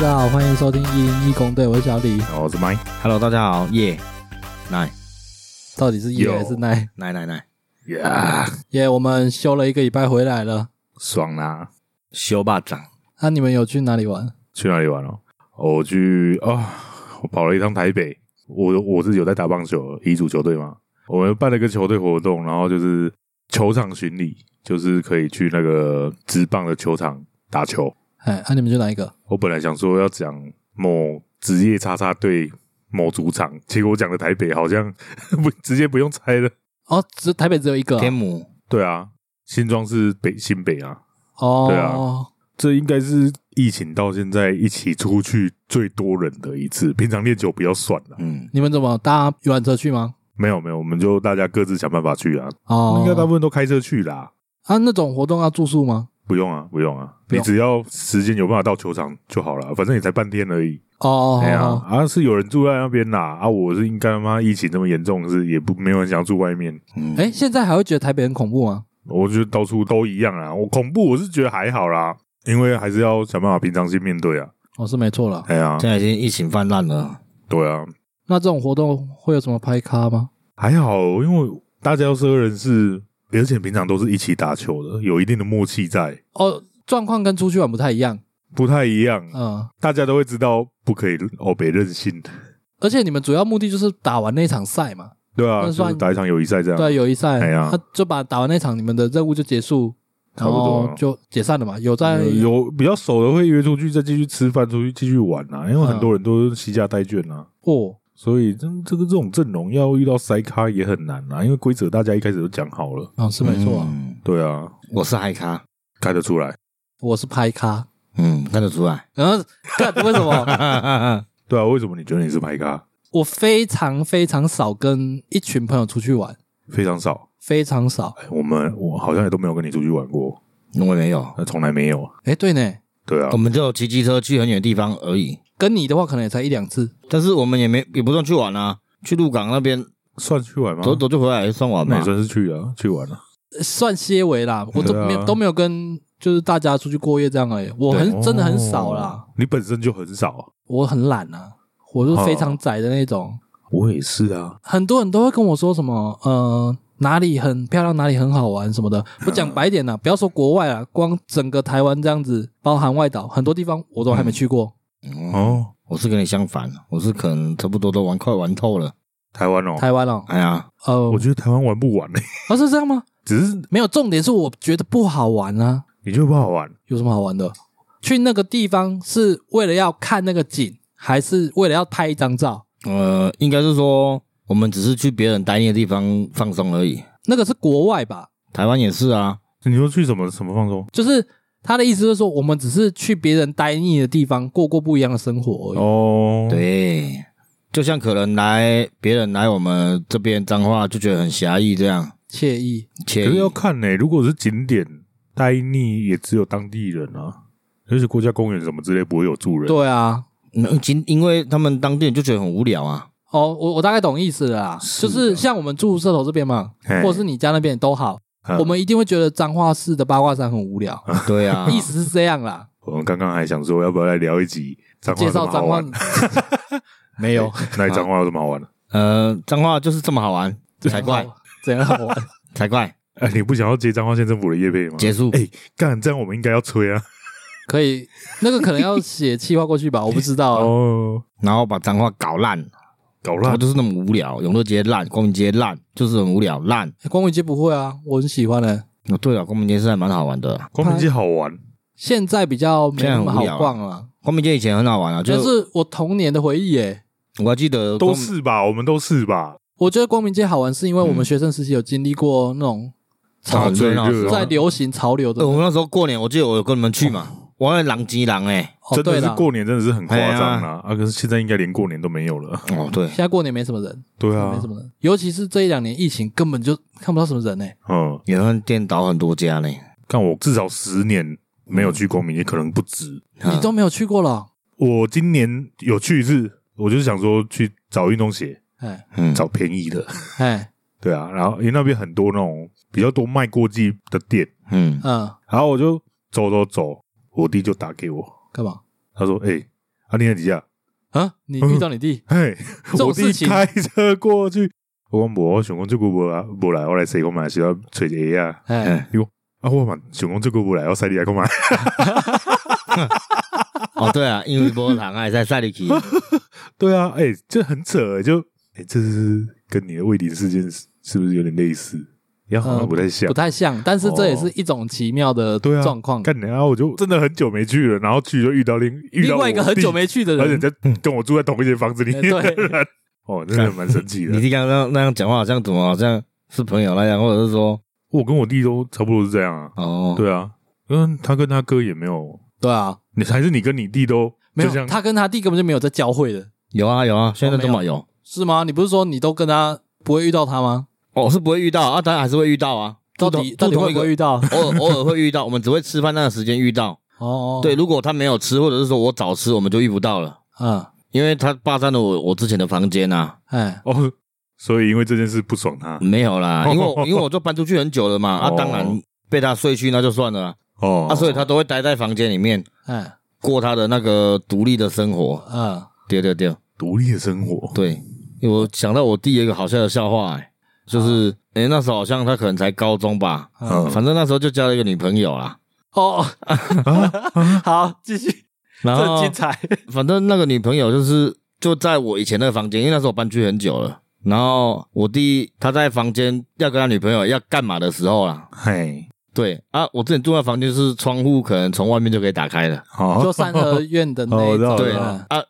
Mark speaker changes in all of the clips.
Speaker 1: 家好，欢迎收听一零一公队，我是小李。
Speaker 2: 我是 Mike，
Speaker 3: Hello，大家好，耶，奶
Speaker 1: 到底是夜还是奈？
Speaker 3: 奶奶奶，
Speaker 2: 呀，
Speaker 1: 耶、我们休了一个礼拜回来了。
Speaker 2: 爽啦！
Speaker 3: 修霸掌，
Speaker 1: 那、你们有去哪里玩？
Speaker 2: 去哪里玩哦？哦我去啊、我跑了一趟台北。我我是有在打棒球，乙组球队嘛，我们办了一个球队活动，然后就是球场巡礼，就是可以去那个职棒的球场打球。
Speaker 1: 哎，那、你们去哪一个？
Speaker 2: 我本来想说要讲某职业叉叉队某主场，结果我讲的台北好像 不直接不用猜了。
Speaker 1: 哦，只台北只有一个啊、
Speaker 3: 天母
Speaker 2: 对啊，新庄是北新北啊，
Speaker 1: 哦。
Speaker 2: 对啊这应该是疫情到现在一起出去最多人的一次。平常练球不要算了，
Speaker 3: 嗯，
Speaker 1: 你们怎么搭游览车去吗？
Speaker 2: 没有没有，我们就大家各自想办法去啊。
Speaker 1: 哦，
Speaker 2: 应该大部分都开车去啦，
Speaker 1: 啊，那种活动要住宿吗？
Speaker 2: 不用啊，不用啊，
Speaker 1: 不
Speaker 2: 你
Speaker 1: 用
Speaker 2: 只要时间有办法到球场就好了，反正也才半天而已。
Speaker 1: 哦，
Speaker 2: 哎呀，
Speaker 1: 哦
Speaker 2: 啊是有人住在那边啦，啊我是应该妈疫情这么严重，是也不没有人想住外面。
Speaker 3: 嗯
Speaker 1: 哎、现在还会觉得台北很恐怖吗？
Speaker 2: 我觉得到处都一样啊，我恐怖我是觉得还好啦，因为还是要想办法平常心面对啊。
Speaker 1: 哦，是没错啦。
Speaker 2: 哎呀，
Speaker 3: 现在已经疫情泛滥了，
Speaker 2: 对啊，
Speaker 1: 那这种活动会有什么拍咖吗？
Speaker 2: 还好，因为大家都是二人是，而且平常都是一起打球的，有一定的默契在，
Speaker 1: 哦，状况跟出去玩不太一样。
Speaker 2: 不太一样。
Speaker 1: 嗯，
Speaker 2: 大家都会知道不可以哦，别任性，
Speaker 1: 而且你们主要目的就是打完那场赛嘛，
Speaker 2: 对啊，
Speaker 1: 那
Speaker 2: 就
Speaker 1: 算
Speaker 2: 是打一场友谊赛这样。
Speaker 1: 对，友谊赛，
Speaker 2: 哎呀
Speaker 1: 他就把打完那场，你们的任务就结束，
Speaker 2: 差不多
Speaker 1: 然后就解散了嘛。有在
Speaker 2: 有有比较熟的会约出去，再继续吃饭，出去继续玩啊。因为很多人都是西家带眷啊，
Speaker 1: 哦，
Speaker 2: 所以这这个这种阵容要遇到塞咖也很难啊。因为规则大家一开始都讲好了，
Speaker 1: 哦，是没错啊，
Speaker 3: 嗯
Speaker 2: 对啊，
Speaker 3: 我是嗨咖，
Speaker 2: 看得出来，
Speaker 1: 我是拍咖，
Speaker 3: 嗯，看得出来，
Speaker 1: 然后干为什么
Speaker 2: 对啊。为什么你觉得你是排咖？
Speaker 1: 我非常非常少跟一群朋友出去玩，
Speaker 2: 非常少，
Speaker 1: 非常少。
Speaker 2: 哎我们我好像也都没有跟你出去玩过，
Speaker 3: 我也没有，
Speaker 2: 呃从来没有。
Speaker 1: 哎，对呢，
Speaker 2: 对啊
Speaker 3: 我，们就骑机车去很远的地方而已，
Speaker 1: 跟你的话可能也才一两次，
Speaker 3: 但是我们也没也不算去玩啊，去鹿港那边
Speaker 2: 算去玩吗？
Speaker 3: 走走就回来，算玩
Speaker 2: 那
Speaker 3: 嘛
Speaker 2: 也，算是去了，去玩了。啊
Speaker 1: 呃算些微啦，我都
Speaker 2: 对啊
Speaker 1: 没有都没有跟就是大家出去过夜这样而已，我很真的很少啦，
Speaker 2: 哦。你本身就很少，
Speaker 1: 我很懒啊，我
Speaker 2: 哦
Speaker 1: 是非常宅的那种。
Speaker 2: 我也是啊。
Speaker 1: 很多人都会跟我说什么，呃，哪里很漂亮，哪里很好玩什么的。我讲白一点啦，不要说国外啦，光整个台湾这样子，包含外岛，很多地方我都还没去过。
Speaker 3: 哦，
Speaker 2: 哦，
Speaker 3: 我是跟你相反，我是可能差不多都玩快玩透了，
Speaker 2: 台湾哦，
Speaker 1: 台湾哦，
Speaker 3: 哎呀，
Speaker 1: 呃
Speaker 2: 我，觉得台湾玩不完呢、
Speaker 1: 啊是这样吗？
Speaker 2: 只是
Speaker 1: 没有，重点是我觉得不好玩啊，
Speaker 2: 你觉得不好玩，
Speaker 1: 有什么好玩的？去那个地方是为了要看那个景，还是为了要拍一张照？
Speaker 3: 呃，应该是说我们只是去别人待腻的地方放松而已，
Speaker 1: 那个是国外吧？
Speaker 3: 台湾也是啊，
Speaker 2: 你说去什么什么放松？
Speaker 1: 就是他的意思，就是说我们只是去别人待腻的地方，过过不一样的生活而已。
Speaker 3: 嗯
Speaker 2: 哦，，
Speaker 3: 对，就像可能来别人来我们这边脏话就觉得很狭义这样，
Speaker 1: 惬意。
Speaker 3: 且
Speaker 2: 可是要看呢、如果是景点，待腻也只有当地人啊，而且国家公园什么之类不会有住人。，
Speaker 1: 对啊，
Speaker 3: 因因为他们当地人就觉得很无 聊啊，
Speaker 1: 哦，我我大概懂意思了啦，就
Speaker 2: 是啊
Speaker 1: 是像我们住社头这边嘛，
Speaker 2: 嘿
Speaker 1: 或者是你家那边都好，
Speaker 2: 嗯
Speaker 1: 啊我们一定会觉得彰化市的八卦山很无聊，，
Speaker 3: 对啊
Speaker 1: 意思是这样啦。
Speaker 2: 我们刚刚还想说要不要来聊一集彰化
Speaker 1: 介
Speaker 2: 有什
Speaker 1: 绍
Speaker 2: 么好
Speaker 1: 彰化
Speaker 2: 玩？
Speaker 1: 没有
Speaker 2: 那你彰化有什么好 玩的？
Speaker 3: 呃，脏话就是这么好玩，才怪，
Speaker 1: 怎样好玩？
Speaker 3: 才怪，
Speaker 2: 哎、你不想要接彰化县政府的业配吗？
Speaker 3: 结束，
Speaker 2: 哎、干，这样我们应该要吹啊！
Speaker 1: 可以，那个可能要写气划过去吧，我不知道啊。
Speaker 2: 哦，
Speaker 3: 然后把脏话搞烂，
Speaker 2: 搞
Speaker 3: 然
Speaker 2: 烂
Speaker 3: 后就是那么无聊，永乐街烂，光明街烂，就是很无聊烂。
Speaker 1: 光明街不会啊，我很喜欢的、
Speaker 3: 哦，对了，光明街是还蛮好玩的，啊
Speaker 2: 光明街好玩，
Speaker 1: 现在比较没那么好逛了，
Speaker 3: 光明街以前很好玩啊，就
Speaker 1: 就是是我童年的回忆耶、
Speaker 3: 我还记得
Speaker 2: 都
Speaker 3: 光
Speaker 2: 是吧？我们都是吧？
Speaker 1: 我觉得光明街好玩是因为我们学生时期有经历过那种
Speaker 3: 哇
Speaker 1: 潮
Speaker 3: 很热闹
Speaker 2: 啊
Speaker 3: 的时候
Speaker 1: 在流行潮流的
Speaker 2: 哦
Speaker 3: 呃，我们那时候过年，我记得我有跟你们去嘛，玩那狼藉狼哎，
Speaker 1: 哦，
Speaker 2: 真
Speaker 1: 对
Speaker 2: 的是
Speaker 1: 了，
Speaker 2: 过年真的是很夸张
Speaker 3: 哎
Speaker 2: 啦啊！可是现在应该连过年都没有了。
Speaker 3: 哦对，
Speaker 1: 现在过年没什么人。
Speaker 2: 对啊
Speaker 1: 没什，么人。尤其是这一两年疫情，根本就看不到什么人呢、欸
Speaker 2: 嗯，
Speaker 3: 也算颠倒很多家呢。
Speaker 2: 看我至少十年没有去光明街，可能不止。
Speaker 1: 你都没有去过了，
Speaker 2: 我今年有去一次，我就是想说去找运动鞋，
Speaker 1: 哎
Speaker 3: 嗯
Speaker 2: 找便宜的。
Speaker 1: 哎
Speaker 2: 对啊，然后因为那边很多那种比较多卖过季的店，
Speaker 3: 嗯，
Speaker 1: 嗯，
Speaker 2: 然后我就走走走，我弟就打给我，
Speaker 1: 干嘛？
Speaker 2: 他说：“哎、啊，你很急啊？
Speaker 1: 啊，你遇到你弟，
Speaker 2: 嘿，
Speaker 1: 这种
Speaker 2: 我弟
Speaker 1: 事情
Speaker 2: 开车过去，我讲无，我想讲这个无啊，无来，我来西贡买是要找一个啊。
Speaker 1: 哎，
Speaker 3: 嗯
Speaker 2: 伊讲啊，我嘛想讲这个无来，我塞你来干嘛？
Speaker 3: 哦，对啊，因为波人 还在赛里奇，
Speaker 2: 对啊，哎、这很扯、欸，就哎、这是跟你的魏林事件是是不是有点类似？也好像
Speaker 1: 呃
Speaker 2: 不太像
Speaker 1: 不。太像，但是这也是一种奇妙的
Speaker 2: 对啊
Speaker 1: 状况。
Speaker 2: 干你啊！我就真的很久没去了，然后去就遇到另遇到
Speaker 1: 另外一个
Speaker 2: 我
Speaker 1: 很
Speaker 2: 弟
Speaker 1: 久，没去的
Speaker 2: 而且
Speaker 1: 人，
Speaker 2: 在跟我住在同一间房子里面
Speaker 1: 哎
Speaker 2: 的
Speaker 1: 对
Speaker 2: 人，哦，真的蛮神奇
Speaker 3: 你
Speaker 2: 的。
Speaker 3: 弟刚刚那样那样讲话，好像怎么好像是朋友那样，或者是说
Speaker 2: 我跟我弟都差不多是这样啊，
Speaker 3: 哦，
Speaker 2: 对啊，嗯，他跟他哥也没有，
Speaker 1: 对啊，
Speaker 2: 你还是你跟你弟都
Speaker 1: 没
Speaker 2: 就
Speaker 1: 有，
Speaker 2: 像
Speaker 1: 他跟他弟根本就没有在教会的，
Speaker 3: 有啊有啊，现在都没有。
Speaker 1: 是吗？你不是说你都跟他不会遇到他吗？
Speaker 3: 哦，是不会遇到啊，当然还是会遇到啊。
Speaker 1: 到底到底会不会
Speaker 3: 遇？
Speaker 1: 遇 到？
Speaker 3: 偶尔偶尔会遇到，我们只会吃饭那个时间遇到。
Speaker 1: 哦，
Speaker 3: 对，，如果他没有吃，或者是说我早吃，我们就遇不到了，
Speaker 1: 嗯，
Speaker 3: 因为他霸占了我我之前的房间啊。
Speaker 1: 哎，
Speaker 2: 哦，所以因为这件事不爽他
Speaker 3: 没有啦，因为我因为我就搬出去很久了嘛，啊，
Speaker 2: 哦
Speaker 3: 当然被他睡去那就算了啊
Speaker 2: 哦，
Speaker 3: 啊，所以他都会待在房间里面
Speaker 1: 哎，
Speaker 3: 过他的那个独立的生活。
Speaker 1: 嗯，
Speaker 3: 对对对
Speaker 2: 独立的生活，
Speaker 3: 对，因为我想到我弟有一个好笑的笑话、欸，就是诶、那时候好像他可能才高中吧，
Speaker 1: 嗯，
Speaker 3: 啊反正那时候就交了一个女朋友啦。
Speaker 1: 哦，
Speaker 2: 啊
Speaker 1: 好，继续，
Speaker 3: 然
Speaker 1: 这很
Speaker 2: 哦
Speaker 3: 后
Speaker 1: 精彩，
Speaker 3: 反正那个女朋友就是就在我以前那个房间，因为那时候我搬去很久了。然后我弟他在房间要跟他女朋友要干嘛的时候啦，
Speaker 2: 嘿，
Speaker 3: 对啊，我之前住的房间就是窗户可能从外面就可以打开了，
Speaker 2: 好，
Speaker 1: 就三合院的那一
Speaker 2: 哦我
Speaker 1: 种，
Speaker 2: 知
Speaker 3: 对
Speaker 2: 道
Speaker 1: 嗯
Speaker 3: 啊，啊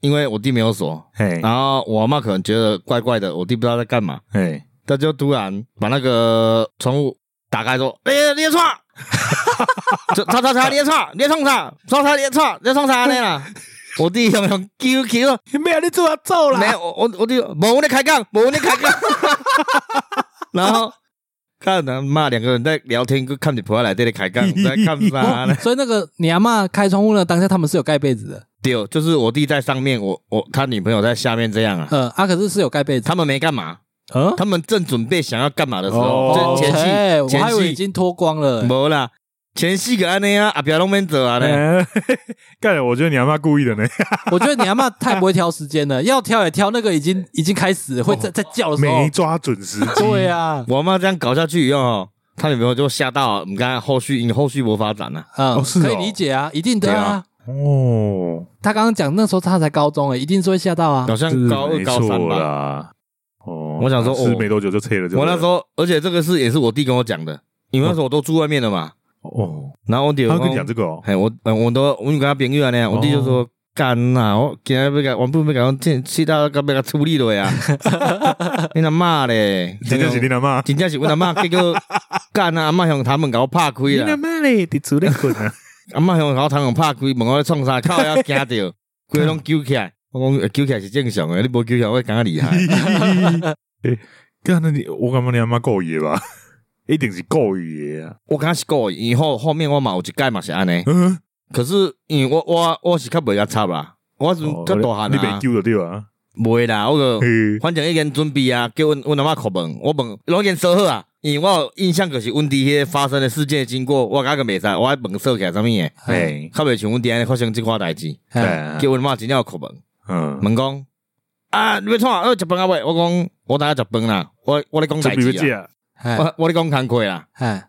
Speaker 3: 因为我弟没有锁，
Speaker 2: 嘿，
Speaker 3: 然后我妈可能觉得怪怪的，我弟不知道在干嘛，
Speaker 2: 嘿，
Speaker 3: 他就突然把那个窗户打开说：“哎、你在创，就叉叉叉，你在创，你在创啥？创啥？你在创？你在创啥呢啦？”我弟用用 QQ 了，
Speaker 1: 没有你做
Speaker 3: 啊
Speaker 1: 要揍
Speaker 3: 没有，我我我弟没在开杠，没在开杠，然后看他妈两个人在聊天，跟看你婆来这里开杠，在干啥呢？
Speaker 1: 哦所以那个你阿嬷开窗户呢，当下他们是有盖被子的，
Speaker 3: 对，就是我弟在上面，我我他女朋友在下面这样啊。
Speaker 1: 呃，啊，可是是有盖被子，
Speaker 3: 他们没干嘛，
Speaker 1: 嗯，
Speaker 3: 他们正准备想要干嘛的时候，
Speaker 2: 哦
Speaker 3: 这前
Speaker 1: 哎
Speaker 3: 戏
Speaker 1: 我还以为已
Speaker 3: 前戏
Speaker 1: 经脱光了，
Speaker 3: 没啦，前戏个安尼啊，阿表拢免做啊呢。
Speaker 2: 哎 干，我觉得你阿妈故意的呢，
Speaker 1: 我觉得你阿嬷太不会挑时间了，要挑也挑那个已经已经开始会在
Speaker 2: 哦
Speaker 1: 在叫的时候
Speaker 2: 没，抓准时机，
Speaker 1: 对啊，
Speaker 3: 我妈这样搞下去以后哦，他女朋友就吓到，我们刚才后续因为后续无发展啊了。
Speaker 1: 嗯
Speaker 2: 哦，是哦
Speaker 1: 可以理解啊，一定的
Speaker 3: 对
Speaker 1: 啊
Speaker 3: 啊。
Speaker 2: 哦，
Speaker 1: 他刚刚讲那时候他才高中诶，一定是会吓到啊
Speaker 3: 好。像
Speaker 2: 是
Speaker 3: 高二、
Speaker 2: 没
Speaker 3: 高三
Speaker 2: 错
Speaker 3: 吧。
Speaker 2: 啦。哦，
Speaker 3: 我想说
Speaker 2: 是
Speaker 3: 哦
Speaker 2: 没多久就撤了，就
Speaker 3: 我那时候，而且这个事也是我弟跟我讲的，因为那时候我都住外面了嘛。
Speaker 2: 哦，
Speaker 3: 然后我弟
Speaker 2: 他
Speaker 3: 有
Speaker 2: 跟你讲这哦个哦，
Speaker 3: 哎，我呃我都我跟他朋友安尼啊，我弟就说干呐，我今天要甲原本要甲阮这气到甲要甲处 理落呀，啊你阿骂咧，
Speaker 2: 真正是你阿妈，
Speaker 3: 真正是阮阿嬷，结果干啊，阿嬷向他们甲我拍开啦，
Speaker 2: 妈嘞，伫厝咧困 啊，
Speaker 3: 阿嬷向我他们拍开，问我咧创啥，靠，还惊 着，规个拢揪起来，我讲呃揪起来是正常诶，你无揪起来我会感觉厉害，
Speaker 2: 干，那你我感觉你阿妈故意的 吧，一定是故意的啊，
Speaker 3: 我感觉是故意，以后后面我嘛有一届嘛是安尼，
Speaker 2: 嗯，
Speaker 3: 可是因为我我我是较袂甲插啦，我是
Speaker 2: 哦
Speaker 3: 较大汉
Speaker 2: 你被
Speaker 3: 啊，哦
Speaker 2: 救着对啊，
Speaker 3: 袂啦，我个。
Speaker 2: 嘿
Speaker 3: 反正已经准备啊，叫阮阮阿妈哭问，我问拢已经说好啊，因为我有印象就是阮伫迄个发生的事件的经过，我感觉袂使，我爱问说起来啥物诶，
Speaker 2: 哎，
Speaker 3: 较袂像阮伫安尼发生即款代志，
Speaker 2: 对
Speaker 1: 哎
Speaker 2: 啊
Speaker 3: 叫阮妈真正有哭问，
Speaker 2: 嗯，
Speaker 3: 问讲啊，你要创啊？要食饭啊喂？我讲我等下食饭啦，我我咧讲代
Speaker 2: 准备要
Speaker 3: 志啊，
Speaker 2: 嫁，哦
Speaker 1: 哎
Speaker 3: 我我咧讲工课啦，
Speaker 1: 哎，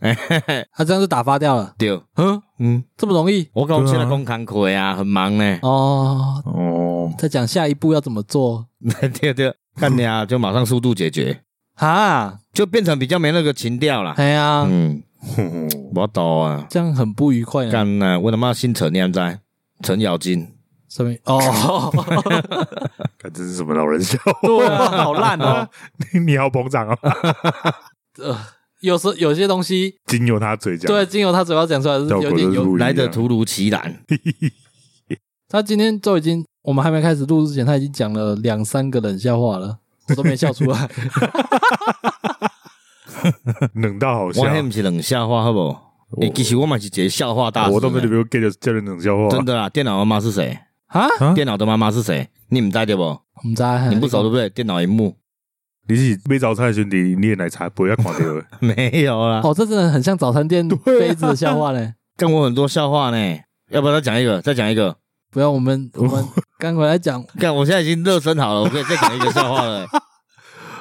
Speaker 1: 他这样就打发掉了。
Speaker 3: 对，
Speaker 1: 嗯，
Speaker 3: 嗯，
Speaker 1: 这么容易
Speaker 3: 我讲
Speaker 2: 对啊
Speaker 3: 现在讲工课啊，很 忙呢，
Speaker 1: 哦？
Speaker 2: 哦，
Speaker 1: 再讲下一步要怎么做
Speaker 3: 对对，干你啊，就马上速度解决，
Speaker 1: 啊？
Speaker 3: 就变成比较没那个情调啦，
Speaker 1: 哎呀，
Speaker 3: 嗯，
Speaker 2: 哼
Speaker 3: 我懂啊。
Speaker 1: 这样很不愉快啊呢。
Speaker 3: 干呐、我他妈姓陈，你知不知？陈咬金，
Speaker 1: 什 么？哦，
Speaker 2: 干这是什么老人笑？
Speaker 1: 对啊，好烂 哦。
Speaker 2: 你 你好捧场哦，
Speaker 1: 呃有时有些东西，
Speaker 2: 经由他嘴角，
Speaker 1: 对，经由他嘴巴讲出来是
Speaker 2: 效果
Speaker 1: 有
Speaker 2: 都
Speaker 1: 点
Speaker 2: 是
Speaker 1: 有
Speaker 2: 不一样，
Speaker 3: 来的突如其来。
Speaker 1: 他今天都已经，我们还没开始录之前，他已经讲了两三个冷笑话了，我都没笑出 来。
Speaker 2: 冷到好笑
Speaker 3: 我，那不是冷笑话，好不好？
Speaker 2: 啊我
Speaker 3: 诶、其实我嘛是一个笑话大师呢、欸
Speaker 2: 我都没得比我 get 叫人冷笑话，
Speaker 3: 真的啦，电脑妈妈是谁？
Speaker 1: 啊，
Speaker 2: 啊
Speaker 3: 电脑的妈妈是谁？你们在对不？
Speaker 1: 我们在
Speaker 3: 你不熟对不对？电脑荧幕
Speaker 2: 你是买早餐的时候，你你的奶茶不要看到 的，
Speaker 3: 没有啦。
Speaker 1: 哦，这真的很
Speaker 2: 啊
Speaker 1: 像早餐店杯子的笑话嘞。
Speaker 3: 跟我很多笑话呢，要不要再讲一个？再讲一个。
Speaker 1: 不要我 们我们刚回来讲，
Speaker 3: 看我现在已经热身好了，我可以再讲一个笑 话了。啊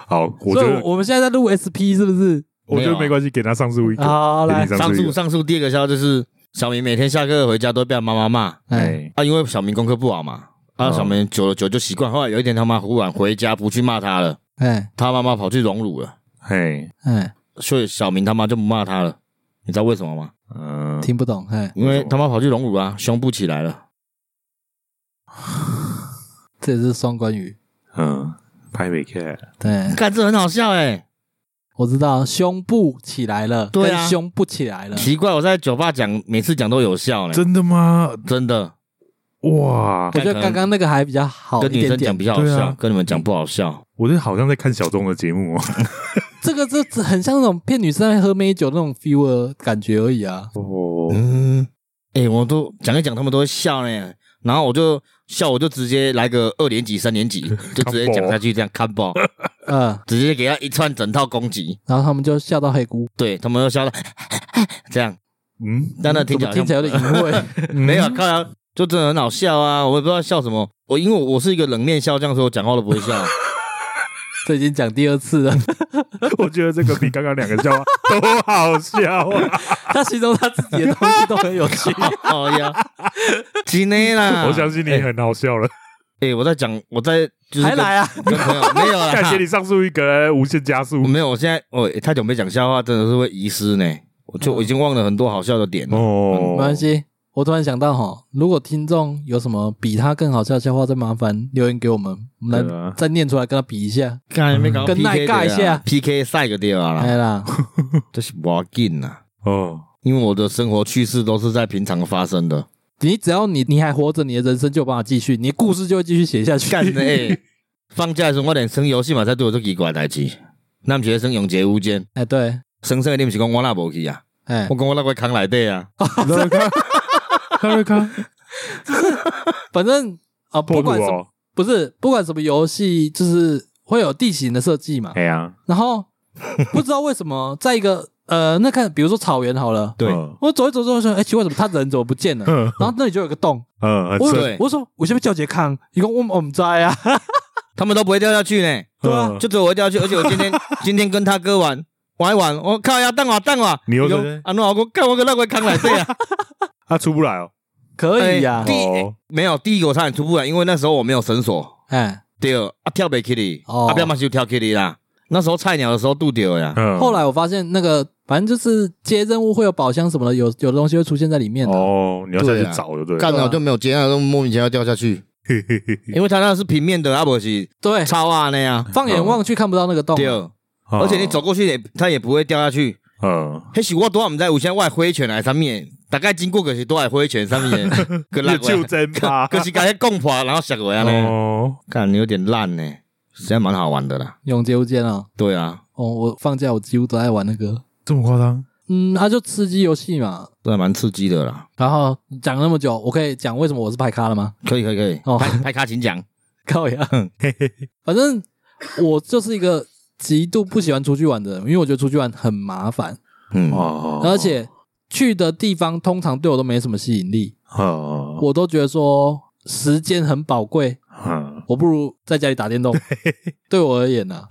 Speaker 2: 好，我觉
Speaker 1: 所以
Speaker 2: 得
Speaker 1: 我们现在在录 SP 是不是？
Speaker 2: 我觉
Speaker 3: 没有
Speaker 2: 得
Speaker 3: 啊
Speaker 2: 没关系，给他上诉一个，
Speaker 1: 好
Speaker 2: 给
Speaker 1: 来
Speaker 2: 你，上
Speaker 3: 上
Speaker 2: 诉一
Speaker 3: 述
Speaker 2: 个。
Speaker 3: 上述第二个笑话就是小明每天下课回家都被他妈妈骂
Speaker 1: 哎，
Speaker 2: 哎，
Speaker 3: 啊，因为小明功课不好嘛，啊，
Speaker 2: 嗯
Speaker 3: 小明久了久就习惯，后来有一天他妈忽然回家不去骂他了，
Speaker 1: 哎
Speaker 3: 他妈妈跑去荣辱了，
Speaker 2: 嘿，
Speaker 1: 哎，
Speaker 3: 所以小明他妈就不骂他了，你知道为什么吗？
Speaker 2: 嗯，
Speaker 1: 听不懂，哎，
Speaker 3: 因为他妈跑去荣辱啊，胸部起来了。
Speaker 1: 这也是双关语。
Speaker 2: 嗯，拍美看，
Speaker 1: 对，
Speaker 3: 看这很好笑哎、
Speaker 1: 我知道胸部起来了，
Speaker 3: 对啊
Speaker 1: 跟胸不起来了，
Speaker 3: 奇怪，我在酒吧讲，每次讲都有效呢、
Speaker 2: 真的吗？
Speaker 3: 真的
Speaker 2: 哇，
Speaker 1: 我觉得刚刚那个还比较哦好一
Speaker 3: 跟女
Speaker 1: 点嗯
Speaker 3: 生讲
Speaker 1: 点。
Speaker 3: 比较好
Speaker 2: 对
Speaker 3: 笑，
Speaker 2: 啊
Speaker 3: 跟你们讲不好笑。
Speaker 2: 我这好像在看小众的节目哦。
Speaker 1: 这个这这很像那种骗女生在喝美酒那种 feel 的感觉而已啊。
Speaker 2: 哦，
Speaker 3: 嗯，哎、我都讲一讲，他们都会笑呢、然后我就笑，我就直接来个二年级、三 年级，就直接讲下去，这样看爆，
Speaker 1: 嗯，
Speaker 3: 直接给他一串整套攻击。
Speaker 1: 然后他们就笑到黑咕，
Speaker 3: 对他们又笑到 这样，
Speaker 2: 嗯，
Speaker 3: 但那听
Speaker 1: 怎
Speaker 3: 起
Speaker 1: 么
Speaker 3: 来
Speaker 1: 听起来有点淫 秽？
Speaker 3: 没有，啊看来就真的很好笑啊！我也不知道笑什么，我因为我是一个冷面笑匠，所以我讲话都不会 笑。哦
Speaker 1: 这已经讲第二次了。
Speaker 2: 我觉得这个比刚刚两个笑话 都好笑啊！
Speaker 1: 他形容他自己的东西都 很有趣。
Speaker 3: 好哦呀，今
Speaker 1: 嗯
Speaker 3: 天啦，
Speaker 2: 我相信你
Speaker 3: 哎
Speaker 2: 很好笑了，
Speaker 3: 哎、我在讲，我在就是
Speaker 1: 还来啊？
Speaker 3: 跟朋友没有啦，
Speaker 2: 感谢你上诉一个无限加速
Speaker 3: 我。
Speaker 1: 嗯
Speaker 3: 没有，我现在我、欸太久没讲笑话，真的是会遗失呢。我就我已经忘了很多好笑的点了。
Speaker 2: 哦
Speaker 1: 没关，系。我突然想到哈，如果听众有什么比他更好笑的笑话，再麻烦留言给我们，我们
Speaker 2: 对啊
Speaker 1: 来再念出来跟他比一下。
Speaker 3: 刚才没搞
Speaker 1: 跟耐尬一下
Speaker 3: PK 啊赛个地方啦，
Speaker 1: 哎啦，
Speaker 3: 这是我劲呐，
Speaker 2: 哦，
Speaker 3: 因为我的生活趣事都是在平常发生的。
Speaker 1: 你只要你你还活着，你的人生就有办法继续，你的故事就会继续写下去。
Speaker 3: 干 的哎，放假的时候我连耍游戏嘛，才对我做奇怪的代志。咱毋是咧耍永劫无间，
Speaker 1: 哎，对，
Speaker 3: 耍耍的你毋是讲我那无去啊？
Speaker 1: 哎
Speaker 3: 我，讲我那块坑内底啊，
Speaker 2: 乐 康，乐康，
Speaker 1: 反正啊，不
Speaker 2: 破土
Speaker 1: 管什么，
Speaker 2: 哦，
Speaker 1: 不是不管什么游戏，就是会有地形的设计嘛。
Speaker 2: 哎呀，
Speaker 1: 然后不知道为什 么，在一个呃，那看比如说草原好了，
Speaker 3: 对
Speaker 2: 嗯
Speaker 1: 我走一走之后说，哎，奇怪，怎么他人怎么不见 了？
Speaker 2: 嗯
Speaker 1: 然后那里就有个洞，
Speaker 2: 嗯，很
Speaker 1: 我
Speaker 2: 深
Speaker 3: 对
Speaker 1: 我说我先被叫杰康，一共我我们在啊，
Speaker 3: 他们都不会掉下去呢，
Speaker 1: 对啊
Speaker 2: 嗯
Speaker 3: 就只有我会掉下去。而且我今天今天跟他哥玩玩一玩，我靠呀，等我等我，
Speaker 2: 你又
Speaker 3: 说
Speaker 2: 在
Speaker 3: 啊，那我讲干我个那块坑内底啊，
Speaker 2: 他出不来哦。
Speaker 1: 可以啊呀、
Speaker 3: 哎第
Speaker 2: 哦，
Speaker 3: 没有，第一个我差点出不来，因为那时候我没有绳索。
Speaker 1: 哎、
Speaker 3: 对，啊跳不起哩，
Speaker 1: 哦
Speaker 3: 啊不要嘛就跳起哩啦。那时候菜鸟的时候渡掉呀，
Speaker 2: 嗯
Speaker 1: 哎后来我发现那个反正就是接任务会有宝箱什么的，有有的东西会出现在里面的。
Speaker 2: 哦，你要下
Speaker 3: 对
Speaker 2: 去
Speaker 3: 啊
Speaker 2: 找就对了。
Speaker 3: 干了我就没有接，那都莫名其妙掉下去，
Speaker 2: 嘿嘿嘿嘿
Speaker 3: 因为他那是平面的，啊不是
Speaker 1: 对，
Speaker 3: 超啊那样。
Speaker 1: 放眼望去看不到那个洞啊、
Speaker 3: 对，
Speaker 2: 哦
Speaker 3: 而且你走，过去也，它也不会掉下去。
Speaker 2: 嗯，
Speaker 3: 迄是我多少唔知有啥外挥拳来上面，大概经过就是多少挥拳上 面，
Speaker 2: 你
Speaker 3: 个烂
Speaker 2: 就
Speaker 3: 就
Speaker 2: 真 吧。
Speaker 3: 个是甲迄拱破，然后摔落来呢，
Speaker 2: 哦，
Speaker 3: 干有点烂呢，实在蛮好玩的啦。
Speaker 1: 永劫无间啊！
Speaker 3: 对啊，
Speaker 1: 哦，我放假我几乎都在玩那个，
Speaker 2: 这么夸张？
Speaker 1: 嗯，它、就吃鸡游戏嘛。
Speaker 3: 这还蛮刺激的啦。
Speaker 1: 然后讲那么久，我可以讲为什么我是排咖了吗？
Speaker 3: 可以可以可以，
Speaker 1: 哦
Speaker 3: 拍拍卡请 讲。
Speaker 1: 靠呀，反正我就是一个极度不喜欢出去玩的人，因为我觉得出去玩很麻烦，
Speaker 3: 嗯，
Speaker 2: 哦，
Speaker 1: 而且去的地方通常对我都没什么吸引力。
Speaker 2: 哦，
Speaker 1: 我都觉得说时间很宝贵，
Speaker 2: 嗯
Speaker 1: 我不如在家里打电动。对我而言呢、啊，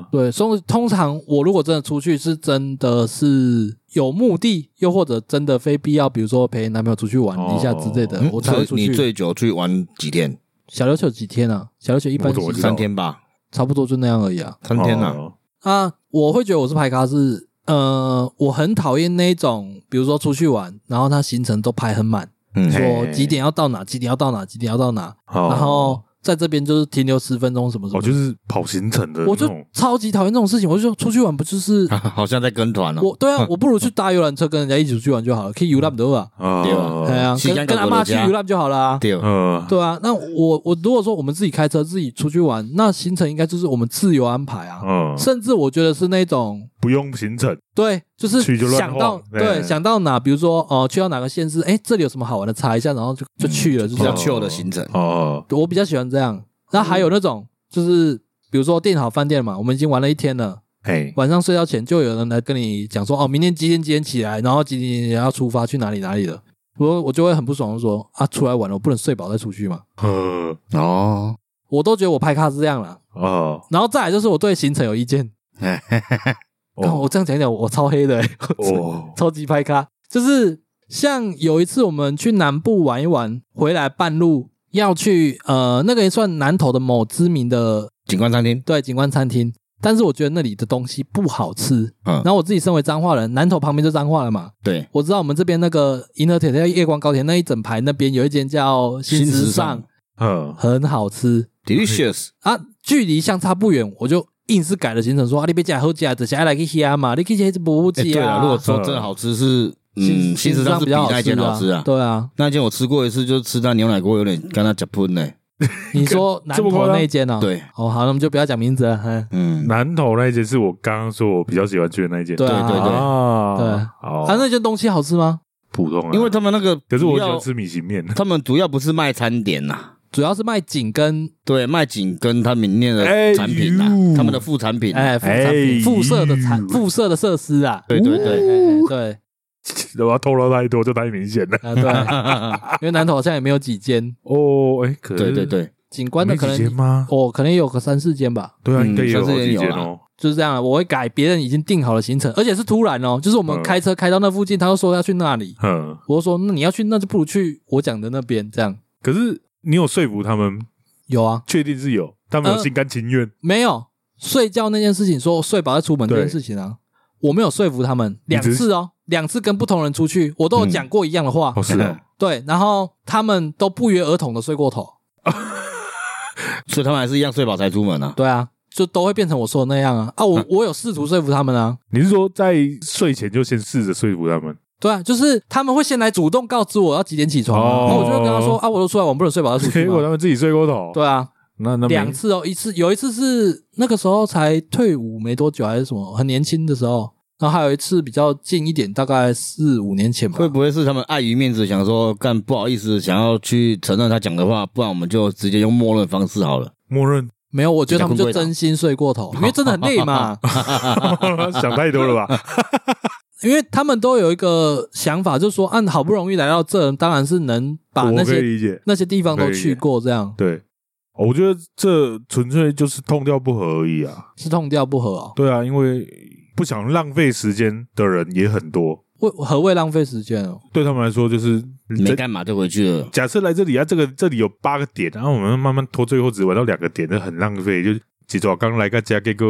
Speaker 2: 嗯
Speaker 1: 对，所以通常我如果真的出去，是真的是有目的，又或者真的非必要，比如说陪男朋友出去玩
Speaker 2: 哦
Speaker 1: 一下之类的，
Speaker 3: 嗯
Speaker 1: 我才会出
Speaker 3: 所以你
Speaker 1: 去。
Speaker 3: 最久去玩几天？
Speaker 1: 小琉球几天啊？小琉球一般
Speaker 2: 我怎么知道
Speaker 3: 三天吧，
Speaker 1: 差不多就那样而已啊。
Speaker 3: 三天呐、
Speaker 2: 哦
Speaker 1: 啊，我会觉得我是排咖是，呃，我很讨厌那种，比如说出去玩，然后他行程都排很满，
Speaker 3: 嗯
Speaker 2: 嘿
Speaker 1: 说几点要到哪，几点要到哪，几点要到哪，
Speaker 2: 哦
Speaker 1: 然后在这边就是停留十分钟什么什么
Speaker 2: 哦，
Speaker 1: 的。
Speaker 2: 就是跑行程的那
Speaker 1: 我就
Speaker 2: 种，
Speaker 1: 超级讨厌这种事情，我就说出去玩不就是、
Speaker 3: 好像在跟团哦。
Speaker 1: 我对啊，
Speaker 2: 嗯
Speaker 1: 我不如去搭游览车跟人家一起出去玩就好了，可以游览得啊，
Speaker 3: 对
Speaker 2: 哦，
Speaker 1: 对啊，
Speaker 3: 时
Speaker 1: 跟
Speaker 3: 间
Speaker 1: 跟
Speaker 3: 到
Speaker 1: 阿妈
Speaker 3: 我
Speaker 1: 去
Speaker 3: 家
Speaker 1: 游览就好了啊，
Speaker 3: 对，
Speaker 2: 嗯，
Speaker 1: 对啊。那我我如果说我们自己开车自己出去玩，那行程应该就是我们自由安排啊，
Speaker 2: 嗯，
Speaker 1: 甚至我觉得是那种。
Speaker 2: 不用行程，
Speaker 1: 对，就是
Speaker 2: 去就乱
Speaker 1: 想到
Speaker 2: 晃
Speaker 1: 对
Speaker 2: 对
Speaker 1: 想到哪，比如说哦、呃去到哪个县市，哎，这里有什么好玩的，查一下，然后就就去了，就
Speaker 3: 比
Speaker 1: 是这
Speaker 3: 较
Speaker 2: 哦
Speaker 3: chill 的行程。
Speaker 2: 哦，
Speaker 1: 样我比较喜欢这样。那还有那种就是，比如说订好饭店嘛，我们已经玩了一天了，
Speaker 2: 哎，
Speaker 1: 晚上睡觉前就有人来跟你讲说，哦，明天几点几点起来，然后几点几点要出发去哪里哪里了。我我就会很不爽，就说啊，出来玩了，我不能睡饱再出去嘛。
Speaker 2: 呃
Speaker 3: 哦，
Speaker 1: 我都觉得我排卡是这样啦。
Speaker 2: 啊，
Speaker 1: 然后再来就是我对行程有意见。看、
Speaker 2: 哦
Speaker 1: 我这样讲一讲，我超黑的、欸，
Speaker 2: 哦，
Speaker 1: 超级拍咖。就是像有一次我们去南部玩一玩，回来半路要去呃那个也算南投的某知名的
Speaker 3: 景观餐厅，
Speaker 1: 对景观餐厅，但是我觉得那里的东西不好吃。
Speaker 3: 嗯
Speaker 1: 然后我自己身为彰化人，南投旁边就彰化了嘛，
Speaker 3: 对，
Speaker 1: 我知道我们这边那个银河铁道夜光高铁那一整排那边有一间叫新
Speaker 3: 新时
Speaker 1: 时
Speaker 3: 尚
Speaker 1: 尚，
Speaker 2: 嗯，
Speaker 1: 很好吃
Speaker 3: delicious，
Speaker 1: 啊，距离相差不远，我就硬是改了行程说啊，你别加喝加，只下来去虾嘛，你去吃这不吃
Speaker 3: 哎，
Speaker 1: 啊。
Speaker 3: 对了，如果说真的好吃是，嗯，新时尚是
Speaker 1: 比
Speaker 3: 比
Speaker 1: 较
Speaker 3: 那间好吃啊。
Speaker 1: 对 啊，
Speaker 3: 那间我吃过一次，就是吃到牛奶锅有点跟它夹喷呢。
Speaker 1: 你说南
Speaker 2: 这么
Speaker 1: 投
Speaker 2: 夸张
Speaker 1: 那间哦？，
Speaker 3: 对，
Speaker 1: 哦，好，那我们就不要讲名字了。嗯，
Speaker 3: 嗯，
Speaker 2: 南投那一间是我刚刚说我比较喜欢去的那一间，
Speaker 1: 对啊
Speaker 3: 对对对
Speaker 2: 啊，
Speaker 1: 对
Speaker 3: 哦
Speaker 2: 好，
Speaker 1: 啊，那间东西好吃吗？
Speaker 2: 普通啊，
Speaker 3: 因为他们那个主要，
Speaker 2: 可是我喜欢吃米其 面，
Speaker 3: 他们主要不是卖餐点呐、
Speaker 1: 主要是卖景跟
Speaker 3: 对，卖景跟他们念
Speaker 2: 哎
Speaker 3: 的产品呐、
Speaker 2: 呦
Speaker 3: 他们的副产品、
Speaker 1: 哎副产
Speaker 2: 哎
Speaker 1: 品附设的产
Speaker 2: 呦
Speaker 1: 附设的设施啊。
Speaker 3: 对对对，
Speaker 1: 哎对
Speaker 2: 我要透露太多就太明显了。
Speaker 1: 啊 对，因为南投好像也没有几间
Speaker 2: 哦，哎，可是
Speaker 3: 对对对，
Speaker 1: 景观的，可
Speaker 2: 没几间
Speaker 1: 能
Speaker 2: 吗？
Speaker 1: 哦，可能也有个三四间吧。
Speaker 2: 对啊，
Speaker 3: 嗯
Speaker 2: 应该也有好几
Speaker 3: 算
Speaker 2: 间
Speaker 3: 是有
Speaker 2: 哦。
Speaker 1: 就是这样啊，我会改别人已经定好的行程，而且是突然哦，就是我们
Speaker 2: 嗯
Speaker 1: 开车开到那附近，他就说要去那里，
Speaker 2: 嗯，
Speaker 1: 我就说那你要去，那就不如去 我讲的那边，这样
Speaker 2: 可是你有说服他们，
Speaker 1: 有啊？
Speaker 2: 确定是有，他们有
Speaker 1: 呃
Speaker 2: 心甘情愿。
Speaker 1: 没有睡觉那件事情，说睡饱再出门这件事情啊，我没有说服他们
Speaker 2: 你
Speaker 1: 两
Speaker 2: 只是
Speaker 1: 次哦，两次跟不同人出去，我都有讲过一样的话，
Speaker 2: 哦，是哦，
Speaker 1: 对，然后他们都不约而同的睡过头，
Speaker 3: 所以他们还是一样睡饱才出门啊。
Speaker 1: 对啊，就都会变成我说的那样啊啊，
Speaker 2: 嗯
Speaker 1: 我我有试图说服他们啊，
Speaker 2: 你是说在睡前就先试着说服他们？
Speaker 1: 对啊，就是他们会先来主动告知我要几点起床、啊，
Speaker 2: 哦
Speaker 1: 然后我就会跟他说啊，我都出来玩，不能睡饱再出去
Speaker 2: 结 果
Speaker 1: 嘛
Speaker 2: 他。们自己睡过头。
Speaker 1: 对啊，
Speaker 2: 那那没
Speaker 1: 两次哦，一次有一次是那个时候才退伍没多久还是什么，很年轻的时候，然后还有一次比较近一点，大概四五年前吧。
Speaker 3: 会不会是他们碍于面子，想说干不好意思，想要去承认他讲的话，不然我们就直接用默认方式好了。
Speaker 2: 默认
Speaker 1: 没有，我觉得他们就真心睡过 头，因为真的很累嘛。
Speaker 2: 想太多 了吧？
Speaker 1: 因为他们都有一个想法，就是说，按、啊好不容易来到这，当然是能把啊那
Speaker 2: 我可以
Speaker 1: 些
Speaker 2: 理解。
Speaker 1: 那些地方都
Speaker 2: 可以
Speaker 1: 去过，这样
Speaker 2: 对，哦我觉得这纯粹就是痛掉不合而已啊。
Speaker 1: 是痛掉不合哦。
Speaker 2: 对啊，因为不想浪费时间的人也很多，
Speaker 1: 为何谓浪费时间哦？
Speaker 2: 对他们来说就是
Speaker 1: 嗯
Speaker 3: 没干嘛就回去了。
Speaker 2: 假设来这里啊，这个这里有八个点，然后我们慢慢拖，最后只玩到两个点，那很浪费。就几爪刚来个加给个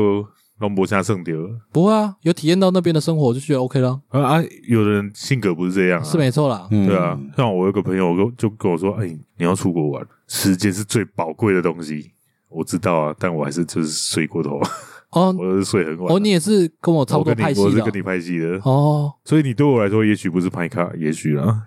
Speaker 2: 龙博下剩掉
Speaker 1: 不会啊，有体验到那边的生活就觉得 OK 了，
Speaker 2: 啊啊！有的人性格不是这样、啊，
Speaker 1: 是没错啦。
Speaker 3: 嗯
Speaker 2: 对啊。像我有个朋友跟就跟我说，哎、你要出国玩，时间是最宝贵的东西。我知道啊，但我还是就是睡过头，
Speaker 1: 哦
Speaker 2: 我就是睡很晚啊。
Speaker 1: 哦，你也是跟我差不
Speaker 2: 我
Speaker 1: 多
Speaker 2: 跟
Speaker 1: 派
Speaker 2: 你
Speaker 1: 系
Speaker 2: 我是
Speaker 1: 的哦
Speaker 2: 跟你拍戏的，
Speaker 1: 哦。
Speaker 2: 所以你对我来说也许不是拍卡，也许啊啦。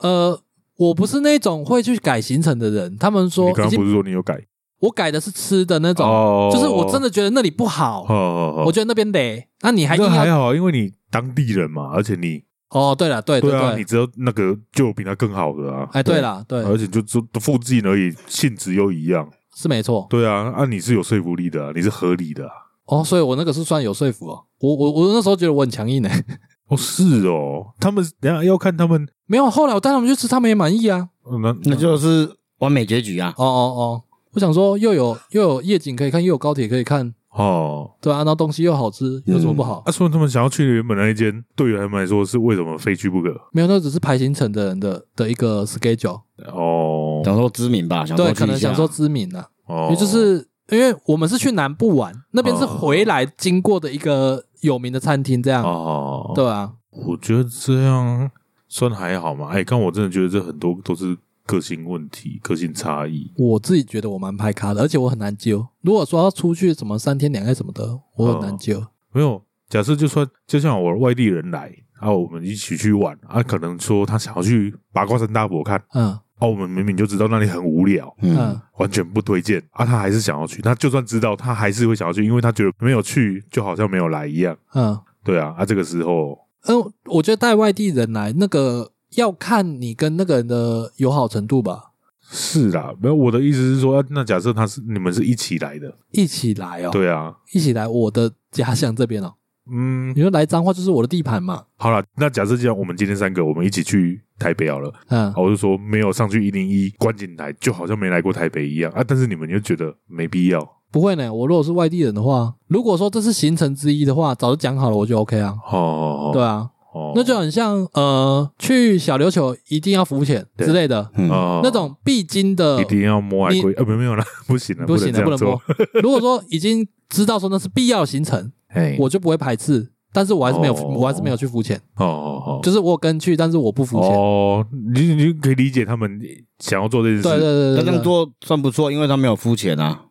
Speaker 1: 呃，我不是那种会去改行程的人。他们说
Speaker 2: 你刚
Speaker 1: 已
Speaker 2: 刚不
Speaker 1: 经，
Speaker 2: 是说你有改？
Speaker 1: 我改啊的是吃的那种，
Speaker 2: 哦
Speaker 1: 就是我真的觉得那里不好，
Speaker 2: 哦哦哦，
Speaker 1: 我觉得那边累。那你还硬
Speaker 2: 这还
Speaker 1: 要？
Speaker 2: 好，因为你当地人嘛，而且你
Speaker 1: 哦，对了，对
Speaker 2: 对啊，你
Speaker 1: 对，
Speaker 2: 只要那个就有比他更好的啊。
Speaker 1: 哎，对了，对，
Speaker 2: 而且就就附近而已，性质又一样。
Speaker 1: 是没错。
Speaker 2: 对啊，啊，你是有说服力的啊、你是合理的啊、
Speaker 1: 哦，所以我那个是算有说服哦。我我我那时候觉得我很强硬欸呢。
Speaker 2: 哦，是哦，他们等一下要看他们，
Speaker 1: 没有，后来我带他们去吃，他们也满意啊。
Speaker 2: 呃那
Speaker 3: 那就是完美结局啊。
Speaker 1: 哦哦哦，我想说又有又有夜景可以看，又有高铁可以看，
Speaker 2: 哦，
Speaker 1: 对啊，然后东西又好吃，有什么不好？
Speaker 3: 嗯
Speaker 2: 啊，所以他们想要去原本那一间，对于他们来说是为什么非去不可？
Speaker 1: 没有，那只是排行程的人的的一个 schedule。
Speaker 2: 哦
Speaker 3: 想说知名吧，想说
Speaker 1: 对，
Speaker 3: 去
Speaker 1: 可
Speaker 3: 一
Speaker 1: 能
Speaker 3: 下
Speaker 1: 想说知名啊。
Speaker 2: 哦，
Speaker 1: 也就是因为我们是去南部玩，那边是
Speaker 2: 哦
Speaker 1: 回来经过的一个有名的餐厅，这样、
Speaker 2: 哦，
Speaker 1: 对啊，
Speaker 2: 我觉得这样算还好嘛。哎，刚我真的觉得这很多都是个性问题、个性差异。
Speaker 1: 我自己觉得我蛮拍咖的，而且我很难揪。如果说要出去什么三天两夜什么的，我很难
Speaker 3: 哦
Speaker 1: 揪。
Speaker 2: 没有，假设就算就像我外地人来，啊，我们一起去玩，啊，可能说他想要去八卦山大佛看，
Speaker 1: 嗯
Speaker 2: 啊，我们明明就知道那里很无聊，
Speaker 1: 嗯，
Speaker 2: 完全不推荐，啊，他还是想要去，他就算知道，他还是会想要去，因为他觉得没有去就好像没有来一样，
Speaker 1: 嗯
Speaker 2: 对啊，啊，这个时候，
Speaker 1: 嗯，我觉得带外地人来，那个要看你跟那个人的友好程度吧。
Speaker 2: 是啦，没有，我的意思是说，啊那假设他是你们是一起来的，
Speaker 1: 一起来哦，
Speaker 2: 对啊，
Speaker 1: 一起来我的家乡这边哦，
Speaker 2: 嗯，
Speaker 1: 你说来彰化就是我的地盘嘛，
Speaker 2: 好了，那假设这样，我们今天三个我们一起去台北好了。
Speaker 1: 嗯
Speaker 2: 啊，我就说没有上去一零一观景台，就好像没来过台北一样啊。但是你们就觉得没必要
Speaker 1: 不会呢。我如果是外地人的话，如果说这是行程之一的话，早就讲好了，我就 OK 啊。
Speaker 2: 哦，
Speaker 1: 对啊，
Speaker 2: 哦，
Speaker 1: 那就很像呃，去小琉球一定要浮潜之类的，
Speaker 3: 嗯，
Speaker 2: 哦
Speaker 1: 那种必经的
Speaker 2: 一，定要摸海龟啊，没有没有啦，不行了，
Speaker 1: 不行
Speaker 2: 这
Speaker 1: 的，不
Speaker 2: 样
Speaker 1: 能
Speaker 2: 做
Speaker 1: 播。。 如果说已经知道说那是必要行程，
Speaker 2: 哎，
Speaker 1: 我就不会排斥，但是我还是没有，
Speaker 2: 哦
Speaker 1: 我还是没有去浮潜，
Speaker 2: 哦哦
Speaker 1: 就是我有跟去，但是我不浮
Speaker 2: 哦，
Speaker 1: 潜。
Speaker 2: 哦，你你可以理解他们想要做这件事，
Speaker 1: 对对对
Speaker 3: 他
Speaker 1: 对，
Speaker 3: 这样
Speaker 1: 对
Speaker 3: 做算不错，因为他没有肤浅
Speaker 1: 哦
Speaker 3: 啊。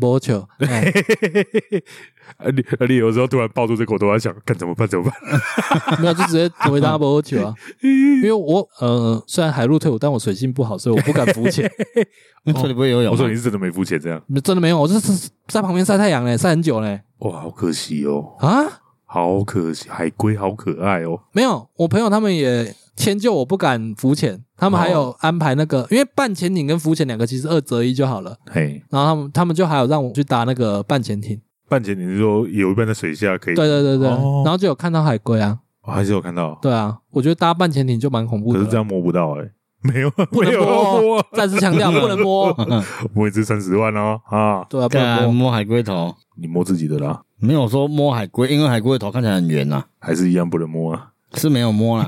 Speaker 1: 不球，哎
Speaker 2: 啊你啊你有时候突然爆出这个，我都在想，干怎么办？怎 么办？
Speaker 1: 没有就直接回 答不球啊。因为我呃，虽然海陆退伍，但我水性不好，所以我不敢浮 潜。
Speaker 3: 你说你不会游泳啊
Speaker 2: 我
Speaker 3: 吗？
Speaker 2: 说你是真的没付钱这样，
Speaker 1: 真的没有，我就是在旁边晒太阳嘞，晒很久嘞
Speaker 2: 哇，好可惜哦，
Speaker 1: 啊。
Speaker 2: 好可惜，海龟好可爱哦，
Speaker 1: 没有，我朋友他们也迁就我不敢浮潜，他们还
Speaker 2: 哦
Speaker 1: 有安排那个，因为半潜艇跟浮潜两个其实二择一就好了。
Speaker 2: 嘿，
Speaker 1: 然后他们他们就还有让我去搭那个半潜艇，
Speaker 2: 半潜你是说有一半在水下可以，
Speaker 1: 对对对对，
Speaker 2: 哦
Speaker 1: 然后就有看到海龟啊，
Speaker 2: 我还是有看到，
Speaker 1: 对啊，我觉得搭半潜艇就蛮恐怖
Speaker 2: 可
Speaker 1: 的
Speaker 2: 是这
Speaker 1: 了。
Speaker 2: 样摸不到哎， 没有
Speaker 1: 不能
Speaker 2: 没有啊
Speaker 1: 摸
Speaker 2: 摸
Speaker 1: 哦，，再次强 调不能摸哦，
Speaker 2: 摸一只三十万哦啊，
Speaker 1: 对啊，不
Speaker 3: 干
Speaker 1: 能摸。
Speaker 3: 摸海龟头，
Speaker 2: 你摸自己的啦，
Speaker 3: 没有说摸海龟，因为海龟头看起来很圆呐，
Speaker 2: 还是一样不能摸啊，
Speaker 3: 是没 有摸啦。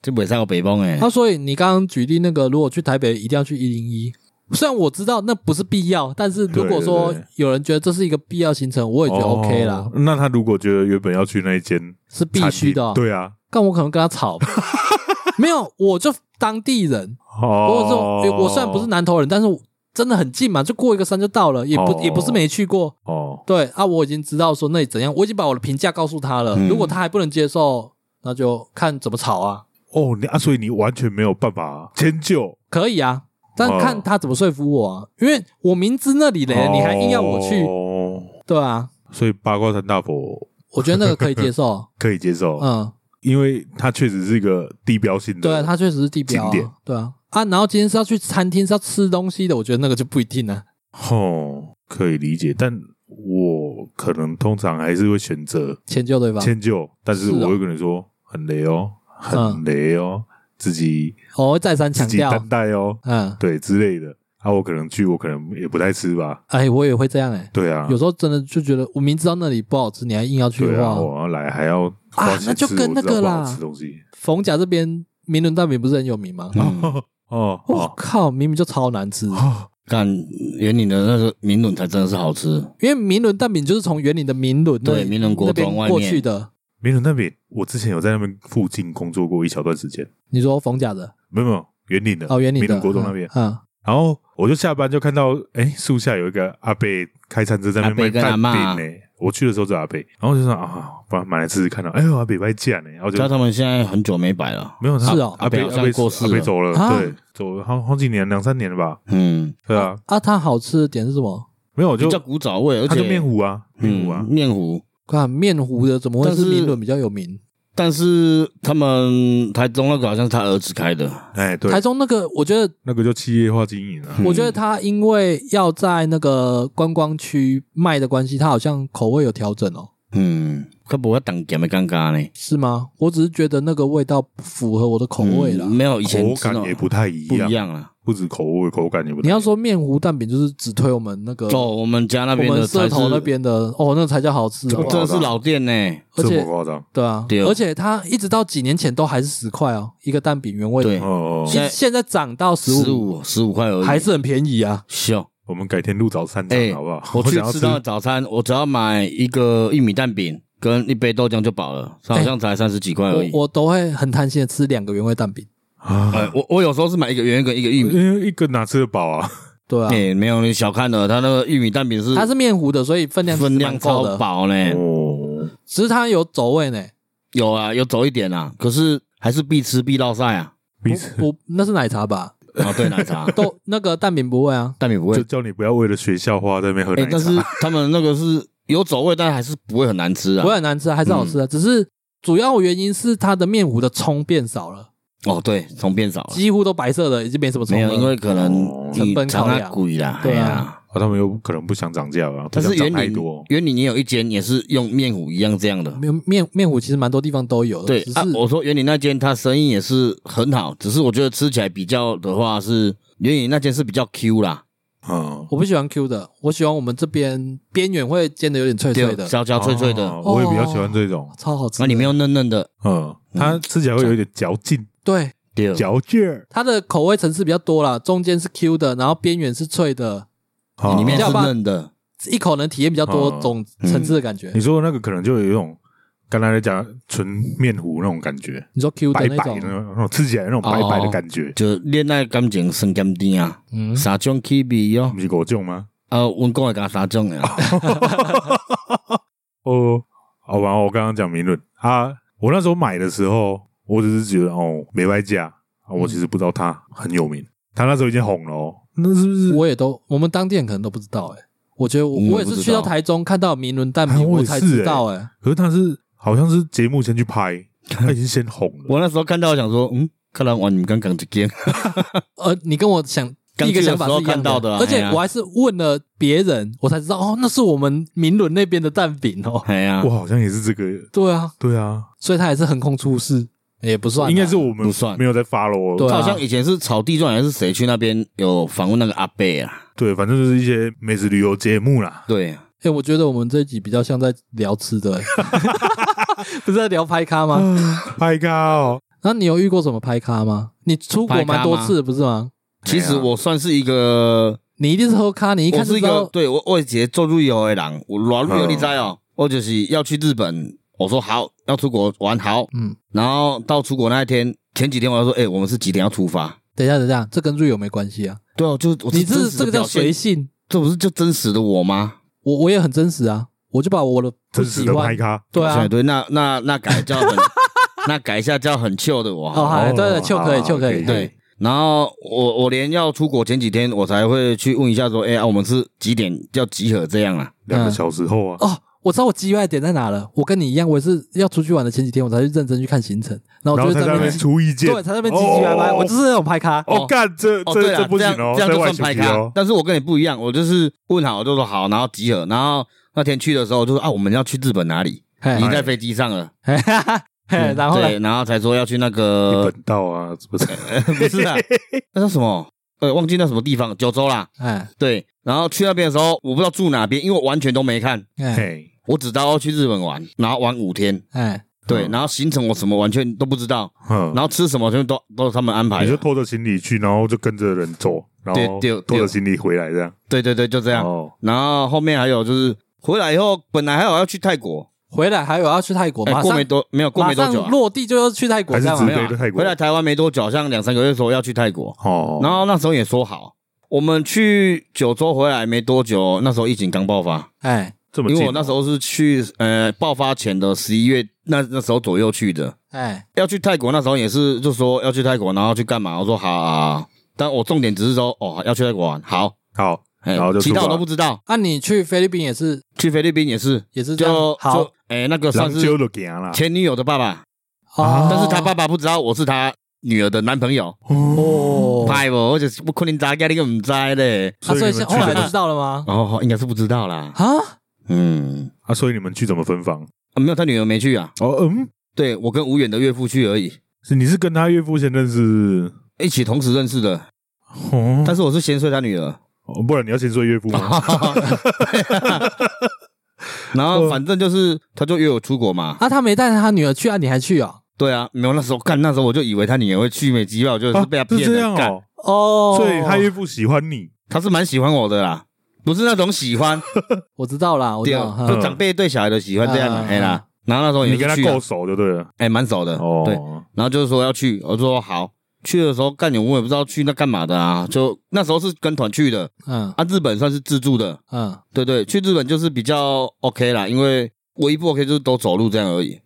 Speaker 3: 这尾上有北风哎
Speaker 1: 那、，所以你刚刚举例那个，如果去台北一定要去一零一，虽然我知道那不是必要，但是如果说
Speaker 2: 对对对
Speaker 1: 有人觉得这是一个必要行程，我也觉得 OK 啦，
Speaker 2: 哦那他如果觉得原本要去那一间
Speaker 1: 是必
Speaker 2: 餐
Speaker 1: 须
Speaker 2: 厅
Speaker 1: 的、哦。
Speaker 2: 对啊，
Speaker 1: 但我可能跟他吵吧。没有，我就当地人，
Speaker 2: 哦
Speaker 1: 我，是我虽然不是南投人，但是我真的很近嘛，就过一个山就到了，也不、
Speaker 2: 哦
Speaker 1: 也不是没去过。
Speaker 2: 哦，
Speaker 1: 对啊，我已经知道说那里怎样，我已经把我的评价告诉他了。
Speaker 3: 嗯
Speaker 1: 如果他还不能接受，那就看怎么吵啊，
Speaker 2: 哦，你啊，所以你完全没有办法迁就，
Speaker 1: 可以啊，但
Speaker 2: 哦
Speaker 1: 看他怎么说服我啊，因为我明知那里嘞，你还硬要我去，
Speaker 2: 哦
Speaker 1: 对啊，
Speaker 2: 所以八卦山大佛
Speaker 1: 我觉得那个可以接
Speaker 2: ，
Speaker 1: 受
Speaker 2: 可以接受，
Speaker 1: 嗯，
Speaker 2: 因为它确实是一个地标性的，
Speaker 1: 对啊，它确实是地标、
Speaker 2: 景点
Speaker 1: 啊，对啊，啊，然后今天是要去餐厅是要吃东西的，我觉得那个就不一定啊了、
Speaker 2: 哦，可以理解，但我可能通常还是会选择
Speaker 1: 迁就对方，
Speaker 2: 迁就，但是
Speaker 1: 是哦
Speaker 2: 我会跟你说很雷哦，很
Speaker 1: 嗯
Speaker 2: 雷哦，自己
Speaker 1: 哦，我会再三
Speaker 2: 自
Speaker 1: 强
Speaker 2: 己
Speaker 1: 调，
Speaker 2: 担待哦，
Speaker 1: 嗯，
Speaker 2: 对之类的。啊，我可能去，我可能也不太吃吧。
Speaker 1: 哎，我也会这样哎、
Speaker 2: 对啊，
Speaker 1: 有时候真的就觉得，我明知道那里不好吃，你还硬要去
Speaker 2: 对
Speaker 1: 的
Speaker 2: 啊，
Speaker 1: 话，
Speaker 2: 我要来还要花
Speaker 1: 啊那
Speaker 2: 钱吃，
Speaker 1: 就跟那个
Speaker 2: 我知道不好
Speaker 1: 啦
Speaker 2: 吃东西。
Speaker 1: 逢甲这边明伦蛋饼不是很有名吗？
Speaker 3: 嗯
Speaker 2: 哦
Speaker 1: 我、
Speaker 2: 哦
Speaker 1: 靠，明明就超难吃，
Speaker 2: 哦，
Speaker 3: 干圆领的那个明伦才真的是好吃。
Speaker 1: 因为明伦蛋饼就是从园林的明伦那里
Speaker 3: 对明伦国
Speaker 1: 那边
Speaker 3: 中外面
Speaker 1: 过去的。
Speaker 2: 没有那边，我之前有在那边附近工作过一小段时间，
Speaker 1: 你说逢甲的
Speaker 2: 没有没有，园林的
Speaker 1: 哦，园林
Speaker 2: 民
Speaker 1: 的
Speaker 2: 林国中那边。
Speaker 1: 嗯，
Speaker 2: 然后我就下班就看到，哎，树下有一个阿贝开餐车在那边卖
Speaker 3: 阿伯跟
Speaker 2: 蛋
Speaker 3: 阿
Speaker 2: 饼
Speaker 3: 嬷
Speaker 2: 呢、我去的时候是阿贝，然后就说啊，不然买来试试看了、哎呦，阿贝卖价呢，然后就
Speaker 3: 但他们现在很久没摆了，
Speaker 2: 没有他
Speaker 1: 是哦
Speaker 2: 阿贝
Speaker 3: 阿伯好
Speaker 2: 阿
Speaker 3: 像
Speaker 2: 贝
Speaker 3: 过世
Speaker 2: 阿
Speaker 3: 了
Speaker 2: 贝走了，
Speaker 1: 啊
Speaker 2: 对，走了好好几年，两三年了吧？
Speaker 3: 嗯，
Speaker 2: 对啊，
Speaker 1: 啊，它好吃的点是什么？
Speaker 2: 没有就
Speaker 3: 比较古早味，而
Speaker 2: 他
Speaker 3: 且
Speaker 2: 就面糊啊，面糊啊
Speaker 3: 嗯，面糊，
Speaker 1: 看面糊的怎么会
Speaker 3: 但是
Speaker 1: 是明伦比较有名？
Speaker 3: 但是他们台中那个好像是他儿子开的，
Speaker 2: 哎，对
Speaker 1: 台，中那个，我觉得，
Speaker 2: 那个就企业化经营啊，
Speaker 1: 我觉得它因为要在那个观光区卖的关系，它好像口味有调整哦。
Speaker 3: 嗯，可不会当咸的尴尬呢，
Speaker 1: 是吗？我只是觉得那个味道不符合我的口味啦。
Speaker 3: 嗯没有以前
Speaker 2: 口
Speaker 3: 吃那
Speaker 2: 感
Speaker 3: 种
Speaker 2: 也不太一
Speaker 3: 不
Speaker 2: 样
Speaker 3: 一，样啊。
Speaker 2: 不止口味，口感也不太
Speaker 1: 你
Speaker 2: 一样。
Speaker 1: 要说面糊蛋饼，就是只推我们那个
Speaker 3: 走，我们家哦那
Speaker 1: 我
Speaker 3: 边的
Speaker 1: 们
Speaker 3: 才
Speaker 1: 社
Speaker 3: 是
Speaker 1: 头那，边的哦，那才叫好吃
Speaker 2: 这
Speaker 1: 哦
Speaker 2: 么。
Speaker 3: 这是老店呢，
Speaker 1: 而
Speaker 2: 这么
Speaker 1: 且
Speaker 2: 夸张，
Speaker 1: 对啊
Speaker 3: 对，哦
Speaker 1: 而且它一直到几年前都还是十块哦，一个蛋饼原味的。
Speaker 3: 对，
Speaker 2: 哦，
Speaker 1: 现现在涨到
Speaker 3: 十
Speaker 1: 十五，
Speaker 3: 五十五块而已，
Speaker 1: 还是很便宜啊。
Speaker 3: 笑。
Speaker 2: 我们改天录早餐
Speaker 3: 哎
Speaker 2: 场好不好？
Speaker 3: 我去
Speaker 2: 想要
Speaker 3: 吃到的早餐，我只要买一个玉米蛋饼跟一杯豆浆就饱了，好像才三十几块而已。
Speaker 1: 哎我我都会很贪心的吃两个原味蛋饼。
Speaker 3: 哎，我我有时候是买一个圆跟一个玉米，
Speaker 2: 因为一个哪吃得饱啊？
Speaker 1: 对啊，
Speaker 3: 哎，没有你小看了，他那个玉米蛋饼是
Speaker 1: 它是面糊的，所以分量
Speaker 3: 分量
Speaker 1: 蛮够
Speaker 3: 超
Speaker 1: 的，
Speaker 3: 饱呢，
Speaker 2: 哦，
Speaker 1: 只是它有走味 呢。
Speaker 3: 有啊，有走一点啊，可是还是必吃必落赛啊。
Speaker 2: 彼此
Speaker 1: 不，那是奶茶吧？
Speaker 3: 啊，对，奶茶
Speaker 1: 豆那个蛋饼不会啊。
Speaker 3: 蛋饼不会
Speaker 2: 就，叫你不要为了学校花在那边喝
Speaker 3: 哎、
Speaker 2: 奶茶。
Speaker 3: 但是他们那个是有走味，但还是不会很难吃啊嗯
Speaker 1: 不。会很难吃啊，还是好吃啊。只是主要原因是它的面糊的葱变少了，
Speaker 3: 哦，对，虫变少了，
Speaker 1: 几乎都白色的，已经没什么葱
Speaker 3: 没有，因
Speaker 1: 了。
Speaker 3: 为可能
Speaker 2: 哦
Speaker 3: 你
Speaker 1: 成本
Speaker 3: 长
Speaker 1: 考量
Speaker 3: 它贵啦，
Speaker 1: 对啊
Speaker 3: 哎呀
Speaker 2: 啊，他们又可能不想涨价了，不
Speaker 3: 但
Speaker 2: 想
Speaker 3: 是
Speaker 2: 涨
Speaker 3: 园
Speaker 2: 太
Speaker 3: 林
Speaker 2: 多，
Speaker 3: 园林也有一间也是用面糊一样这样的，
Speaker 1: 没有面面糊其实蛮多地方都有的，
Speaker 3: 对
Speaker 1: 只是、
Speaker 3: 啊，我说园林那间它生意也是很好，只是我觉得吃起来比较的话是园林那间是比较 Q 啦，
Speaker 2: 嗯，
Speaker 1: 我不喜欢 Q 的，我喜欢我们这边边缘会煎的有点脆脆的，
Speaker 3: 焦焦脆脆的，
Speaker 2: 哦我也比较喜欢这种，
Speaker 1: 超好吃
Speaker 3: 啊那。里面又嫩嫩的，
Speaker 2: 嗯，它吃起来会有一点嚼劲、
Speaker 1: 对，
Speaker 3: 对，
Speaker 2: 嚼劲儿，
Speaker 1: 它的口味层次比较多啦，中间是 Q 的，然后边缘是脆的，
Speaker 2: 哦
Speaker 3: 里面
Speaker 1: 要
Speaker 3: 是
Speaker 1: 不然
Speaker 3: 嫩的，
Speaker 1: 一口能体验比较多
Speaker 2: 哦
Speaker 1: 种层次的感觉。
Speaker 3: 嗯
Speaker 2: 你说的那个可能就有一种刚才在讲纯面糊那种感觉，
Speaker 1: 你说 Q 的
Speaker 2: 白
Speaker 1: 那
Speaker 2: 白
Speaker 1: 种
Speaker 2: 的，那种吃起来那种白白的感觉，
Speaker 3: 就恋爱感情生甘甜啊，
Speaker 1: 嗯，
Speaker 3: 三种起味哟
Speaker 2: 不，是果酱吗？
Speaker 3: 呃，阮讲的加三种啊，
Speaker 2: 哦，好吧，我刚刚讲明论啊，我那时候买的时候，我只是觉得哦没卖价啊，我其实不知道它很有名，它那时候已经红了哦，那是不是？
Speaker 1: 我也都，我们当地人可能都不知道哎、我觉得我
Speaker 3: 嗯
Speaker 1: 我也
Speaker 3: 我
Speaker 1: 是
Speaker 3: 不知
Speaker 1: 去
Speaker 3: 道
Speaker 1: 到台中看到明伦蛋
Speaker 2: 啊
Speaker 1: 饼，
Speaker 2: 我
Speaker 1: 我
Speaker 2: 也
Speaker 1: 才
Speaker 2: 是
Speaker 1: 知
Speaker 2: 欸
Speaker 1: 道哎、
Speaker 2: 可是它是好像是节目先去拍，它已经先红了。
Speaker 3: 我那时候看到想说，嗯，看来我你们刚讲一 间，
Speaker 1: 呃，你跟我想第
Speaker 3: 刚
Speaker 1: 一个
Speaker 3: 去的
Speaker 1: 想法
Speaker 3: 时候
Speaker 1: 是一样
Speaker 3: 看到的啊
Speaker 1: 而且
Speaker 3: 哎呀
Speaker 1: 我还是问了别人，我才知道哦，那是我们明伦那边的蛋饼哦。
Speaker 3: 哎呀
Speaker 2: 我，好像也是这个，
Speaker 1: 对啊，
Speaker 2: 对啊，
Speaker 1: 所以他也是横空出世，也不算啊，
Speaker 2: 应该是我们
Speaker 3: 不算
Speaker 2: 没有在哦发了。
Speaker 1: 对啊
Speaker 3: 好像以前是草地庄还是谁去那边有访问那个阿贝啊，
Speaker 2: 对，反正就是一些美食旅游节目 啦。
Speaker 3: 对，啊
Speaker 1: 哎、我觉得我们这一集比较像在聊吃 的、欸，不是在聊拍咖
Speaker 3: 嗯
Speaker 1: 吗？
Speaker 2: 拍咖哦，
Speaker 1: 那你有遇过什么拍咖吗？你出国蛮多次的不是吗？
Speaker 3: 其实我算是一个
Speaker 1: 你一定是喝咖，啊你一
Speaker 3: 我
Speaker 1: 看
Speaker 3: 是
Speaker 1: 就
Speaker 3: 一
Speaker 1: 知
Speaker 3: 个
Speaker 1: 道。
Speaker 3: 对我我是一个做旅游的人，我玩旅游
Speaker 2: 嗯
Speaker 3: 你知哦，我就是要去日本，我说好要出国玩好，
Speaker 1: 嗯，
Speaker 3: 然后到出国那一天前几天我就说，哎、我们是几点要出发？
Speaker 1: 等
Speaker 3: 等
Speaker 1: 一下，等一下，这跟瑞有没关系啊？
Speaker 3: 对哦，就是我
Speaker 1: 你
Speaker 3: 真
Speaker 1: 这
Speaker 3: 实
Speaker 1: 这
Speaker 3: 的
Speaker 1: 个叫
Speaker 3: 表现
Speaker 1: 随，性，
Speaker 3: 这不是就真实的我吗？
Speaker 1: 我我也很真实啊，我就把我的不
Speaker 2: 真实
Speaker 1: 喜
Speaker 2: 的
Speaker 1: 欢
Speaker 2: 拍，咖，
Speaker 1: 对啊
Speaker 3: 哎对，对，那那那改叫 很，那改一下叫很 chill 的我好
Speaker 1: 哦，哎
Speaker 3: 了。
Speaker 1: 好，对对，
Speaker 2: 哦
Speaker 1: 就可以，就可以，
Speaker 2: 好好
Speaker 3: 对，然后我我连要出国前几天，我才会去问一下说，哎、啊，我们是几点要集合这样啊？
Speaker 2: 两个小时后啊，
Speaker 1: 哦，我知道我机外点在哪了。我跟你一样，我也是要出去玩的前几天，我才去认真去看行程，然后
Speaker 2: 然
Speaker 1: 我
Speaker 2: 后
Speaker 1: 哦就
Speaker 2: 才
Speaker 1: 会在那
Speaker 2: 在那边
Speaker 3: 哦
Speaker 1: 边，
Speaker 2: 出意见，
Speaker 1: 对，才在那边唧唧歪歪，
Speaker 2: 哦
Speaker 1: 我就是那种拍咖。
Speaker 2: 哦，干这
Speaker 3: 哦，对
Speaker 2: 这
Speaker 3: 啊，
Speaker 2: 这不行哦，
Speaker 3: 这样这样就
Speaker 2: 外
Speaker 3: 算
Speaker 2: 休
Speaker 3: 拍
Speaker 2: 息
Speaker 3: 咖。
Speaker 2: 哦。
Speaker 3: 但是我跟你不一样，我就是问好就说好，然后集合，然后那天去的时候就说啊，我们要去日本哪里？
Speaker 1: 嘿
Speaker 2: 哎
Speaker 3: 已经在飞机上了，
Speaker 1: 嘿哈哈嘿然后呢
Speaker 3: 嗯对，？然后才说要去那
Speaker 2: 一
Speaker 3: 个
Speaker 2: 本道啊，是不 是？
Speaker 3: 不是啊，那叫什么？呃，忘记那什么地方，九州啦。
Speaker 1: 哎
Speaker 3: 对，然后去那边的时候，我不知道住哪边，因为我完全都没看，
Speaker 1: 哎
Speaker 2: 嘿，
Speaker 3: 我只知道要去日本玩，然后玩五天。
Speaker 1: 哎，
Speaker 3: 对，
Speaker 2: 嗯
Speaker 3: 然后行程我什么完全都不知道，
Speaker 2: 嗯
Speaker 3: 然，后吃什么全部都都是他们安排
Speaker 2: 你就
Speaker 3: 的。
Speaker 2: 拖着行李去，然后就跟着人走，然后
Speaker 3: 对对
Speaker 2: 拖
Speaker 3: 对
Speaker 2: 着行李回来这样。
Speaker 3: 对对对，就这样。
Speaker 2: 哦，
Speaker 3: 然后后面还有就是回来以后，本来还有要去泰国，
Speaker 1: 回来还有要去泰国，
Speaker 3: 哎，
Speaker 1: 马
Speaker 3: 过没
Speaker 1: 上
Speaker 3: 多没有过
Speaker 1: 马
Speaker 3: 没多久
Speaker 1: 上
Speaker 3: 啊，
Speaker 1: 落地就要去泰国，
Speaker 2: 还
Speaker 1: 这
Speaker 2: 是
Speaker 1: 样
Speaker 2: 直
Speaker 1: 吗
Speaker 3: 没有
Speaker 2: 飞
Speaker 3: 啊
Speaker 2: 的泰国
Speaker 3: 回来台湾没多久，好像两三个月说要去泰国，
Speaker 2: 哦，
Speaker 3: 然后那时候也说好，我们去九州回来没多久，那时候疫情刚爆发，
Speaker 1: 哎
Speaker 2: 这么
Speaker 3: 因
Speaker 2: 近哦，
Speaker 3: 为我那时候是去呃爆发前的十一月那那时候左右去的，
Speaker 1: 哎，
Speaker 3: 要去泰国那时候也是就说要去泰国，然后去干嘛？我说好、啊，但我重点只是说哦要去泰国玩，好，
Speaker 2: 好，
Speaker 3: 哎
Speaker 2: 然后就
Speaker 3: 其他
Speaker 2: 出
Speaker 3: 我
Speaker 2: 发
Speaker 3: 都不知道，
Speaker 1: 那啊你去菲律宾也是
Speaker 3: 去菲律宾也是，
Speaker 1: 也是这样
Speaker 3: 就
Speaker 1: 好
Speaker 3: 就哎那个算
Speaker 2: 狼
Speaker 3: 是
Speaker 2: 就都行啦。
Speaker 3: 前女友的爸爸，
Speaker 1: 哦，
Speaker 3: 但是他爸爸不知道我是他女儿的男朋友。
Speaker 1: 哦，
Speaker 3: 拍不，我就是不可能大家你个唔知嘞。
Speaker 1: 啊，所以是后来知道了吗？
Speaker 3: 哦，应该是不知道啦。
Speaker 1: 啊，
Speaker 3: 嗯，
Speaker 2: 啊，所以你们去怎么分房？
Speaker 3: 啊没有，他女儿没去啊。
Speaker 2: 哦，嗯，
Speaker 3: 对我跟吴远的岳父去而已，
Speaker 2: 是你是跟他岳父先认识？
Speaker 3: 一起同时认识的。
Speaker 2: 哦，
Speaker 3: 但是我是先睡他女 儿，
Speaker 2: 哦不然你要先说岳父
Speaker 3: 啊
Speaker 2: 吗？
Speaker 3: 然后反正就是他就约我出国嘛。
Speaker 1: 啊，他没带他女儿去啊，你还去啊？
Speaker 3: 对啊，没有那时候干，那时候我就以为他女儿会去美籍吧，我就是被他
Speaker 2: 啊是
Speaker 3: 骗
Speaker 2: 这
Speaker 3: 了。
Speaker 2: 样
Speaker 3: 干，
Speaker 2: 哦，
Speaker 1: 哦，
Speaker 2: 所以他岳父喜欢你，
Speaker 3: 他是蛮喜欢我的啦，不是那种喜欢，
Speaker 1: 我知道啦，我知
Speaker 3: 对
Speaker 1: 道，
Speaker 3: 啊，
Speaker 1: 哈
Speaker 3: 就长辈对小孩的喜欢这样
Speaker 1: 嗯
Speaker 3: 嘛，
Speaker 1: 嗯
Speaker 3: 哎啦。然后那时候也
Speaker 2: 你
Speaker 3: 是
Speaker 2: 跟他
Speaker 3: 去啊
Speaker 2: 够熟就对了。
Speaker 3: 哎，蛮熟的
Speaker 2: 哦，
Speaker 3: 对。然后就是说要去，我就说好。去的时候干你，我也不知道去那干嘛的啊。就那时候是跟团去的
Speaker 1: 嗯
Speaker 3: 啊，日本算是自助的，
Speaker 1: 嗯，
Speaker 3: 对对，去日本就是比较 OK 啦，因为唯一不 OK 就是都走路这样而已。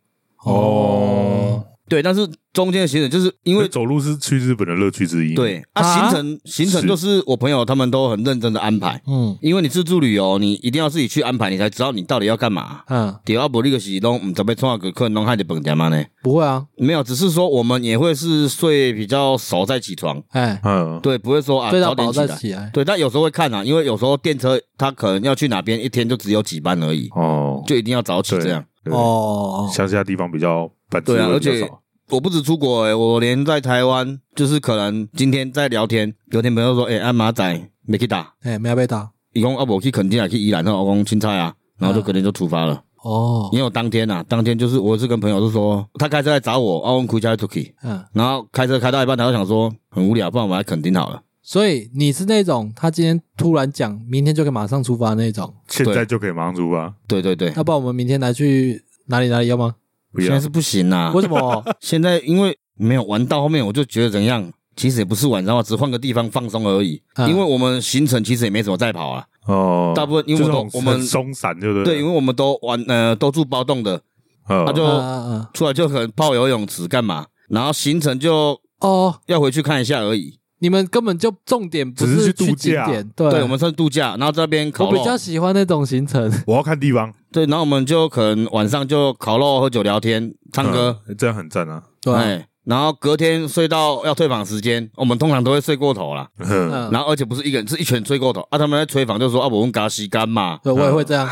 Speaker 2: 哦，
Speaker 3: 对，但是中间的行程就是因
Speaker 2: 因
Speaker 3: 为
Speaker 2: 为走路是去日本的乐趣之一。
Speaker 3: 对
Speaker 1: 啊
Speaker 3: 啊，行程行程就是我朋友他们都很认真的安排，
Speaker 1: 嗯
Speaker 3: 因为你自助旅游，你一定要自己去安排，你才知道你到底要干嘛。
Speaker 1: 嗯，
Speaker 3: 对啊，不，那个是拢唔知被创个客，拢害的本家嘛呢？
Speaker 1: 不会啊，
Speaker 3: 没有，只是说我们也会是睡比较熟再起床，
Speaker 1: 哎，
Speaker 2: 嗯，
Speaker 3: 对，不会说啊
Speaker 1: 睡
Speaker 3: 早
Speaker 1: 到
Speaker 3: 点
Speaker 1: 饱
Speaker 3: 起
Speaker 1: 再
Speaker 3: 来。
Speaker 1: 起来，
Speaker 3: 对，但有时候会看啊，因为有时候电车它可能要去哪边，一天就只有几班而已，
Speaker 2: 哦，
Speaker 3: 就一定要早起
Speaker 2: 对
Speaker 3: 这样。，
Speaker 2: 对，
Speaker 1: 哦，
Speaker 2: 乡下地方比较班次
Speaker 3: 对啊
Speaker 2: 会比较
Speaker 3: 而且
Speaker 2: 少
Speaker 3: 我不止出国、欸，我连在台湾，就是可能今天在聊天，有天朋友说，哎、欸，阿马仔没去打，
Speaker 1: 哎，没有被打，
Speaker 3: 伊讲啊，无去垦丁啊，去宜兰，然后我讲青菜啊，然后就
Speaker 1: 嗯
Speaker 3: 可能就出发了。
Speaker 1: 哦，
Speaker 3: 因为我当天啊，当天就是我是跟朋友是说，他开车来找我，啊，我们回家出去，
Speaker 1: 嗯，
Speaker 3: 然后开车开到一半，他就想说很无聊，不然我们来垦丁好了。
Speaker 1: 所以你是那种他今天突然讲，明天就可以马上出发那种，
Speaker 2: 现
Speaker 3: 对
Speaker 2: 在就可以马上出发，
Speaker 3: 对对对，
Speaker 1: 要不然我们明天来去哪里哪里要吗？
Speaker 2: 不
Speaker 3: 现
Speaker 2: 要
Speaker 3: 在是不行啊啦、
Speaker 1: 为什么？
Speaker 3: 现在因为没有玩到后面，我就觉得怎样，其实也不是玩，然后只换个地方放松而已。
Speaker 1: 嗯
Speaker 3: 因为我们行程其实也没怎么再跑啊，
Speaker 2: 哦，
Speaker 3: 大部分因为
Speaker 2: 就
Speaker 3: 我
Speaker 2: 是
Speaker 3: 都
Speaker 2: 很
Speaker 3: 我们
Speaker 2: 很松散，对不
Speaker 3: 对，因
Speaker 2: 对？
Speaker 3: 为我们都玩呃都住包栋的，
Speaker 2: 嗯
Speaker 3: 他就
Speaker 1: 嗯嗯嗯，
Speaker 3: 出来就可能泡游泳池干嘛，然后行程就
Speaker 1: 哦，
Speaker 3: 要回去看一下而已。
Speaker 1: 你们根本就重点不
Speaker 2: 只是去度
Speaker 1: 去景
Speaker 2: 假
Speaker 1: 点，对，
Speaker 3: 对，我们算度假，然后这边
Speaker 1: 我
Speaker 3: 烤
Speaker 1: 比较
Speaker 3: 肉，
Speaker 1: 喜欢那种行程，
Speaker 3: 哎
Speaker 2: 我要看地方，
Speaker 3: 对，然后我们就可能晚上就烤肉、喝酒、聊天、唱歌，
Speaker 2: 嗯，这样很赞啊。
Speaker 1: 对啊，
Speaker 3: 哎，然后隔天睡到要退房时间，我们通常都会睡过头啦。
Speaker 2: 嗯，
Speaker 1: 嗯，
Speaker 3: 然后而且不是一个人，是一群人睡过头啊！他们在吹房就说啊，我问嘎西干嘛？
Speaker 1: 对我也会这 样，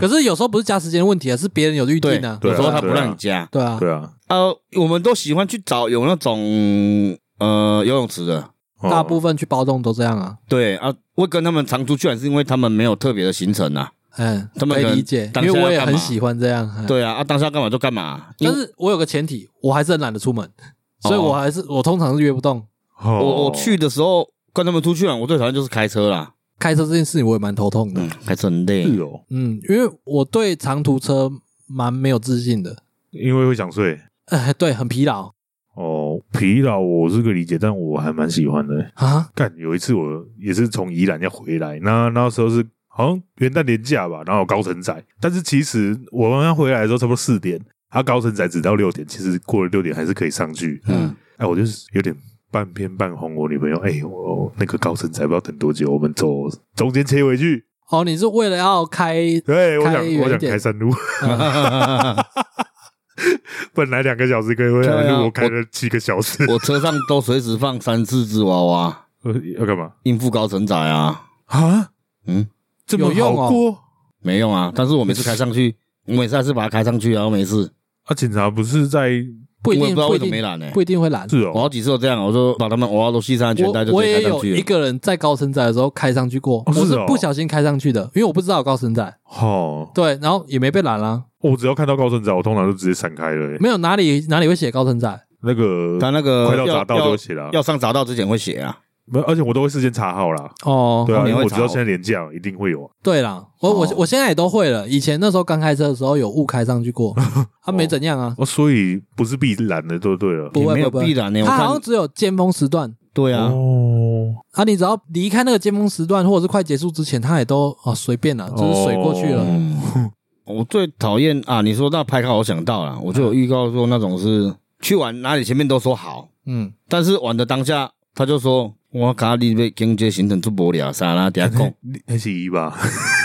Speaker 1: 可是有时候不是加时间的问题啊，是别人有预
Speaker 3: 对
Speaker 1: 定啊，
Speaker 2: 对
Speaker 3: 有时候他
Speaker 2: 对
Speaker 3: 不
Speaker 2: 啊
Speaker 3: 让你加。
Speaker 1: 对啊，
Speaker 2: 对啊，
Speaker 3: 呃，我们都喜欢去找有那种呃游泳池的，
Speaker 2: 哦
Speaker 1: 大部分去包栋都这样啊，
Speaker 3: 对啊，会跟他们常出去玩，是因为他们没有特别的行程啊。
Speaker 1: 嗯，
Speaker 3: 他
Speaker 1: 可
Speaker 3: 们可
Speaker 1: 以
Speaker 3: 能
Speaker 1: 理解，因
Speaker 3: 当下
Speaker 1: 为我也
Speaker 3: 要干
Speaker 1: 很
Speaker 3: 嘛
Speaker 1: 喜欢这样，嗯
Speaker 3: 对啊，啊，当下干嘛就干嘛。因
Speaker 1: 但
Speaker 3: 为哦
Speaker 1: 是我有个前提，我还是很懒得出门，所以我还是我通常是约不动。
Speaker 2: 哦
Speaker 3: 我我去的时候跟他们出去玩，我最讨厌就是开车啦，
Speaker 1: 开车这件事情我也蛮头痛的，
Speaker 3: 嗯，开车很累。
Speaker 2: 是哦，
Speaker 1: 嗯，因为我对长途车蛮没有自信的，
Speaker 2: 因为会想睡。
Speaker 1: 哎，对，很疲劳
Speaker 2: 哦，疲劳我是可以理解，但我还蛮喜欢的。
Speaker 1: 啊，
Speaker 2: 干，有一次我也是从宜兰要回来，那那时候是好像元旦年假吧，然后有高城仔，但是其实我们要回来的时候差不多四点，他、高城仔只到六点，其实过了六点还是可以上去。
Speaker 3: 嗯，
Speaker 2: 哎，我就是有点半骗半哄我女朋友，哎，我那个高城仔不知道等多久，我们走中间切回去。
Speaker 1: 哦，你是为了要开，
Speaker 2: 对，我
Speaker 1: 开
Speaker 2: 想
Speaker 1: 远
Speaker 2: 我想
Speaker 1: 一点
Speaker 2: 开山路，
Speaker 1: 嗯
Speaker 3: 我
Speaker 2: 本来两个小时可以回来，
Speaker 3: 对啊
Speaker 2: 我开了七个小时，
Speaker 3: 车上都随时放三四只娃娃，
Speaker 2: 要干嘛
Speaker 3: 应付高承载啊，
Speaker 2: 啊？
Speaker 3: 嗯，
Speaker 2: 这么
Speaker 1: 有用
Speaker 2: 好
Speaker 1: 哦
Speaker 2: 过？我
Speaker 3: 没用啊。但是我每次开上去，我每次还是把它开上去啊，我每次
Speaker 2: 啊，警察不是在
Speaker 1: 不一
Speaker 3: 我也
Speaker 1: 定
Speaker 3: 不知道
Speaker 1: 不
Speaker 3: 为
Speaker 1: 一
Speaker 3: 什么没
Speaker 1: 定
Speaker 3: 懒呢、
Speaker 1: 不一定会懒。
Speaker 2: 是
Speaker 3: 我
Speaker 2: 哦，
Speaker 3: 好几次都这样，我就把他们娃娃都系上安全带，
Speaker 1: 我
Speaker 3: 就
Speaker 1: 我
Speaker 3: 直接
Speaker 1: 也
Speaker 3: 开上
Speaker 1: 有
Speaker 3: 去
Speaker 1: 一
Speaker 3: 了。
Speaker 1: 个人在高升仔的时候开上去过，
Speaker 2: 哦是
Speaker 1: 我是
Speaker 2: 哦
Speaker 1: 不小心开上去的，因为我不知道有高升仔，
Speaker 2: 哦，
Speaker 1: 对，然后也没被拦啦、
Speaker 2: 我只要看到高顺仔，我通常就直接闪开了、欸。
Speaker 1: 没有哪里哪里会写高升仔，
Speaker 2: 那个
Speaker 3: 他那个
Speaker 2: 快到
Speaker 3: 要
Speaker 2: 匝道就
Speaker 3: 呃要
Speaker 2: 会写了啊，
Speaker 3: 要上匝道之前会写啊，
Speaker 2: 没有而且我都会事先查好啦。
Speaker 1: 哦，
Speaker 2: 对
Speaker 3: 哦
Speaker 2: 啊，
Speaker 3: 你
Speaker 2: 因
Speaker 3: 会
Speaker 2: 为我知
Speaker 3: 查
Speaker 2: 道
Speaker 3: 好
Speaker 2: 现在廉价一定会有啊。
Speaker 1: 对啦，我我
Speaker 3: 哦
Speaker 1: 我现在也都会了。以前那时候刚开车的时候有误开上去 过，啊，没怎样啊，
Speaker 2: 哦，所以不是必然的，对对了。
Speaker 1: 不
Speaker 3: 也没
Speaker 1: 会
Speaker 3: 有
Speaker 1: 不
Speaker 3: 必
Speaker 1: 会。
Speaker 3: 然呢、我
Speaker 1: 它好像
Speaker 3: 看
Speaker 1: 只有尖峰时段
Speaker 3: 对啊，
Speaker 2: 哦，
Speaker 1: 啊，你只要离开那个尖峰时段，或者是快结束之前，它也都啊随便
Speaker 2: 哦
Speaker 1: 啦，就是水过去了。
Speaker 3: 嗯， 我最讨厌啊！你说那拍卡，我想到了，我就有预告说那种是去玩哪里，前面都说好，
Speaker 1: 嗯，
Speaker 3: 但是玩的当下他就说我卡里被经济行程做不了，啥啦底下 讲，
Speaker 2: 那是一吧？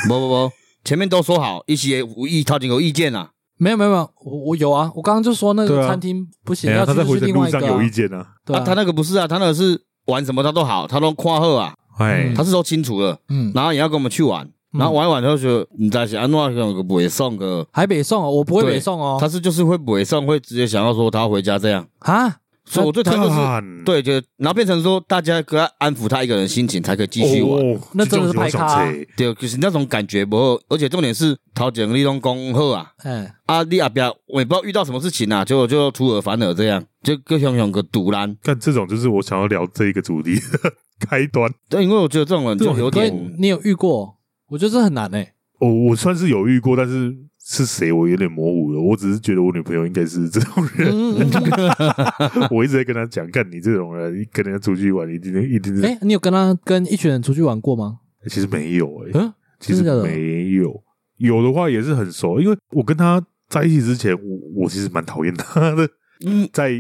Speaker 3: 不不不，前面都说好，一起无意他就有意见啊，
Speaker 1: 没有没有没有，我我有啊，我刚刚就说那
Speaker 2: 对
Speaker 1: 个
Speaker 2: 啊
Speaker 1: 餐厅不行，
Speaker 2: 哎呀
Speaker 1: 要
Speaker 2: 他
Speaker 1: 去
Speaker 2: 在
Speaker 1: 就
Speaker 2: 回
Speaker 1: 是
Speaker 2: 程
Speaker 1: 另
Speaker 2: 路
Speaker 1: 外一
Speaker 2: 上
Speaker 1: 个
Speaker 2: 有
Speaker 1: 啊
Speaker 2: 意。见呢。
Speaker 1: 对
Speaker 3: 啊他那个不是啊，他那个是玩什么他都好，他都夸贺啊，
Speaker 2: 哎
Speaker 1: 嗯，
Speaker 3: 他是都清楚了，
Speaker 1: 嗯，
Speaker 3: 然后也要跟我们去玩，
Speaker 2: 嗯
Speaker 3: 然后玩一玩他就觉得你在想安诺个不会送个，
Speaker 1: 还北宋哦，我不会
Speaker 3: 对
Speaker 1: 北宋哦
Speaker 3: 他。是就是会不会送，会直接想要说他要回家这样，
Speaker 1: 啊，
Speaker 3: 所以我最讨厌就是。
Speaker 2: 干，
Speaker 3: 对，就然后变成说，大家给他安抚他一个人心情，才可以继续玩。
Speaker 2: 哦，
Speaker 1: 那真的是
Speaker 2: 这种
Speaker 1: 拍
Speaker 2: 小
Speaker 1: 卡啊
Speaker 2: 车
Speaker 3: 对，就是那种感觉不好，而且重点是头前你拢讲好啊，
Speaker 1: 哎，
Speaker 3: 啊你阿不我也不知道遇到什么事情啊，结果就出尔反尔这样，就各熊熊个堵拦。
Speaker 2: 干这种就是我想要聊这一个主题的 开端。
Speaker 3: 对，因为我觉得这种人就有
Speaker 1: 所以
Speaker 3: 点，
Speaker 1: 你有遇过？我觉得这很难欸诶。
Speaker 2: 我哦我算是有遇过，但是是谁我有点模糊了。我只是觉得我女朋友应该是这种人。
Speaker 1: 嗯 嗯嗯嗯
Speaker 2: 我一直在跟他讲，看你这种人跟人家出去玩，一定一定是、
Speaker 1: 哎，你有跟他跟一群人出去玩过吗？
Speaker 2: 其实没有哎、
Speaker 1: 嗯，
Speaker 2: 其实
Speaker 1: 真的假的
Speaker 2: 没有，有的话也是很熟，因为我跟他在一起之前，我我其实蛮讨厌他的，
Speaker 3: 嗯，
Speaker 2: 在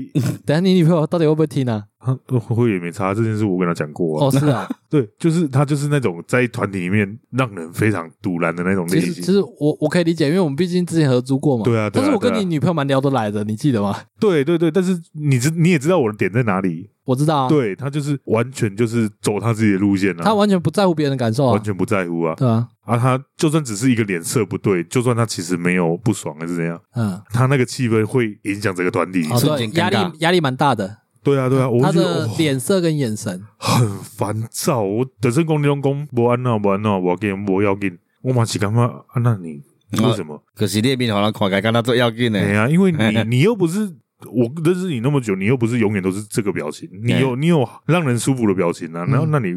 Speaker 1: 等一下你女朋友到底会不会听啊？
Speaker 2: 啊会也没差这件事，我跟他讲过啊。
Speaker 1: 哦，是啊，
Speaker 2: 对，就是他就是那种在团体里面让人非常堵然的那种类
Speaker 1: 其实其
Speaker 2: 型。
Speaker 1: 实我我可以理解，因为我们毕竟之前合租过嘛。
Speaker 2: 对啊对
Speaker 1: 但
Speaker 2: 啊
Speaker 1: 是我跟
Speaker 2: 对啊
Speaker 1: 你女朋友蛮聊得来的，你记得吗？
Speaker 2: 对对对，但是你知你也知道我的点在哪里，
Speaker 1: 我知道啊，
Speaker 2: 对他就是完全就是走他自己的路线啊，
Speaker 1: 她完全不在乎别人的感受
Speaker 2: 完
Speaker 1: 啊，
Speaker 2: 全不在乎啊。
Speaker 1: 对啊，
Speaker 2: 啊，他就算只是一个脸色不对，就算他其实没有不爽还是怎样，
Speaker 1: 嗯，
Speaker 2: 他那个气氛会影响整个团体。
Speaker 1: 好
Speaker 3: 瞬
Speaker 1: 对
Speaker 3: 间，
Speaker 1: 压
Speaker 3: 尴尬
Speaker 1: 力压力蛮大的，
Speaker 2: 对啊，对啊，我
Speaker 1: 她
Speaker 2: 就觉得
Speaker 1: 的
Speaker 2: 哇
Speaker 1: 脸色跟眼神，
Speaker 2: 很烦躁。我等阵公中公不安呐，不安呐，我给我要紧，我嘛是干嘛？啊，那你为什么？
Speaker 3: 可是你的面好像看起来跟他做要紧呢
Speaker 2: 哎。呀、因为
Speaker 3: 嘿
Speaker 2: 你
Speaker 3: 嘿
Speaker 2: 你又不是我认识你那么久，你又不是永远都是这个表情，你有你有让人舒服的表情啊。然后，
Speaker 1: 嗯
Speaker 2: 那你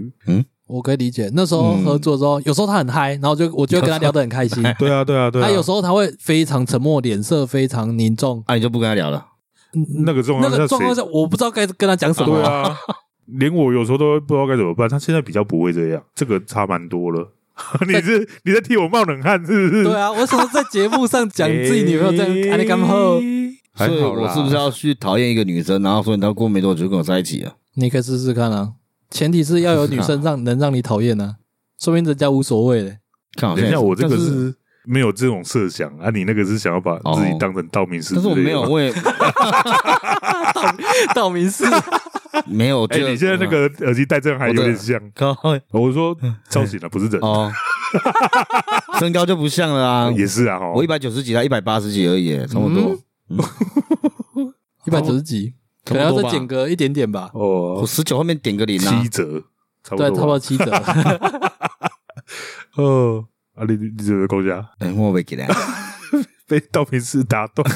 Speaker 1: 我可以理解。那时候合作的时候，有时候她很嗨，然后就我就会跟她聊得很开心。
Speaker 2: 对啊，对啊，对啊
Speaker 1: 她，有时候她会非常沉默，脸色非常凝重，嗯
Speaker 3: 啊，你就不跟他聊了。
Speaker 2: 嗯那个状
Speaker 1: 那
Speaker 2: 况下
Speaker 1: 个状况
Speaker 2: 谁？
Speaker 1: 下我不知道该跟她讲什么
Speaker 2: 对。 啊，连我有时候都不知道该怎么办。他现在比较不会这样，这个差蛮多了。 你是你在替我冒冷汗是不是？
Speaker 1: 对啊，为什么在节目上讲自己女朋友这
Speaker 3: 啊
Speaker 1: 样？阿哎里干后，
Speaker 3: 所
Speaker 2: 还
Speaker 3: 以
Speaker 2: 好
Speaker 3: 我
Speaker 2: 啦
Speaker 3: 是不是要去讨厌一个女生，然后所以她过没多久就跟我在一起了？
Speaker 1: 你可以试试看啊。前提是要有女生让能让你讨厌啊，说明人家无所谓嘞。
Speaker 3: 看好像
Speaker 2: 等
Speaker 3: 也
Speaker 2: 一下，我这个
Speaker 3: 但是，
Speaker 2: 是没有这种设想啊，你那个是想要把自己当成道明寺之
Speaker 3: 但
Speaker 2: 类
Speaker 3: 是
Speaker 2: 的
Speaker 3: 我
Speaker 2: 吗，
Speaker 3: 没有，我也
Speaker 1: 道明寺
Speaker 3: 没有。
Speaker 2: 哎、
Speaker 3: 就嗯
Speaker 2: 你现在那个耳机戴这样还有点像。
Speaker 3: 高
Speaker 2: 我说造型了，不是人，
Speaker 3: 哦，身高就不像了啊。
Speaker 2: 也是嗯啊，哈。
Speaker 3: 我一百九十几，他一百八十几而已，差不多。
Speaker 1: 一百九十几，可
Speaker 3: 差不
Speaker 1: 能
Speaker 3: 多吧
Speaker 1: 要再减个一点点吧。
Speaker 3: 我
Speaker 2: 哦，
Speaker 3: 十九后面点个零啊
Speaker 2: 七，折，差不
Speaker 1: 对，
Speaker 2: 多，
Speaker 1: 差不多。七折。
Speaker 2: 哦，啊，你你你怎么讲价
Speaker 3: 哎，我没给他。
Speaker 2: 被道明寺打 断？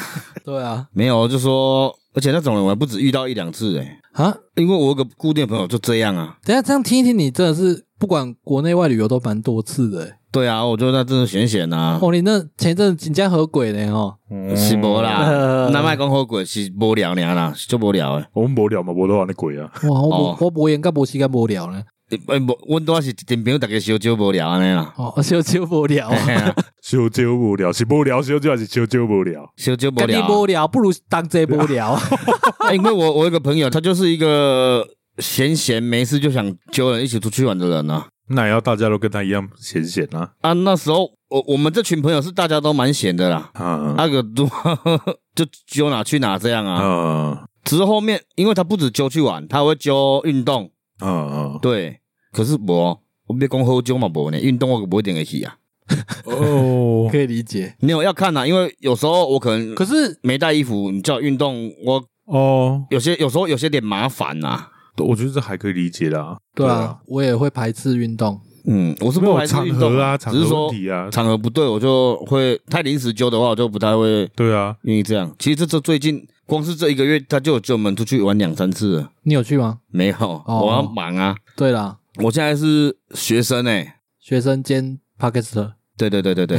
Speaker 1: 对啊，
Speaker 3: 没有，就说，而且那种人我还不止遇到一两次哎，
Speaker 1: 啊，
Speaker 3: 因为我有个固定的朋友就这样啊。
Speaker 1: 等一下这样听一听，你真的是不管国内外旅游都蛮多次的欸。
Speaker 3: 对啊，我觉得那真的险险啊。
Speaker 1: 哦，你那前一阵子人家合鬼呢哦，
Speaker 3: 是无啦
Speaker 2: 嗯
Speaker 1: 呃，
Speaker 3: 那卖讲好鬼是无聊尔啦，是足无聊诶。
Speaker 2: 我们无聊嘛，无聊那鬼啊，
Speaker 1: 哇，我
Speaker 3: 哦
Speaker 1: 不我博言干博西干博聊呢，
Speaker 3: 诶，无，阮拄啊是一群朋友，逐个烧酒无聊安尼啦。
Speaker 1: 哦，就就博 聊啊，
Speaker 3: 嘿啊
Speaker 2: 修酒无聊，是无聊修酒还是修酒无聊？
Speaker 3: 烧 酒无
Speaker 1: 跟你
Speaker 3: 聊
Speaker 1: 博聊不如当这博聊。
Speaker 3: 啊，因为我我有个朋友，他就是一个闲闲没事就想揪人一起出去玩的人啊。
Speaker 2: 那也要大家都跟他一样闲闲啊，
Speaker 3: 啊，那时候我我们这群朋友是大家都蛮闲的啦，
Speaker 2: 啊
Speaker 3: 那个都 就揪哪去哪这样
Speaker 1: 哦
Speaker 3: 啊。
Speaker 2: 啊
Speaker 3: 只是后面，因为他不止揪去玩，他还会揪运动，
Speaker 2: 啊啊！
Speaker 3: 对。可是无，我别讲喝酒嘛无呢，运动我不一定会去啊。
Speaker 2: 哦
Speaker 1: 可，以理解。
Speaker 3: 没有要看啊呐、因为有时候我可能
Speaker 1: 可是
Speaker 3: 没带衣服，你叫我运动，我
Speaker 2: 哦，
Speaker 3: 有些有时候有些点麻烦啊呐、
Speaker 2: 我觉得这还可以理解啦。
Speaker 1: 对啊，我也会排斥运动。
Speaker 3: 嗯，我是
Speaker 2: 没
Speaker 3: 不
Speaker 2: 有
Speaker 3: 排斥
Speaker 2: 场
Speaker 3: 运动
Speaker 2: 合啊，场
Speaker 3: 只是
Speaker 2: 合
Speaker 3: 说
Speaker 2: 问题啊，
Speaker 3: 场合不对，我就会太临时揪的话，我就不太会
Speaker 2: 对啊，
Speaker 3: 愿意这样。其实这这最近光是这一个月，他就有揪我们出去玩两三次了，
Speaker 1: 你有去吗？
Speaker 3: 没有，
Speaker 1: 哦
Speaker 3: 我要忙啊。
Speaker 1: 对啦，
Speaker 3: 我现在是学生哎、
Speaker 1: 学生兼 p o d c a s t
Speaker 3: 对对对对 对，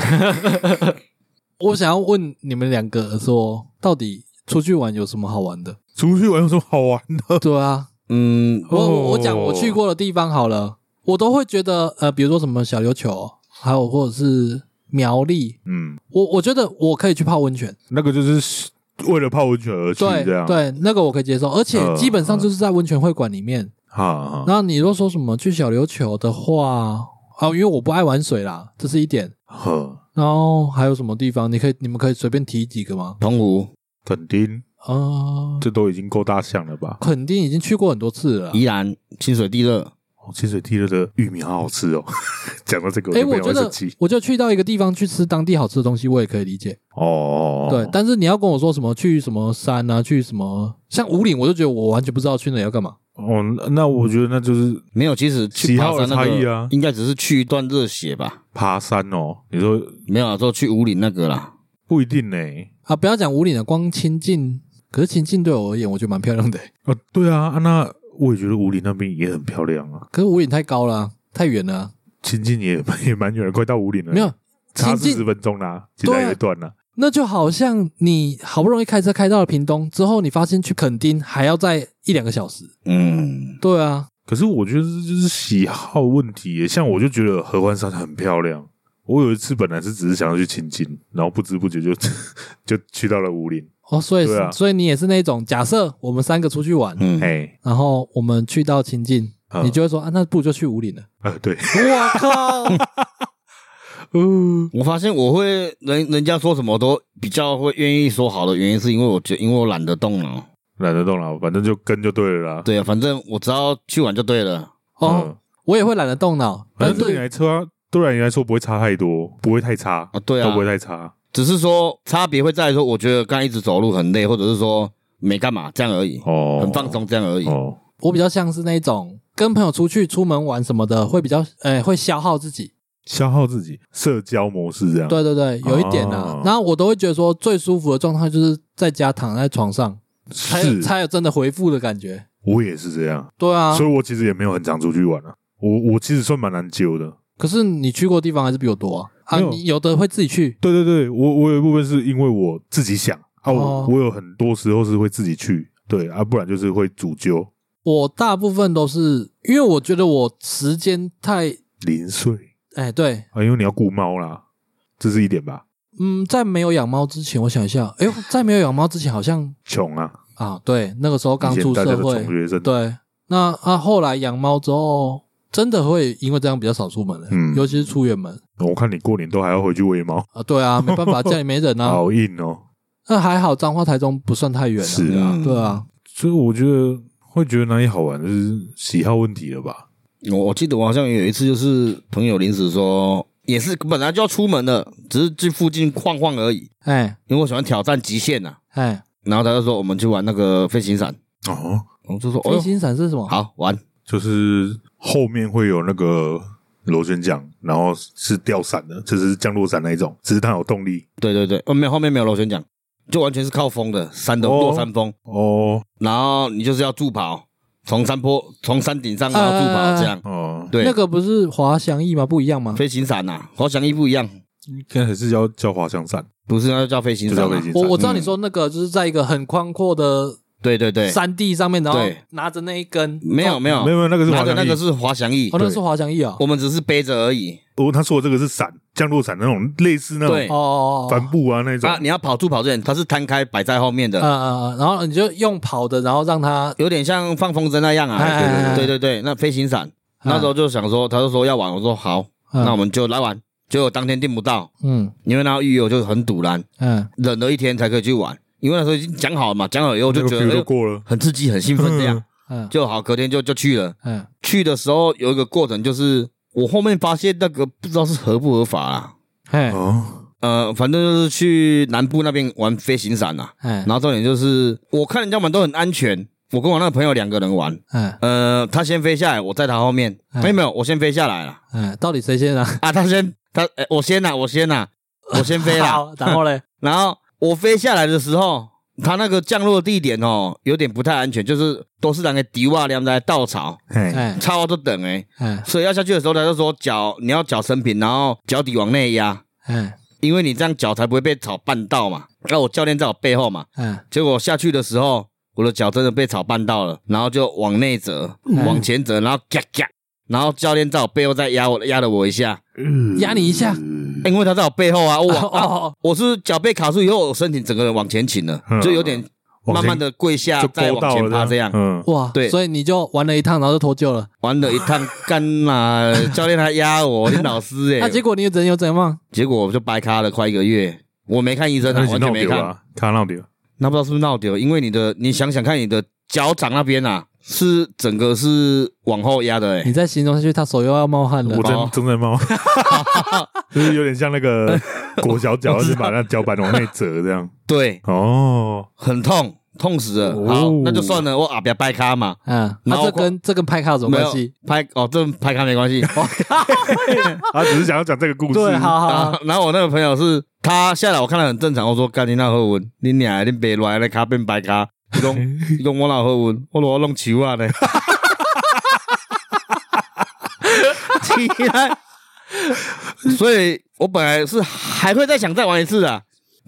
Speaker 1: 我想要问你们两个说，到底出去玩有什么好玩的？
Speaker 2: 出去玩有什么好玩 的？
Speaker 1: 对啊，
Speaker 3: 嗯，
Speaker 1: 我
Speaker 2: 哦
Speaker 1: 我我讲我去过的地方好了，我都会觉得呃，比如说什么小琉球，还有或者是苗栗，
Speaker 2: 嗯，
Speaker 1: 我我觉得我可以去泡温泉，
Speaker 2: 那个就是为了泡温泉而去
Speaker 1: 对
Speaker 2: 这样，，
Speaker 1: 对，那个我可以接受，而且
Speaker 2: 呃
Speaker 1: 基本上就是在温泉会馆里面。
Speaker 2: 哈
Speaker 1: 然后你若说什么去小琉球的话，啊，因为我不爱玩水啦，这是一点。
Speaker 2: 呵，
Speaker 1: 然后还有什么地方？你可以你们可以随便提几个吗？
Speaker 3: 澎湖、
Speaker 2: 肯定
Speaker 1: 啊、
Speaker 2: 这都已经够大象了吧？
Speaker 1: 肯定已经去过很多次了啦。
Speaker 3: 宜兰、清水地热，
Speaker 2: 哦清水地热的玉米好好吃哦， 讲到这个我
Speaker 1: 哎，
Speaker 2: 就没
Speaker 1: 我
Speaker 2: 有
Speaker 1: 觉
Speaker 2: 会生
Speaker 1: 得
Speaker 2: 气
Speaker 1: 我就去到一个地方去吃当地好吃的东西，我也可以理解。
Speaker 2: 哦。
Speaker 1: 对，但是你要跟我说什么去什么山啊，去什么像五岭，我就觉得我完全不知道去那里要干嘛。
Speaker 2: 哦，那那我觉得那就是
Speaker 3: 没有，其实去
Speaker 2: 喜
Speaker 3: 爬
Speaker 2: 好的
Speaker 3: 山那
Speaker 2: 差异
Speaker 3: 个、
Speaker 2: 啊
Speaker 3: 应该只是去一段热血吧，
Speaker 2: 爬山哦。你说
Speaker 3: 没有啊，说去五岭那个啦。
Speaker 2: 不一定呢？
Speaker 1: 啊，不要讲五岭了，光清境，可是清境对我而言，我觉得蛮漂亮的、
Speaker 2: 啊，对啊，啊那我也觉得五里那边也很漂亮啊，
Speaker 1: 可是五岭太高了啊、太远了啊、
Speaker 2: 亲近也也蛮 远的，快到五里了，
Speaker 1: 没有
Speaker 2: 差
Speaker 1: 清
Speaker 2: 四十
Speaker 1: 境，
Speaker 2: 分钟啦，其他
Speaker 1: 对
Speaker 2: 一
Speaker 1: 啊
Speaker 2: 段啦。
Speaker 1: 那就好像你好不容易开车开到了屏东之后，你发现去垦丁还要再一两个小时。
Speaker 3: 嗯，
Speaker 1: 对啊，
Speaker 2: 可是我觉得这就是喜好问题耶，像我就觉得合欢山很漂亮，我有一次本来是只是想要去清境，然后不知不觉就 就去到了五林，
Speaker 1: 哦，所以是、
Speaker 2: 对啊
Speaker 1: 所以你也是那种假设我们三个出去玩，
Speaker 3: 嗯，
Speaker 2: 哎、
Speaker 1: 然后我们去到清境，
Speaker 2: 嗯
Speaker 1: 你就会说啊，那不如就去五岭了。哦
Speaker 2: 啊，对，
Speaker 1: 我 靠，
Speaker 3: 我发现我会人人家说什么都比较会愿意说好的原因，是因为我觉因为我懒得动了。
Speaker 2: 懒得动了，反正就跟就对了啦。
Speaker 3: 对啊，反正我只要去玩就对了。
Speaker 1: 哦，我也会懒得动脑，呃
Speaker 2: 嗯，
Speaker 1: 但
Speaker 2: 反正对你
Speaker 1: 是
Speaker 2: 来说，对你来说不会差太多，不会太差，
Speaker 1: 哦
Speaker 3: 啊，对
Speaker 2: 都
Speaker 3: 啊
Speaker 2: 不，会太差。
Speaker 3: 只是说差别会在于说，我觉得刚才一直走路很累，或者是说没干嘛这样而已，
Speaker 2: 哦，
Speaker 3: 很放松这样而已。
Speaker 2: 哦，
Speaker 1: 我比较像是那种跟朋友出去出门玩什么的，会比较呃会消耗自己。
Speaker 2: 消耗自己，社交模式这样。
Speaker 1: 对对对，有一点啊
Speaker 2: 哦。
Speaker 1: 然后我都会觉得说，最舒服的状态就是在家躺在床上，才有
Speaker 2: 是，
Speaker 1: 才有真的回复的感觉。
Speaker 2: 我也是这样，
Speaker 1: 对啊
Speaker 2: 所，以我其实也没有很常出去玩啊。我我其实算蛮难揪的，
Speaker 1: 可是你去过的地方还是比我多啊。啊，
Speaker 2: 没有
Speaker 1: 你有的会自己去，
Speaker 2: 对对对，我我有一部分是因为我自己想啊，我、
Speaker 1: 哦
Speaker 2: 我有很多时候是会自己去，对啊，不然就是会主揪
Speaker 1: 我大部分都是因为我觉得我时间太，
Speaker 2: 零碎
Speaker 1: 哎，对，
Speaker 2: 啊，因为你要顾猫啦，这是一点吧，
Speaker 1: 嗯，在没有养猫之前，我想一下， 哎呦，在没有养猫之前，好像
Speaker 2: 穷啊，
Speaker 1: 啊，对，那个时候刚
Speaker 2: 以
Speaker 1: 出
Speaker 2: 前大家
Speaker 1: 社
Speaker 2: 都穷
Speaker 1: 会，
Speaker 2: 学生，
Speaker 1: 对，那啊，后来养猫之后，真的会因为这样比较少出门了，
Speaker 2: 嗯
Speaker 1: 尤其是出远门
Speaker 2: 哦我看你过年都还要回去喂猫，
Speaker 1: 啊，对 啊，没办法，家里没人啊，
Speaker 2: 好硬哦，
Speaker 1: 那还好，彰化台中不算太远、啊，
Speaker 2: 是啊，
Speaker 3: 嗯
Speaker 1: 对啊，
Speaker 2: 所以我觉得会觉得哪里好玩，就是喜好问题了吧，
Speaker 3: 我我记得我好像有一次就是朋友临时说，也是本来就要出门的，只是去附近晃晃而已，
Speaker 1: 哎
Speaker 3: 因为我喜欢挑战极限呐、啊。
Speaker 1: 哎，
Speaker 3: 然后他就说我们去玩那个飞行伞，
Speaker 2: 哦，
Speaker 3: 我就说哦
Speaker 1: 飞
Speaker 3: 哟，
Speaker 1: 行伞是什么？
Speaker 3: 好玩，
Speaker 2: 就是后面会有那个。螺旋桨，然后是吊伞的，就是降落伞那一种，只是它有动力
Speaker 3: 对对对，哦没有后面没有螺旋桨，就完全是靠风的山的
Speaker 2: 哦
Speaker 3: 落山风，
Speaker 2: 哦
Speaker 3: 然后你就是要助跑，从山坡从山顶上然后助跑这样，
Speaker 2: 哦，
Speaker 3: 对，
Speaker 1: 那个不是滑翔翼吗？不一样吗？
Speaker 3: 飞行伞呐、啊，滑翔翼不一样，
Speaker 2: 应该还是要叫滑翔伞，
Speaker 3: 不是那就叫飞行
Speaker 2: 就
Speaker 3: 伞、
Speaker 2: 叫飞
Speaker 3: 啊，
Speaker 2: 行伞。
Speaker 1: 我我知道你说那个就是在一个很宽阔的
Speaker 3: 对对对，
Speaker 1: 山地上面，然后
Speaker 3: 对
Speaker 1: 拿着那一根，
Speaker 3: 没有
Speaker 1: 哦
Speaker 3: 没有
Speaker 2: 没有没有，那个是
Speaker 3: 拿
Speaker 2: 滑
Speaker 3: 的
Speaker 2: 翔
Speaker 3: 那
Speaker 2: 翼
Speaker 3: 个。是滑翔翼
Speaker 1: 哦，，那是滑翔翼啊，
Speaker 3: 我们只是背着而已。
Speaker 2: 哦，他说的这个是伞，降落伞那种类似那
Speaker 3: 对
Speaker 2: 种
Speaker 1: 哦哦，哦
Speaker 2: 帆布啊那种
Speaker 3: 啊，。你要跑助跑之前，它是摊开摆在后面的，
Speaker 1: 嗯嗯嗯，然后你就用跑的，然后让它
Speaker 3: 有点像放风筝那样啊。
Speaker 1: 哎哎哎
Speaker 3: 对对对对，那飞行伞，那时候就想说，他就说要玩，我说好，
Speaker 1: 嗯
Speaker 3: 那我们就来玩。结果当天订不到，
Speaker 1: 嗯
Speaker 3: 因为那个预约我就很堵然，
Speaker 1: 嗯
Speaker 3: 忍了一天才可以去玩，因为那时候已经讲好了嘛，讲好以后
Speaker 2: 那
Speaker 3: 就
Speaker 2: 个
Speaker 3: 觉得
Speaker 2: feel
Speaker 3: 哎
Speaker 2: 都
Speaker 3: 呦
Speaker 2: 过了，
Speaker 3: 很刺激、很兴奋这样，
Speaker 1: 嗯
Speaker 3: 就好，隔天就就去了。
Speaker 1: 嗯
Speaker 3: 去的时候有一个过程，就是我后面发现那个不知道是合不合法啊，
Speaker 1: 嘿
Speaker 2: 哦，
Speaker 3: 呃，反正就是去南部那边玩飞行伞啊，
Speaker 1: 哎
Speaker 3: 然后重点就是，我看人家玩都很安全。我跟我那个朋友两个人玩，
Speaker 1: 嗯
Speaker 3: 呃，他先飞下来，我在他后面。
Speaker 1: 嗯
Speaker 2: 哎
Speaker 3: 没有没有，我先飞下来了
Speaker 1: 嗯，到底谁先啊？
Speaker 3: 啊，他先他、诶我先啊啦，我先啦，我先 飞啦
Speaker 1: 好。然后 嘞，
Speaker 3: 然后我飞下来的时候，他那个降落地点哦，有点不太安全，就是都是那个迪瓦两在稻草，
Speaker 2: 哎，
Speaker 1: 哎
Speaker 3: 差不多等诶、
Speaker 1: 哎
Speaker 3: 所以要下去的时候，他就说脚你要脚伸平，然后脚底往内压，
Speaker 1: 哎
Speaker 3: 因为你这样脚才不会被草绊到嘛。那我教练在我背后嘛，
Speaker 1: 哎
Speaker 3: 结果下去的时候，我的脚真的被草绊到了，然后就往内折，
Speaker 1: 嗯
Speaker 3: 往前折，然后嘎嘎，然后教练在我背后再压我，压了我一下，
Speaker 1: 压你一下，
Speaker 3: 因为他在我背 后啊，我
Speaker 1: 哦
Speaker 3: 往、啊
Speaker 1: 哦
Speaker 3: 我是脚被卡住以后，我身体整个人往前倾了，
Speaker 2: 嗯
Speaker 3: 就有点
Speaker 2: 往
Speaker 3: 慢
Speaker 2: 前
Speaker 3: 慢的跪下，
Speaker 2: 就
Speaker 3: 再
Speaker 2: 勾
Speaker 3: 往
Speaker 2: 到
Speaker 3: 前趴
Speaker 2: 了
Speaker 3: 这样，
Speaker 2: 嗯，
Speaker 1: 哇，
Speaker 3: 对
Speaker 1: 所以你就玩了一趟，然后就脱臼了。
Speaker 3: 玩了一趟 干啦，教练还压我，林老师哎、
Speaker 1: 那结果你又怎又怎样？
Speaker 3: 结果我就白卡了快一个月，我没看医生、啊，
Speaker 2: 那你
Speaker 3: 完全
Speaker 2: 闹
Speaker 3: 没
Speaker 2: 丢
Speaker 3: 看，
Speaker 2: 了，他闹丢，
Speaker 3: 那不知道是不是闹丢，因为你的你想想看，你的脚掌那边啊，是整个是往后压的哎、
Speaker 1: 你再形容下去，他手又要冒汗了
Speaker 2: 我。
Speaker 3: 包
Speaker 2: 真正在 猫，就是有点像那个裹小脚，就是把那脚板往内折这样。
Speaker 3: 对，
Speaker 2: 哦，
Speaker 3: 很痛，痛死了。
Speaker 2: 哦
Speaker 3: 好，那就算了，我阿表掰咖嘛，
Speaker 1: 嗯，
Speaker 3: 然
Speaker 1: 那
Speaker 3: 后
Speaker 1: 这跟这跟拍卡有什么
Speaker 3: 没
Speaker 1: 关
Speaker 3: 有
Speaker 1: 系？
Speaker 3: 拍哦，这拍咖没 关系。
Speaker 2: 他啊只是想要讲这个故事。
Speaker 1: 对，好好
Speaker 3: 然
Speaker 1: 好
Speaker 3: 啊后，然后我那个朋友是他下来，我看他很正常，我说干你那好温，你俩你别来那咖变白咖，你讲 你讲我那好温，我都要弄球啊呢。起来，所以我本来是还会再想再玩一次的，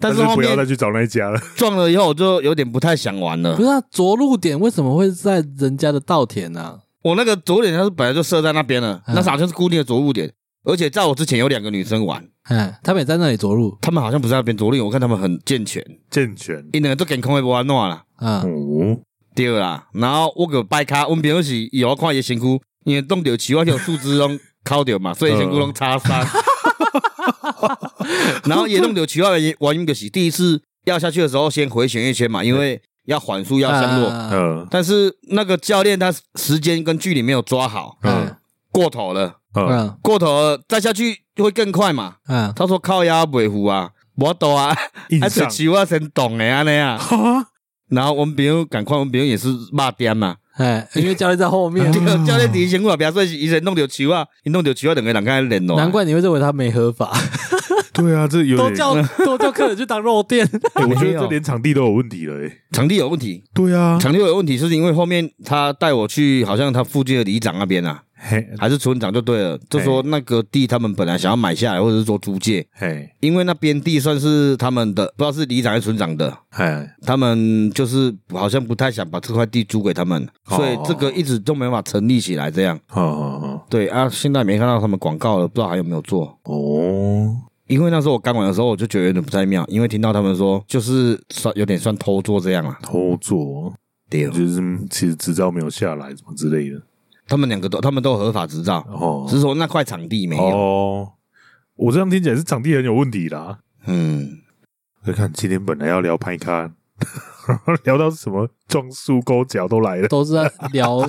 Speaker 3: 但
Speaker 2: 但
Speaker 3: 是
Speaker 2: 是
Speaker 3: 后
Speaker 2: 不要
Speaker 3: 面
Speaker 2: 再去找那一家了。
Speaker 3: 撞了以后，我就有点不太想玩了
Speaker 1: 不。是啊，着陆点为什么会在人家的稻田呢？啊
Speaker 3: 我那个左脸它是本来就设在那边了，
Speaker 1: 嗯
Speaker 3: 那是好像是固定的着陆点。而且在我之前有两个女生玩，
Speaker 1: 哎，他们也在那里着陆，
Speaker 3: 她们好像不是在那边着力，我看她们很健全，
Speaker 2: 健全
Speaker 3: 因两个都健康的无安怎啦，
Speaker 1: 啊，
Speaker 2: 哦，
Speaker 3: 对啦。然后我个掰卡，阮朋友是有我看伊身躯，因为冻着树啊，有树枝拢敲着 嘛，所以身躯拢擦伤。然后也弄着奇怪的原因，就是第一次要下去的时候先回旋一圈嘛，因为要缓速要降落。
Speaker 1: 啊，
Speaker 2: 呃
Speaker 3: 但是那个教练他时间跟距离没有抓好，
Speaker 1: 嗯
Speaker 3: 过头了，
Speaker 2: 呃，
Speaker 1: 嗯
Speaker 3: 过头了，再下去就会更快嘛。
Speaker 1: 嗯，
Speaker 3: 他说靠压尾弧啊，我抖啊，
Speaker 2: 硬
Speaker 3: 还是
Speaker 2: 上
Speaker 3: 骑我先懂的安尼啊。
Speaker 2: 哈，
Speaker 3: 然后我们朋友赶快，我们朋友也是骂颠嘛。
Speaker 1: 哎，因为教练在后面
Speaker 3: 这，个啊教练提醒我，不要说伊人弄着球啊，伊弄着球啊，两个人开始连 咯。
Speaker 1: 难 怪你会认为他没合法，
Speaker 2: 对啊，这有
Speaker 1: 都
Speaker 2: 点，
Speaker 1: 叫 都叫客人去当肉店，
Speaker 2: 哎我觉
Speaker 3: 没
Speaker 2: 得
Speaker 3: 有
Speaker 2: 这连场地都有问题了，哎，
Speaker 3: 场地有问题，
Speaker 2: 对啊，
Speaker 3: 场地有问题，是因为后面他带我去，好像他附近的里长那边啊，
Speaker 2: 嘿，
Speaker 3: 还是村长就对了，就说那个地他们本来想要买下来，或者是说租借，
Speaker 2: 嘿，
Speaker 3: 因为那边地算是他们的，不知道是里长还是村长的，
Speaker 2: 嘿，
Speaker 3: 他们就是好像不太想把这块地租给他们，
Speaker 2: 哦
Speaker 3: 所以这个一直都没法成立起来。这样，
Speaker 2: 好好好，
Speaker 3: 对啊，现在没看到他们广告了，不知道还有没有做。
Speaker 2: 哦，
Speaker 3: 因为那时候我刚玩的时候，我就觉得有点不太妙，因为听到他们说就是算有点算偷做这样啊。
Speaker 2: 偷做，
Speaker 3: 对
Speaker 2: 就是其实执照没有下来，什么之类的，
Speaker 3: 他们两个都他们都有合法执照，
Speaker 2: 哦
Speaker 3: 只，是说那块场地没有。
Speaker 2: 哦，我这样听起来是场地很有问题啦。
Speaker 3: 嗯，
Speaker 2: 你看，今天本来要聊拍咖， 聊到什么撞树勾脚都来了。
Speaker 1: 都是在聊，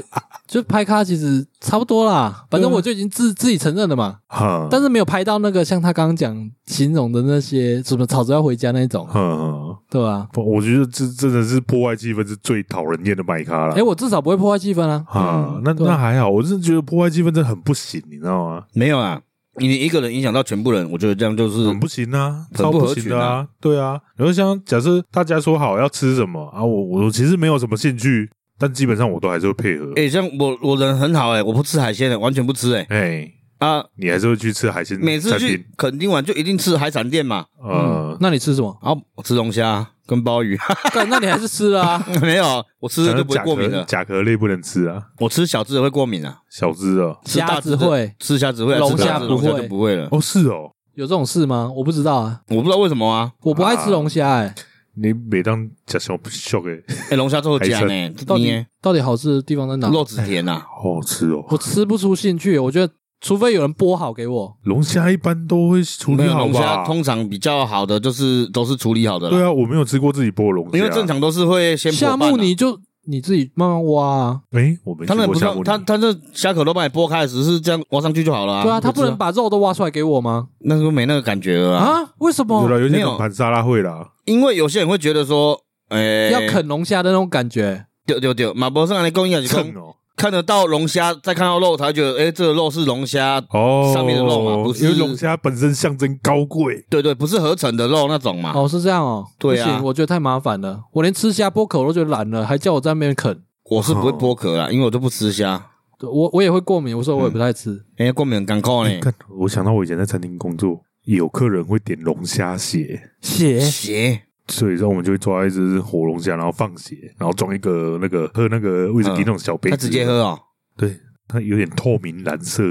Speaker 1: 就拍咖其实差不多啦，反正我就已经自自己承认了嘛，
Speaker 2: 哈，
Speaker 1: 但是没有拍到那个像他刚刚讲形容的那些什么吵着要回家那种，
Speaker 2: 哈，
Speaker 1: 对吧？
Speaker 2: 不我觉得这真的是破坏气氛是最讨人厌的麦咖了。
Speaker 1: 哎，我至少不会破坏气氛啊，
Speaker 2: 啊，那
Speaker 1: 对啊
Speaker 2: 那还好，我真的觉得破坏气氛真的很不行，你知道吗？
Speaker 3: 没有啊，你一个人影响到全部人，我觉得这样就是
Speaker 2: 很不行啊，
Speaker 3: 很
Speaker 2: 超
Speaker 3: 不合
Speaker 2: 行
Speaker 3: 群
Speaker 2: 的啊，对啊。然后像假设大家说好要吃什么啊，我我其实没有什么兴趣，但基本上我都还是会配合。
Speaker 3: 哎、像我我人很好哎、我不吃海鲜的，完全不吃哎、
Speaker 2: 哎，
Speaker 3: 啊，
Speaker 2: 你还是会去吃海鲜
Speaker 3: 每次
Speaker 2: 餐
Speaker 3: 去
Speaker 2: 厅，
Speaker 3: 垦丁玩就一定吃海产店嘛，
Speaker 1: 嗯
Speaker 2: 呃，，
Speaker 1: 那你吃什么？
Speaker 3: 然后吃龙虾跟鲍鱼，
Speaker 1: 干那你还是吃了啊，
Speaker 3: 没有，我吃
Speaker 2: 反
Speaker 3: 的
Speaker 2: 正
Speaker 3: 就不会
Speaker 2: 甲
Speaker 3: 过敏
Speaker 2: 壳
Speaker 3: 了，
Speaker 2: 甲壳类不能吃啊，
Speaker 3: 我吃小只的会过敏啊，
Speaker 2: 小只啊。
Speaker 3: 吃大
Speaker 1: 虾
Speaker 3: 只
Speaker 1: 子
Speaker 3: 的
Speaker 1: 会
Speaker 3: 吃虾子会啊，
Speaker 1: 龙
Speaker 3: 吃大
Speaker 2: 虾
Speaker 3: 只的
Speaker 2: 不
Speaker 3: 龙虾
Speaker 1: 会
Speaker 3: 就不会了，
Speaker 2: 哦，是哦，
Speaker 1: 有这种事吗？我不知道啊，
Speaker 3: 我不知道为什么啊，
Speaker 1: 我不爱吃龙虾，哎，
Speaker 2: 你每当讲什么不笑给
Speaker 3: 哎、龙虾做假呢，
Speaker 1: 到
Speaker 3: 你呢
Speaker 1: 底到底好吃的地方在哪？
Speaker 3: 肉质甜啊，
Speaker 2: 好好吃哦。
Speaker 1: 我吃不出兴趣，我觉得除非有人剥好给我，
Speaker 2: 龙虾一般都会处
Speaker 3: 没
Speaker 2: 理
Speaker 3: 有
Speaker 2: 好
Speaker 3: 龙虾
Speaker 2: 吧？
Speaker 3: 通常比较好的就是都是处理好的啦，
Speaker 2: 对啊，我没有吃过自己剥的龙虾，
Speaker 3: 因为正。常都是会先
Speaker 1: 夏
Speaker 3: 剥半啊
Speaker 1: 目你就你自己慢慢挖啊，
Speaker 2: 哎，我没
Speaker 3: 他
Speaker 2: 吃
Speaker 3: 那
Speaker 2: 过
Speaker 3: 不是啊
Speaker 2: 夏目
Speaker 3: 他
Speaker 2: 里
Speaker 3: 他这虾壳都帮你剥开，只是这样挖上去就好了、啊。
Speaker 1: 对啊，他不
Speaker 3: 我知
Speaker 1: 能
Speaker 3: 道
Speaker 1: 把肉都挖出来给我吗？
Speaker 3: 那时候没那个感觉了啊，
Speaker 1: 啊，为什
Speaker 2: 对
Speaker 1: 么
Speaker 2: 啦，有
Speaker 3: 没
Speaker 2: 些
Speaker 3: 有
Speaker 2: 人盘沙拉会啦，
Speaker 3: 因为有些人会觉得说，诶、
Speaker 1: 要啃龙虾的那种感觉？
Speaker 3: 对对对，马博上来供应是
Speaker 2: 蹭
Speaker 3: 讲
Speaker 2: 哦
Speaker 3: 看得到龙虾，再看到肉，才会觉得诶、这个肉是龙虾，
Speaker 2: 哦，
Speaker 3: 上面的肉嘛不是
Speaker 2: 因为龙虾本身象征高贵，
Speaker 3: 对对，不是合成的肉那种嘛。
Speaker 1: 哦，是这样哦，
Speaker 3: 啊对啊
Speaker 1: 不行，我觉得太麻烦了，我连吃虾剥壳我都觉得懒了，还叫我在那边啃，
Speaker 3: 我是不会剥壳啦，因为我都不吃虾，
Speaker 1: 对我我也会过敏，我说我也不太吃，
Speaker 3: 人家过敏很干扣呢。
Speaker 2: 看，我想到我以前在餐厅工作，有客人会点龙虾血，
Speaker 1: 血
Speaker 3: 嗯血
Speaker 2: 所以说我们就会抓一只活龙虾，然后放血，然后装一个那个喝那个威士忌
Speaker 3: 嗯
Speaker 2: 那种
Speaker 1: 哎
Speaker 2: 小杯子，
Speaker 3: 他直接喝，哦，
Speaker 2: 对，它有点透明蓝色，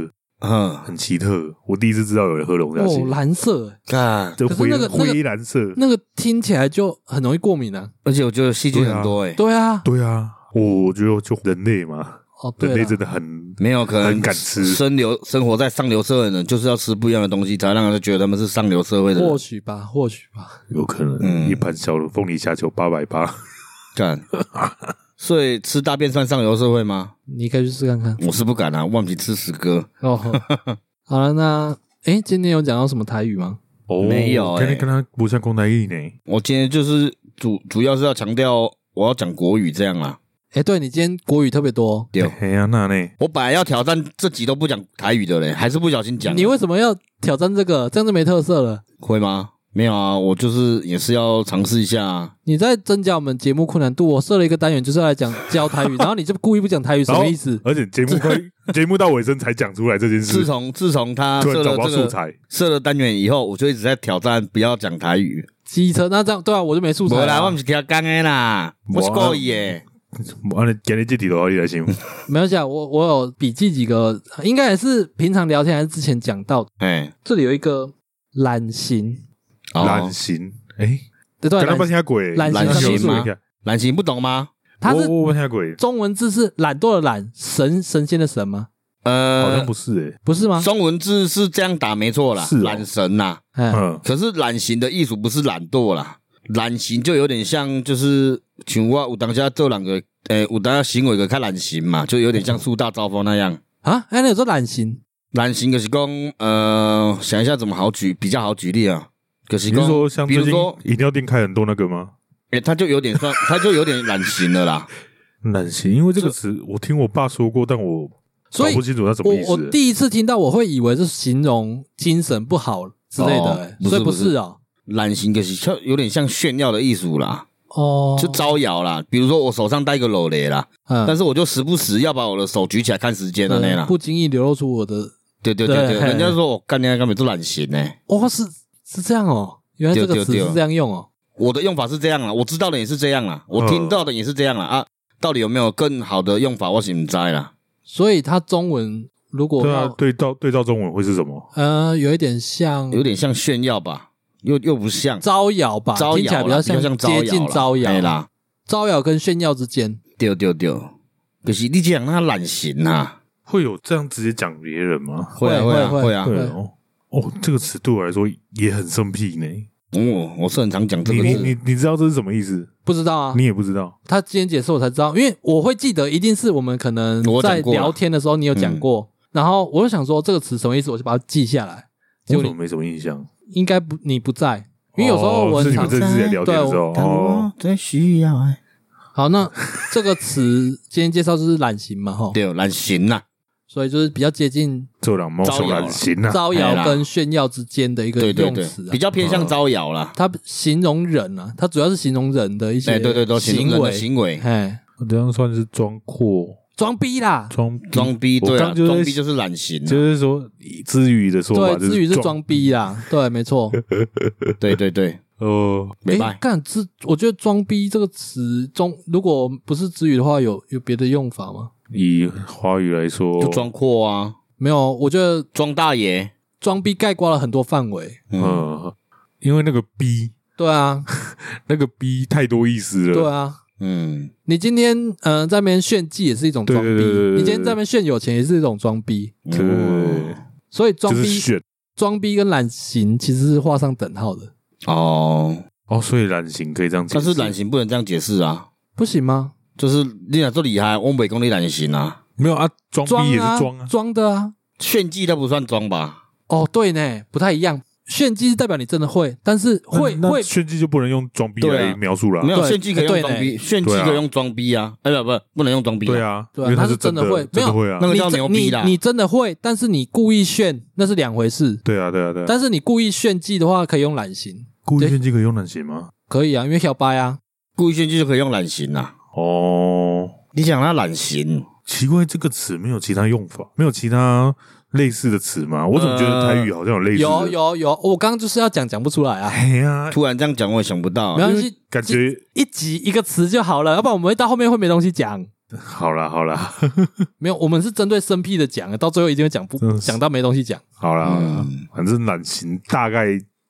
Speaker 3: 嗯，
Speaker 2: 很奇特。我第一次知道有人喝龙虾
Speaker 1: 哦，
Speaker 2: 血，
Speaker 1: 蓝色欸，
Speaker 3: 看，
Speaker 2: 这
Speaker 1: 可是
Speaker 2: 灰
Speaker 1: 那个那个
Speaker 2: 灰蓝色，
Speaker 1: 那个听起来就很容易过敏啊。
Speaker 3: 而且我觉得细菌很多诶、欸
Speaker 1: 对啊，
Speaker 2: 对啊，我觉得就人类嘛，
Speaker 1: 哦
Speaker 2: 人
Speaker 1: 对
Speaker 2: 类
Speaker 1: 啦
Speaker 2: 真的很
Speaker 3: 没有可能
Speaker 2: 很敢吃
Speaker 3: 生流生活在上流社会的人，就是要吃不一样的东西，才让人觉得他们是上流社会的
Speaker 1: 或
Speaker 3: 人。
Speaker 1: 许吧，或许吧，
Speaker 2: 有可能
Speaker 3: 嗯
Speaker 2: 一盘小的凤梨虾球八百八，
Speaker 3: 干，所以吃大便算上流社会吗？
Speaker 1: 你可以去试看看。
Speaker 3: 我是不敢啊，忘记吃屎哥。
Speaker 1: 哦，好了，那诶，今天有讲到什么台语吗？
Speaker 2: 哦
Speaker 3: 没有
Speaker 2: 跟
Speaker 3: 欸
Speaker 2: 他跟他不像公台义呢，
Speaker 3: 我今天就是主主要是要强调我要讲国语这样啊啦。
Speaker 1: 诶，对你今天国语特别多，
Speaker 3: 对，
Speaker 2: 嘿呀那呢，
Speaker 3: 我本来要挑战这集都不讲台语的嘞，还是不小心讲了。
Speaker 1: 你为什么要挑战这个？这样就没特色了。
Speaker 3: 会吗？没有啊，我就是也是要尝试一下、啊。
Speaker 1: 你在增加我们节目困难度。我设了一个单元，就是要来讲教台语，然后你就故意不讲台语，什
Speaker 2: 然后
Speaker 1: 么意思？
Speaker 2: 而且节目快节目到尾声才讲出来这件
Speaker 3: 自
Speaker 2: 事，
Speaker 3: 从自从他
Speaker 2: 突
Speaker 3: 设
Speaker 2: 然
Speaker 3: 了
Speaker 2: 找不到
Speaker 3: 这
Speaker 2: 素
Speaker 3: 个
Speaker 2: 材，
Speaker 3: 设了单元以后，我就一直在挑战不要讲台语。
Speaker 1: 机车那这样对啊，我就没素
Speaker 3: 没
Speaker 1: 材
Speaker 3: 啦，
Speaker 1: 了
Speaker 2: 啊
Speaker 3: 我不。是听讲的啦，我是故意的。
Speaker 2: 我啊你今日这题都你来想，
Speaker 3: 哦
Speaker 1: 没关系啊，我我有笔记几个，应该也是平常聊天还是之前讲到的。
Speaker 3: 哎，
Speaker 1: 这里有一个懒型，
Speaker 3: 哦
Speaker 2: 懒型，哎，
Speaker 1: 对对，
Speaker 2: 刚刚
Speaker 1: 懒
Speaker 2: 不听鬼，
Speaker 1: 懒
Speaker 3: 型
Speaker 2: 型
Speaker 3: 什么
Speaker 2: 我
Speaker 3: 意思懒型不懂吗？
Speaker 1: 它是
Speaker 2: 我我听鬼，
Speaker 1: 中文字是懒惰的懒，神神仙的神吗？
Speaker 2: 好像
Speaker 3: 呃，
Speaker 2: 不是
Speaker 1: 不是吗？
Speaker 3: 中文字是这样打没错啦
Speaker 2: 是，哦
Speaker 3: 懒神呐。
Speaker 2: 哎，
Speaker 1: 哎，
Speaker 2: 嗯，
Speaker 3: 可是懒型的艺术不是懒惰啦，懒型就有点像就是像我有当下啊做两个，诶、有当下行为个较懒型嘛，就有点像树大招风那样。
Speaker 1: 啊，哎，那有说懒型，
Speaker 3: 懒型就是讲，呃，想一下怎么好举比较好举例啊。可是
Speaker 2: 你
Speaker 3: 讲
Speaker 2: 是说像
Speaker 3: 比
Speaker 2: 最
Speaker 3: 如
Speaker 2: 近
Speaker 3: 说，
Speaker 2: 饮料店开很多那个吗？
Speaker 3: 诶、他就有点算，他就有点懒型了啦。
Speaker 2: 懒型，因为这个词我听我爸说过，但我搞
Speaker 1: 所以
Speaker 2: 不清楚它什么
Speaker 1: 我
Speaker 2: 意
Speaker 1: 我
Speaker 2: 思。
Speaker 1: 第一次听到，我会以为是形容精神不好之类的
Speaker 3: 哦
Speaker 1: 欸，
Speaker 3: 不是
Speaker 1: 所以
Speaker 3: 不是
Speaker 1: 是哦，
Speaker 3: 懒型就是像有点像炫耀的艺术啦，
Speaker 1: 哦，
Speaker 3: 就招摇啦。比如说我手上戴一个手雷啦，
Speaker 1: 嗯，
Speaker 3: 但是我就时不时要把我的手举起来看时间的那
Speaker 1: 呃
Speaker 3: 啦。
Speaker 1: 不经意流露出我的，
Speaker 3: 对对对对，
Speaker 1: 对
Speaker 3: 人家说我哦干你干嘛做懒型呢、
Speaker 1: 哦，是是这样哦，原来这
Speaker 3: 对
Speaker 1: 个
Speaker 3: 对
Speaker 1: 词
Speaker 3: 对
Speaker 1: 是这样用哦，
Speaker 3: 我的用法是这样啦，我知道的也是这样
Speaker 1: 嗯
Speaker 3: 啦，我听到的也是这样啦啊。到底有没有更好的用法？我是不知道啦。
Speaker 1: 所以它中文如果
Speaker 2: 对啊
Speaker 1: 要，
Speaker 2: 对照对照中文会是什么？
Speaker 1: 呃，有一点像
Speaker 3: 有点像炫耀吧，又又不像
Speaker 1: 招摇吧，
Speaker 3: 招
Speaker 1: 听起来
Speaker 3: 摇
Speaker 1: 比
Speaker 3: 啦，
Speaker 1: 较
Speaker 3: 比较像
Speaker 1: 接近招
Speaker 3: 招啦哎
Speaker 1: 摇，
Speaker 3: 啦，
Speaker 1: 招摇跟炫耀之间，
Speaker 3: 对对对，就是你讲他懒型啊，
Speaker 2: 会有这样直接讲别人吗？
Speaker 1: 会
Speaker 3: 啊
Speaker 1: 会
Speaker 3: 啊
Speaker 1: 会
Speaker 3: 会啊
Speaker 1: 会。
Speaker 2: 对哦，哦，这个词对我来说也很生僻呢。
Speaker 3: 哦，我是很常讲这
Speaker 2: 你
Speaker 3: 个
Speaker 2: 你
Speaker 3: 字
Speaker 2: 你你知道这是什么意思？
Speaker 1: 不知道啊
Speaker 2: 你，也不知道。
Speaker 1: 他今天解释我才知道，因为我会记得，一定是我们可能
Speaker 3: 我
Speaker 1: 在
Speaker 3: 讲过啦
Speaker 1: 聊天的时候你有讲过，然后我就想说这个词什么意思，我就把它记下来。结
Speaker 2: 我
Speaker 1: 果
Speaker 2: 怎么
Speaker 1: 你
Speaker 2: 没什么印象？
Speaker 1: 应该不你不在，因为有时候我
Speaker 2: 哦是
Speaker 1: 很
Speaker 2: 你
Speaker 1: 常
Speaker 2: 们这次在聊天的时候
Speaker 3: 但
Speaker 2: 哦
Speaker 3: 我，最需要哎爱。
Speaker 1: 好，那这个词今天介绍就是懒型嘛，哈，
Speaker 3: 对，懒啊型呐，
Speaker 1: 所以就是比较接近
Speaker 2: 这两猫手懒型啊，
Speaker 1: 招
Speaker 3: 哎
Speaker 1: 摇
Speaker 3: 啦
Speaker 1: 跟炫耀之间的一个
Speaker 3: 对对
Speaker 1: 用
Speaker 3: 对
Speaker 1: 词、，啊哦
Speaker 3: 比。较偏向招摇啦。
Speaker 1: 它形容人啊，它主要是形容人的一些
Speaker 3: 哎，对对对，
Speaker 1: 行
Speaker 3: 行人的
Speaker 1: 为，
Speaker 3: 行为，
Speaker 1: 哎，
Speaker 2: 这样算是装阔
Speaker 1: 装逼啦，
Speaker 2: 装逼
Speaker 3: 装逼，
Speaker 2: 我
Speaker 3: 对啊，
Speaker 2: 刚就是
Speaker 3: 装逼就是懒型啊，
Speaker 2: 就是说之语的说
Speaker 1: 对
Speaker 2: 法，，
Speaker 1: 至于
Speaker 2: 就是
Speaker 1: 装逼啦，对，没错。
Speaker 3: 对对对，
Speaker 2: 哦，
Speaker 3: 没
Speaker 1: 诶
Speaker 3: 办
Speaker 1: 干这，我觉得“装逼”这个词中，如果不是词语的话，有有别的用法吗？
Speaker 2: 以华语来说，
Speaker 3: 就装阔啊，
Speaker 1: 没有，我觉得
Speaker 3: 装大爷，
Speaker 1: “装逼”概括了很多范围。
Speaker 3: 嗯，
Speaker 2: 嗯，因为那个逼，
Speaker 1: 对 啊，
Speaker 2: 那个逼太多意思了，
Speaker 1: 对啊，
Speaker 3: 嗯，
Speaker 1: 你今天嗯、呃在那边炫技也是一种装逼，
Speaker 2: 对对对对对
Speaker 1: 你
Speaker 2: 对
Speaker 1: 今天在那边炫有钱也是一种装逼，
Speaker 3: 嗯
Speaker 2: 对对对对
Speaker 3: 哦
Speaker 1: 所以装
Speaker 2: 就是
Speaker 1: 逼、
Speaker 2: 选
Speaker 1: 装逼跟懒型其实是画上等号的，
Speaker 3: 哦，
Speaker 2: 哦，所以懒型可以这样解释，
Speaker 3: 但是懒型不能这样解释啊，
Speaker 1: 不行吗？
Speaker 3: 就是你俩做厉害，我北公你懒型啊，
Speaker 2: 没有啊，装
Speaker 1: 装
Speaker 2: 逼也
Speaker 1: 啊
Speaker 2: 是装啊，
Speaker 1: 装的啊。
Speaker 3: 炫技都不算装吧？
Speaker 1: 哦，对呢，不太一样。炫技是代表你真的会，但是
Speaker 2: 那
Speaker 1: 会
Speaker 2: 那
Speaker 1: 会
Speaker 2: 炫技就不能用装逼
Speaker 3: 对
Speaker 2: 来
Speaker 3: 啊
Speaker 2: 描述了，
Speaker 3: 没有
Speaker 1: 对
Speaker 3: 炫技可以用装
Speaker 1: 哎对
Speaker 3: 逼，炫技
Speaker 2: 对啊
Speaker 3: 可以用装逼啊，哎不不不能用装逼，
Speaker 2: 对，啊，
Speaker 1: 对啊
Speaker 2: 因为
Speaker 1: 他
Speaker 2: 他
Speaker 1: 是真
Speaker 2: 真
Speaker 1: 的会没
Speaker 2: 真
Speaker 1: 有
Speaker 2: 的会啊
Speaker 3: 那，个
Speaker 1: 你
Speaker 3: 叫
Speaker 1: 真
Speaker 3: 牛
Speaker 1: 你
Speaker 3: 逼啦
Speaker 1: 你真的会，但是你故意炫那是两回事。
Speaker 2: 对啊，对啊，对啊。
Speaker 1: 但是你故意炫技的话，可以用懒型，
Speaker 2: 故意
Speaker 1: 对
Speaker 2: 炫技可以用懒型吗？
Speaker 1: 可以啊，因为小白啊，
Speaker 3: 故意炫技就可以用懒型啊，
Speaker 2: 哦，
Speaker 3: 你想他懒型，
Speaker 2: 奇怪，这个词没有其他用法，没有其他类似的词吗？我怎么觉得台语好像有类似的？
Speaker 1: 呃有有有，我刚刚就是要讲讲不出来啊，
Speaker 2: 哎呀，
Speaker 3: 突然这样讲我也想不到
Speaker 1: 没
Speaker 3: 啊，
Speaker 1: 关系，
Speaker 2: 感觉
Speaker 1: 一集一个词就好了，要不然我们会到后面会没东西讲。
Speaker 2: 好啦，好啦，
Speaker 1: 没有，我们是针对生僻的讲，到最后一定会讲不
Speaker 2: 真的是
Speaker 1: 讲到没东西讲。
Speaker 2: 好啦，好啦
Speaker 3: 嗯
Speaker 2: 反正懒型大概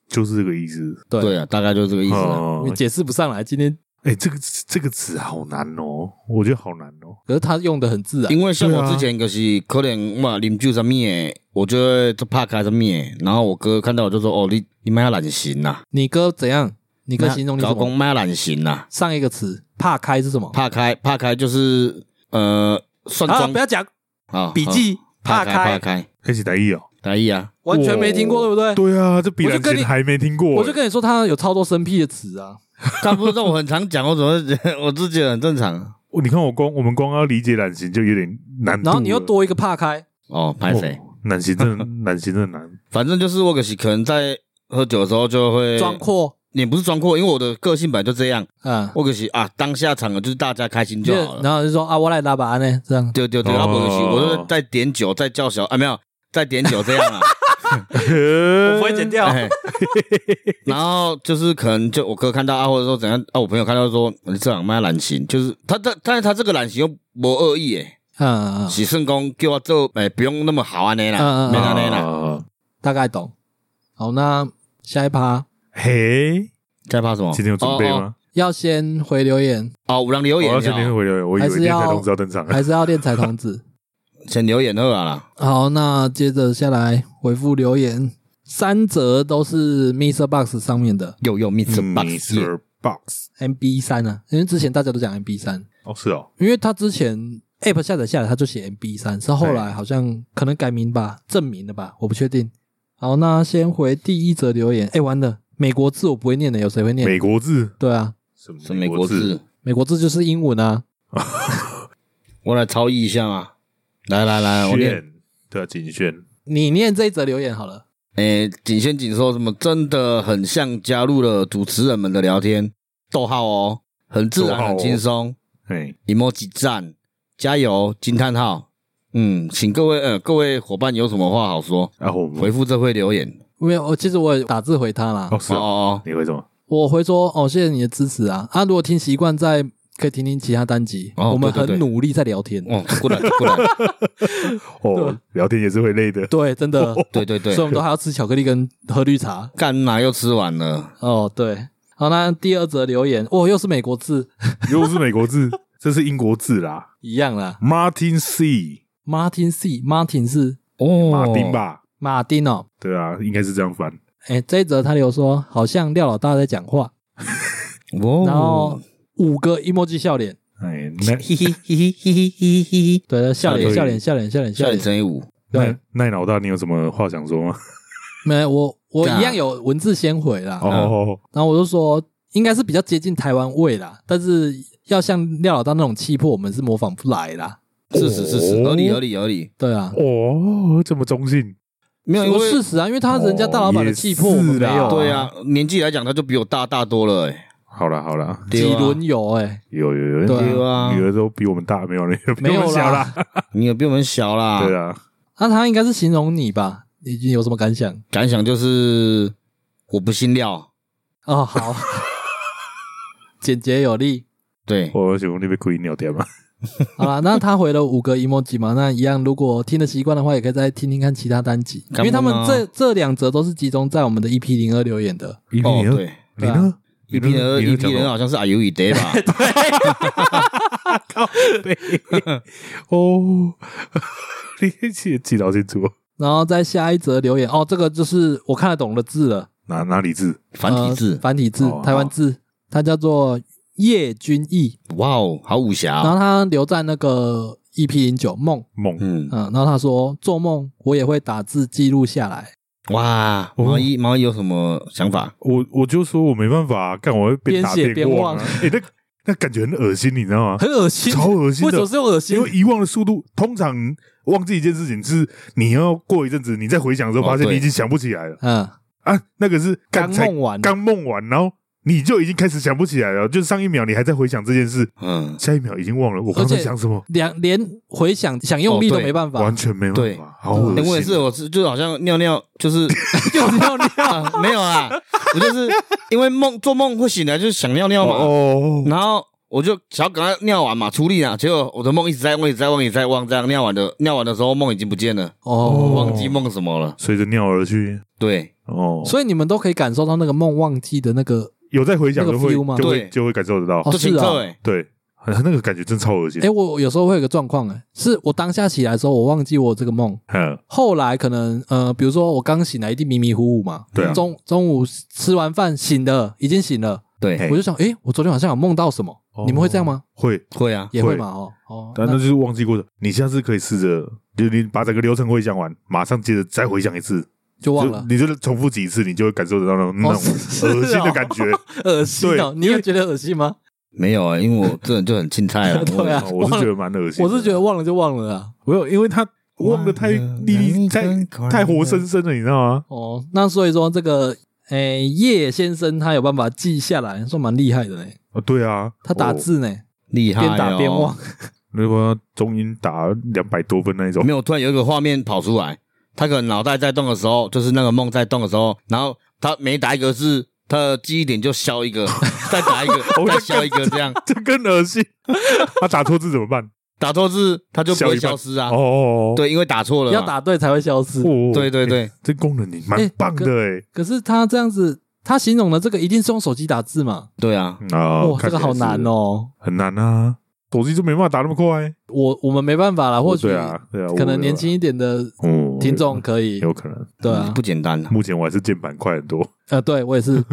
Speaker 2: 就是这个意思。
Speaker 1: 对，
Speaker 3: 对啊，大概就是这个意思啊。
Speaker 1: 因
Speaker 2: 哦
Speaker 1: 为，解释不上来。今天
Speaker 2: 哎，这个这个词好难哦，我觉得好难哦。
Speaker 1: 可是他用的很自然，
Speaker 3: 因为像
Speaker 2: 对
Speaker 3: 我
Speaker 2: 啊
Speaker 3: 之前就是可能嘛，啉酒什么的，我就会怕开什么的。然后我哥看到我就说：“哦，你你卖懒型呐、啊，
Speaker 1: 你哥怎样？你
Speaker 3: 你
Speaker 1: 哥形容你什
Speaker 3: 老
Speaker 1: 么？
Speaker 3: 公卖懒型呐、啊，
Speaker 1: 上一个词怕开是什么？
Speaker 3: 怕开怕开就是呃算
Speaker 1: 啊，
Speaker 3: 装
Speaker 1: 不要讲
Speaker 3: 啊
Speaker 1: 笔记，怕
Speaker 3: 怕开怕
Speaker 1: 开，
Speaker 3: 开，
Speaker 2: 开始台语哦，
Speaker 3: 大意啊，
Speaker 1: 完全没听过，对不对？
Speaker 2: 对啊，这比
Speaker 1: 我就
Speaker 2: 懒
Speaker 1: 跟你
Speaker 2: 型还没听过。
Speaker 1: 我就跟你说，他有超多生僻的词啊。
Speaker 3: 他不是让我很常讲，我怎么会觉得我自己很正常
Speaker 2: 我你看我光我们光要理解懒型就有点难度了，
Speaker 1: 然后你又多一个怕开，
Speaker 3: 哦，拍谁？
Speaker 2: 哦懒型真的 懒型真的难。
Speaker 3: 反正就是我可是可能在喝酒的时候就会
Speaker 1: 装，阔，
Speaker 3: 也不是装阔，因为我的个性本来就这样，
Speaker 1: 嗯，
Speaker 3: 我可是啊当下场合就是大家开心就好了。
Speaker 1: 然后就说啊，我来打靶呢，这样
Speaker 3: 对对对，
Speaker 2: 哦
Speaker 3: 阿伯去，我就是在点酒，在叫小啊，没有在点酒这样啊，
Speaker 1: 我不会剪掉。
Speaker 3: 哎然后就是可能就我哥看到啊，或者说怎样啊，我朋友看到说你这两卖懒型，就是他这，但是他这个懒型又没恶意诶，
Speaker 1: 嗯，嗯
Speaker 3: 只是讲叫我做诶、不用那么好安尼啦，
Speaker 1: 嗯嗯嗯
Speaker 3: 没安尼啦。
Speaker 2: 啊，
Speaker 1: 大概懂。好，那下一趴
Speaker 2: 嘿，
Speaker 3: 在怕什么？
Speaker 2: 今天有准备吗？
Speaker 1: 要先回留 言，
Speaker 3: 哦？哦，有人留
Speaker 2: 我
Speaker 3: 言
Speaker 2: 要先连
Speaker 3: 了，
Speaker 2: 回来，我以为
Speaker 1: 还是
Speaker 2: 电台
Speaker 1: 要
Speaker 2: 同志要登场了。
Speaker 1: 还是要练彩童子？
Speaker 3: 先留言好啊啦。
Speaker 1: 好，那接着下来回复留言，三则都是 Mr. Box 上面的
Speaker 3: 又又 Mr. Box，耶
Speaker 2: Mr. 嗯 Box，
Speaker 1: MB 三啊，因为之前大家都讲 MB 三，
Speaker 2: 哦，是哦，
Speaker 1: 因为他之前 App 下载下来他就写 MB 三，是后来好像可能改名吧，证明了吧，我不确定。好，那先回第一则留言，哎，完了，美国字我不会念的，有谁会念？
Speaker 2: 美国字，
Speaker 1: 对啊，
Speaker 2: 什么
Speaker 3: 是美国字，，
Speaker 1: 美国字就是英文啊，
Speaker 3: 我来抄译一下嘛。来来来，我念。
Speaker 2: 炫，对啊，景炫，
Speaker 1: 你念这一则留言好了。
Speaker 3: 诶，景轩景说什么？真的很像加入了主持人们的聊天，逗号哦，很自
Speaker 2: 逗号
Speaker 3: 然，
Speaker 2: 哦
Speaker 3: 很轻松。
Speaker 2: 嘿，
Speaker 3: emoji 赞，加油！惊叹号。嗯，请各位呃各位伙伴有什么话好说，
Speaker 2: 然啊后我们
Speaker 3: 回复这会留言。
Speaker 1: 没有，我其实我也打字回他啦。
Speaker 2: 哦，是
Speaker 3: 哦
Speaker 2: 哦，
Speaker 3: 哦
Speaker 2: 你会什么？
Speaker 1: 我回说哦，谢谢你的支持啊！啊，如果听习惯，再可以听听其他单集。
Speaker 3: 哦
Speaker 1: 我们
Speaker 3: 对对
Speaker 1: 很
Speaker 3: 对
Speaker 1: 努力在聊天，
Speaker 3: 哦，哦，过来过来，
Speaker 2: 哦，聊天也是会累 的，
Speaker 1: 哦对，真的，
Speaker 3: 对对
Speaker 1: 所以我
Speaker 3: 对，
Speaker 1: 们都还要吃巧克力跟喝绿茶。
Speaker 3: 干嘛又吃完了？
Speaker 1: 哦，对，好，那第二则留言，哦，又是美国字，
Speaker 2: 又是美国字，这是英国字啦
Speaker 1: 一样啦。
Speaker 2: ，Martin C，
Speaker 1: Martin C，Martin 是
Speaker 3: 哦，
Speaker 2: 马丁？吧，
Speaker 1: 马丁哦。
Speaker 2: 对啊，应该是这样翻，
Speaker 1: 哎，这一则他留说，好像廖老大在讲话，
Speaker 3: 哦，
Speaker 1: 然后五个 emoji 笑脸，
Speaker 2: 哎，奈
Speaker 3: 嘿嘿嘿嘿嘿嘿嘿嘿嘿，
Speaker 1: 对，笑脸，笑
Speaker 2: 笑
Speaker 1: 脸，
Speaker 2: 脸
Speaker 1: 笑脸，笑脸，笑
Speaker 3: 笑脸
Speaker 1: 脸。
Speaker 3: 乘以五。
Speaker 1: 对
Speaker 2: 奈，奈老大，你有什么话想说吗？
Speaker 1: 没，我我
Speaker 3: 干
Speaker 1: 一样有文字先回
Speaker 3: 嗯
Speaker 1: 啦。
Speaker 2: 哦，
Speaker 1: 然后我就说，应该是比较接近台湾味啦，但是要像廖老大那种气魄，我们是模仿不来啦。
Speaker 3: 是是是是，
Speaker 2: 哦
Speaker 3: 合理合理合理，
Speaker 1: 对啊，
Speaker 2: 哦，这么中性，
Speaker 3: 没有因
Speaker 1: 我
Speaker 3: 为
Speaker 1: 事实啊，因为他人家大老板的气魄，
Speaker 2: 哦
Speaker 1: 我们没
Speaker 2: 也是
Speaker 1: 有、
Speaker 2: 啦
Speaker 3: 对，啊，年纪来讲他就比我大大多了，哎，
Speaker 2: 好啦好啦，
Speaker 1: 几
Speaker 3: 对啊
Speaker 1: 轮游哎、
Speaker 2: 有有有，
Speaker 1: 对啊
Speaker 2: 女
Speaker 3: 对啊
Speaker 2: 儿女儿都比我们大，没 有，比
Speaker 1: 没
Speaker 2: 我
Speaker 1: 有
Speaker 2: 们小啦，
Speaker 1: 啦。
Speaker 3: 你也比我们小啦。
Speaker 2: 对，啊，
Speaker 1: 那、他应该是形容你吧？你你有什么感想？
Speaker 3: 感想就是我不姓廖，
Speaker 1: 哦，好， 简洁有力。
Speaker 3: 对，
Speaker 2: 我喜欢那边故意鸟点嘛，
Speaker 1: 好啦，那他回了五个 emoji 嘛，那一样，如果听得习惯的话，也可以再听听看其他单集，
Speaker 3: 啊
Speaker 1: 因为他们这这两则都是集中在我们的 EP 零二留言的。
Speaker 2: 一
Speaker 3: 哦
Speaker 2: 你
Speaker 3: 对
Speaker 2: 呢？你呢？
Speaker 3: 一批人一批人
Speaker 2: 啊！
Speaker 3: 好像是阿尤以德吧，
Speaker 2: 哦， 你记记到清楚，
Speaker 1: 然后再下一则留言哦，这个就是我看得懂的字了，
Speaker 2: 哪哪里字？
Speaker 3: 繁体
Speaker 1: 呃
Speaker 3: 字，
Speaker 1: 繁体字
Speaker 2: 哦，
Speaker 1: 台湾字，它叫做叶君毅，
Speaker 3: 哇哦，好武侠
Speaker 1: 然
Speaker 3: 哦，
Speaker 1: 后他留在那个 EP 零九梦，
Speaker 2: 梦
Speaker 3: 嗯，
Speaker 1: 嗯，然后他说做梦我也会打字记录下来，
Speaker 3: 哇，毛衣毛衣有什么想法？
Speaker 2: 我我就说我没办法，干我会边打
Speaker 1: 边写边
Speaker 2: 忘、啊
Speaker 1: 忘。
Speaker 2: 哎、那那感觉很恶心，你知道吗？
Speaker 1: 很恶心，
Speaker 2: 超恶心
Speaker 1: 为
Speaker 2: 的
Speaker 1: 什么是用恶心
Speaker 2: 因？为遗忘的速度，通常忘记一件事情是你要过一阵子，你再回想的时候，
Speaker 3: 哦
Speaker 2: 发现
Speaker 3: 对
Speaker 2: 你已经想不起来了、
Speaker 1: 嗯，
Speaker 2: 啊。那个是
Speaker 1: 刚
Speaker 2: 刚才
Speaker 1: 梦完，
Speaker 2: 刚梦完，然后你就已经开始想不起来了，就是上一秒你还在回想这件事，
Speaker 3: 嗯，
Speaker 2: 下一秒已经忘了我刚才
Speaker 1: 而且
Speaker 2: 想什么，
Speaker 1: 两连回想想用力
Speaker 3: 哦
Speaker 1: 都
Speaker 3: 对
Speaker 1: 没办法
Speaker 2: 完，全没办
Speaker 3: 对
Speaker 2: 法，好恶
Speaker 3: 欸
Speaker 2: 心。
Speaker 3: 我也是，我是就好像尿尿，就是
Speaker 1: 又尿尿，
Speaker 3: 啊没有啦，我就是因为梦做梦会醒来，就是想尿尿
Speaker 2: 哦
Speaker 3: 嘛，
Speaker 2: 哦，
Speaker 3: 然后我就想要赶快尿完嘛，出力啊，结果我的梦一直在忘，一直在忘，一直在忘，这样尿完的尿完的时候梦已经不见了，
Speaker 1: 哦，
Speaker 3: 忘记梦什么了，
Speaker 2: 随着尿而去。
Speaker 3: 对，
Speaker 2: 哦，
Speaker 1: 所以你们都可以感受到那个梦忘记的那个，
Speaker 2: 有在回想
Speaker 1: 那个
Speaker 2: 就会
Speaker 1: feel 吗
Speaker 2: 就
Speaker 3: 对
Speaker 2: 会就会感受得到
Speaker 1: 哦，
Speaker 3: 就是清
Speaker 1: 啊
Speaker 3: 澈哎，
Speaker 2: 对，很那个感觉真超恶心
Speaker 1: 哎，。我有时候会有个状况，哎，是我当下起来的时候，我忘记我有这个梦，
Speaker 2: 嗯，
Speaker 1: 后来可能呃，比如说我刚醒来，一定迷迷糊糊嘛。
Speaker 2: 对啊
Speaker 1: 中中午吃完饭醒的，已经醒了，
Speaker 3: 对，
Speaker 2: 嘿
Speaker 1: 我就想，诶，我昨天晚上有梦到什么？
Speaker 2: 哎哦
Speaker 1: 你们会这样吗？
Speaker 2: 会，
Speaker 3: 会啊，
Speaker 1: 也会
Speaker 2: 会
Speaker 1: 嘛，哦哦。
Speaker 2: 但那就是忘记过的。你下次可以试着，就你把整个流程回想完，马上接着再回想一次，
Speaker 1: 就忘
Speaker 2: 就
Speaker 1: 了，
Speaker 2: 你就重复几次，你就会感受得到那种那种
Speaker 1: 是
Speaker 2: 恶心的感觉。
Speaker 1: 恶心哦！
Speaker 2: 对
Speaker 1: 你有觉得恶心吗？
Speaker 3: 没有啊，因为我这人就很青菜啊，
Speaker 1: 对啊
Speaker 2: 哦我是觉得蛮恶心的。
Speaker 1: 我是觉得忘了就忘了啊。
Speaker 2: 没有，因为他忘的太历历太太活生生了，你知道吗？
Speaker 1: 哦，那所以说这个，诶，叶先生他有办法记下来，算蛮厉害的嘞。
Speaker 2: 哦，对啊，
Speaker 1: 他打
Speaker 2: 哦，
Speaker 1: 字呢，
Speaker 3: 厉害哦，
Speaker 1: 边打边忘。
Speaker 2: 如果中英打两百多分那一种
Speaker 3: 没，有，突然有一个画面跑出来，他可能脑袋在动的时候，就是那个梦在动的时候，然后他每打一个字，他的记忆点就消一个， 再打 一个，再消一个，这样
Speaker 2: 这更恶心。 他打错字怎么办？
Speaker 3: 打错字他就不会消失啊。
Speaker 2: 哦，
Speaker 3: 对，因为打错了嘛，
Speaker 1: 要打对才会消失。
Speaker 2: 哦，
Speaker 3: 对对对
Speaker 2: 欸，这功能你蛮棒的哎。
Speaker 1: 可是他这样子，他形容的这个一定是用手机打字嘛？
Speaker 3: 对啊，
Speaker 2: 啊
Speaker 1: 哇，这个好难，哦。
Speaker 2: 很难啊。手机就没办法打那么快，
Speaker 1: 我我们没办法啦，或许
Speaker 2: 对啊，对啊，
Speaker 1: 可能年轻一点的
Speaker 2: 哦
Speaker 1: 听众可以，
Speaker 2: 有可能。
Speaker 1: 对啊
Speaker 3: 不，简单啊。
Speaker 2: 目前我还是键盘快很多。
Speaker 1: 呃，对我也 是。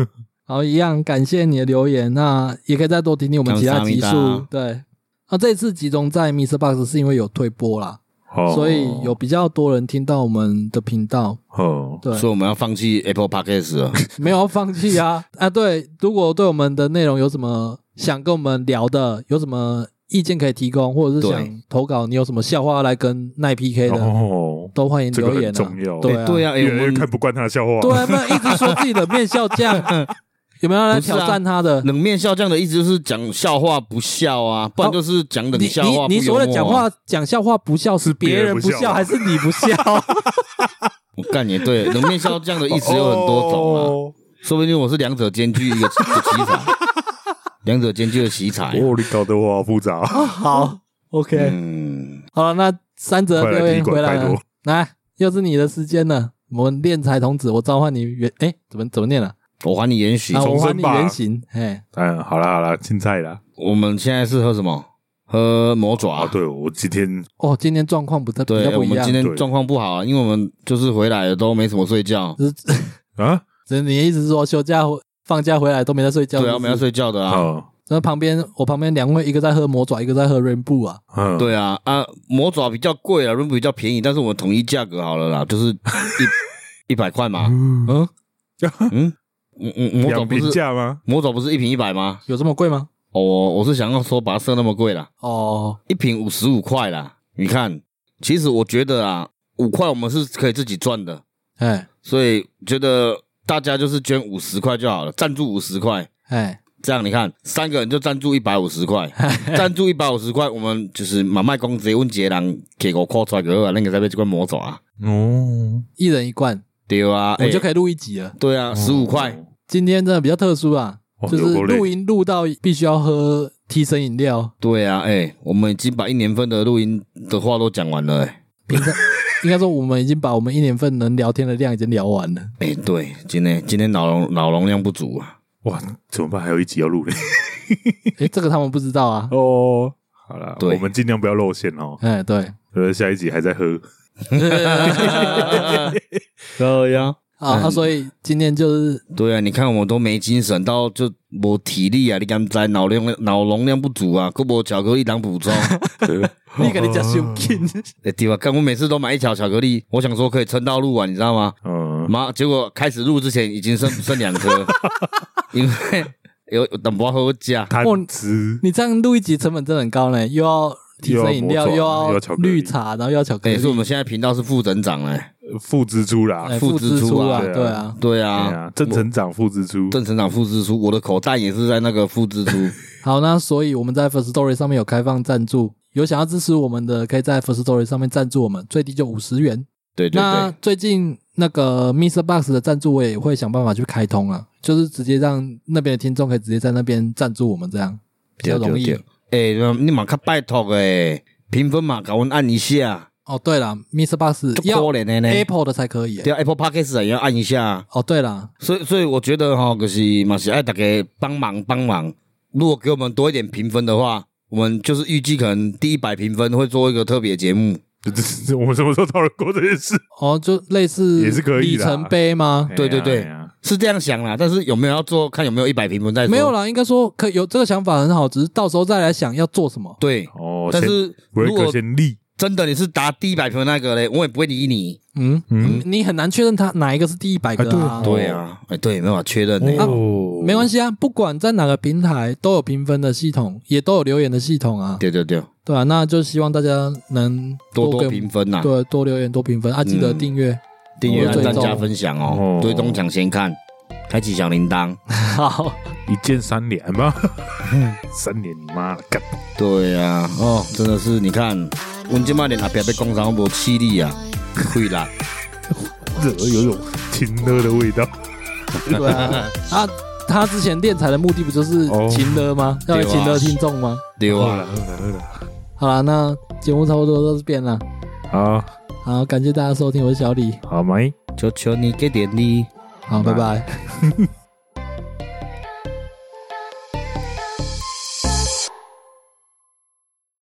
Speaker 1: 好，一样感谢你的留言，那也可以再多听听我们其他集
Speaker 3: 感谢阿弥
Speaker 1: 数
Speaker 3: 达。
Speaker 1: 对，那这次集中在 Mr. Box 是因为有退播啦，
Speaker 2: 哦
Speaker 1: 所以有比较多人听到我们的频道。
Speaker 2: 哦，
Speaker 1: 对，
Speaker 3: 所以我们要放弃 Apple Podcast 了。
Speaker 1: 没有要放弃 啊啊！对，如果对我们的内容有什么想跟我们聊的，有什么意见可以提供，或者是
Speaker 3: 对
Speaker 1: 想投稿，你有什么笑话来跟奈 PK 的，
Speaker 2: 哦，
Speaker 1: 都欢迎留言、啊。
Speaker 2: 这个很重要
Speaker 1: 对啊，
Speaker 3: 诶对啊，哎，
Speaker 2: 越
Speaker 3: 我
Speaker 2: 来越看
Speaker 3: 们
Speaker 2: 不惯他的笑话。
Speaker 1: 对 啊，不然一直说自己的面笑匠，有没有来
Speaker 3: 不是啊
Speaker 1: 挑战他的？
Speaker 3: 冷面笑匠的意思就是讲笑话不笑啊，不然就是讲冷
Speaker 1: 你
Speaker 3: 笑话不
Speaker 1: 你你所谓的
Speaker 3: 幽
Speaker 1: 讲
Speaker 3: 默啊，
Speaker 1: 话讲笑话不笑是别人不
Speaker 2: 别人不
Speaker 1: 笑
Speaker 2: 笑
Speaker 1: 还是你 不笑？
Speaker 3: 我干也 对，冷面笑匠的意思有很多种啊，
Speaker 2: 哦。
Speaker 3: 说不定我是两者兼具一个一个奇 才，两者兼具的奇
Speaker 1: 哎
Speaker 3: 才。
Speaker 2: 哦，你搞得我好复杂。啊
Speaker 1: 啊好，OK，
Speaker 3: 嗯，
Speaker 1: 好了，那三则
Speaker 2: 快来
Speaker 1: 留言
Speaker 2: 踢馆
Speaker 1: 回来
Speaker 2: 拜
Speaker 1: 了
Speaker 2: 托，
Speaker 1: 来，又是你的时间了。我们练财童子，我召唤你原哎，怎么怎么念啊？
Speaker 3: 我还你延续
Speaker 1: 啊，。我
Speaker 2: 重
Speaker 1: 还
Speaker 2: 生
Speaker 1: 你
Speaker 2: 吧
Speaker 1: 原形，哎，
Speaker 2: 嗯，好啦好啦，青菜啦。
Speaker 3: 我们现在是喝什么？喝魔爪
Speaker 2: 啊，。对我今天
Speaker 1: 哦，今天状况不太比较
Speaker 3: 对，
Speaker 1: 不
Speaker 3: 我
Speaker 1: 一
Speaker 3: 们
Speaker 1: 样
Speaker 3: 今，天
Speaker 2: 对
Speaker 3: 状况不好啊，因为我们就是回来了都没怎么睡觉。
Speaker 1: 只是
Speaker 2: 啊，
Speaker 1: 只是你的意思是说休假放假回来都没在睡觉？
Speaker 3: 对啊，
Speaker 1: 是
Speaker 3: 我
Speaker 1: 不
Speaker 3: 们
Speaker 1: 是
Speaker 3: 要。睡觉的啊。
Speaker 2: 哦，
Speaker 1: 那旁边我旁边两位，一个在喝魔爪，一个在喝 Rainbow 啊。
Speaker 2: 嗯，
Speaker 3: 对啊，啊，魔爪比较贵啊，润布比较便宜，但是我们统一价格好了啦， 就是一一百块嘛。
Speaker 2: 嗯，
Speaker 1: 嗯，
Speaker 3: 嗯嗯嗯，魔爪
Speaker 2: 两
Speaker 3: 不
Speaker 2: 平
Speaker 3: 是
Speaker 2: 价吗？
Speaker 3: 魔爪不是一瓶一百吗？
Speaker 1: 有这么贵吗？
Speaker 3: 哦，我我是想要说把它设那么贵啦，
Speaker 1: 哦，
Speaker 3: 一瓶五十五块啦。你看，其实我觉得啊，五块我们是可以自己赚的，
Speaker 1: 哎
Speaker 3: 所以觉得大家就是捐五十块就好了，赞助五十块。
Speaker 1: 哎，
Speaker 3: 这样你看，三个人就赞助一百五 十块，赞助一百五十块，我们就是买卖公直接问杰人给我扣出来个，那个才被这个魔爪啊，
Speaker 2: 哦，
Speaker 1: 一人一罐，
Speaker 3: 对
Speaker 2: 哎
Speaker 3: 啊，
Speaker 1: 我们就可
Speaker 3: 以，
Speaker 1: 以哦录一集了。
Speaker 3: 对啊，十五块，
Speaker 1: 今天真的比较特殊啊，
Speaker 2: 哦
Speaker 1: 就是
Speaker 2: 有够累
Speaker 1: 录音录到必须要喝提神饮料，
Speaker 3: 对啊，哎、我们已经把一年份的录音的话都讲完了、哎
Speaker 1: 应该说我们已经把我们一年份能聊天的量已经聊完 了。
Speaker 3: 哎、对，今天今天脑容脑容量不足啊，
Speaker 2: 哇，怎么办？还有一集要录嘞。
Speaker 1: 哎，这个他们不知道啊。
Speaker 2: 哦，好啦，
Speaker 3: 对
Speaker 2: 我们尽量不要露馅哦。
Speaker 1: 哎， 对，
Speaker 2: 呃，下一集还在喝。
Speaker 3: 对呀、
Speaker 1: 啊，啊所以今天就是
Speaker 3: 对啊，你看我们都没精神到就没体力啊，你敢在脑容脑容量不足啊，可无巧克力当 补充。
Speaker 1: 你跟你讲修禁，
Speaker 3: 欸、对吧？看我每次都买一条巧克力，我想说可以撑到录完，你知道吗？
Speaker 2: 嗯，
Speaker 3: 妈，结果开始录之前已经剩剩两颗，因为有有等不到喝加。
Speaker 2: 贪
Speaker 1: 哦
Speaker 2: 吃
Speaker 1: 你这样录一集成本真的很高呢，又要提神饮料，
Speaker 2: 又
Speaker 1: 又
Speaker 2: 要
Speaker 1: 要
Speaker 2: 魔爪又要巧克力
Speaker 1: 绿茶，然后又要巧克
Speaker 3: 也、
Speaker 1: 力，
Speaker 3: 是我们现在频道是副增长嘞、
Speaker 2: 负支出啦。
Speaker 1: 哎
Speaker 2: 对
Speaker 1: 负
Speaker 3: 负
Speaker 1: 支
Speaker 3: 支
Speaker 1: 出
Speaker 3: 出
Speaker 1: 啊，
Speaker 3: 啊
Speaker 1: 对啊，
Speaker 3: 对啊，
Speaker 2: 啊，正成长负支出。
Speaker 3: 正成长负支出，我的口袋也是在那个负支出。
Speaker 1: 好，那所以我们在 First Story 上面有开放赞助，有想要支持我们的，可以在 First Story 上面赞助我们，最低就五十元。
Speaker 3: 对对
Speaker 1: 那
Speaker 3: 对，
Speaker 1: 最近那个 Mr. Box 的赞助，我也会想办法去开通啊，就是直接让那边的听众可以直接在那边赞助我们，这样比较
Speaker 3: 对
Speaker 1: 容易。。
Speaker 3: 哎、欸，你马卡拜托哎、评分嘛，给我们按一下，
Speaker 1: 哦，对了，Mr. Box
Speaker 3: 就
Speaker 1: 要
Speaker 3: 可怜的呢。
Speaker 1: Apple 的才可以欸。
Speaker 3: 对啊，Apple Podcast 啊也要按一下啊、
Speaker 1: 哦，对了，
Speaker 3: 所以，所以我觉得哈、就是嘛是爱大家帮忙帮忙。如果给我们多一点评分的话，我们就是预计可能第一百评分会做一个特别节目。
Speaker 2: 我们什么时候讨论过这件事？
Speaker 1: 哦，就类似
Speaker 2: 也是可以
Speaker 1: 里
Speaker 2: 啦
Speaker 1: 程碑吗？
Speaker 3: 对对对
Speaker 2: 哎呀
Speaker 3: 是这样想啦，但是有没有要做，看有没有一百评分再说。
Speaker 1: 没有啦，应该说可有这个想法很好，只是到时候再来想要做什么。
Speaker 3: 对，
Speaker 2: 哦，
Speaker 3: 但是如
Speaker 2: break
Speaker 3: 果
Speaker 2: 先立，
Speaker 3: 真的你是答第一百评分那个嘞，我也不会理你。
Speaker 1: 嗯，
Speaker 2: 嗯，
Speaker 1: 你很难确认它哪一个是第一百个啊
Speaker 2: 啊。
Speaker 3: 对啊，哎、对，没办法确认呢、
Speaker 2: 哦
Speaker 1: 没关系啊，不管在哪个平台都有评分的系统，也都有留言的系统啊，
Speaker 3: 对对对，
Speaker 1: 对啊，那就希望大家能
Speaker 3: 多多
Speaker 1: 给
Speaker 3: 评分啊呐、
Speaker 1: 对，多留言多评分啊，记得
Speaker 3: 嗯
Speaker 1: 订阅。
Speaker 3: 订阅、
Speaker 1: 多
Speaker 3: 按
Speaker 1: 追
Speaker 3: 赞、
Speaker 1: 踪
Speaker 3: 加分享哦
Speaker 2: 哦，
Speaker 3: 追踪抢先看，开启小铃铛。
Speaker 1: 好，
Speaker 2: 一键三连吗？三连你妈的，干！
Speaker 3: 对呀、啊 哦，真的是，你看，阮即摆连阿伯要讲啥，我无气力啊，气力。
Speaker 2: 惹有种情勒的味道。
Speaker 1: 对 啊，啊，他之前练财的目的不就是
Speaker 2: 哦
Speaker 1: 勤勒吗？要来
Speaker 3: 对啊
Speaker 1: 勤勒听众吗？
Speaker 3: 对
Speaker 2: 饿了
Speaker 3: 啊，
Speaker 2: 饿了饿了。
Speaker 1: 好啦，那节目差不多到这边了。
Speaker 2: 好
Speaker 1: 好，感谢大家收听，我是小李。
Speaker 2: 好，买。
Speaker 3: 求求你给点力。
Speaker 1: 好，拜拜。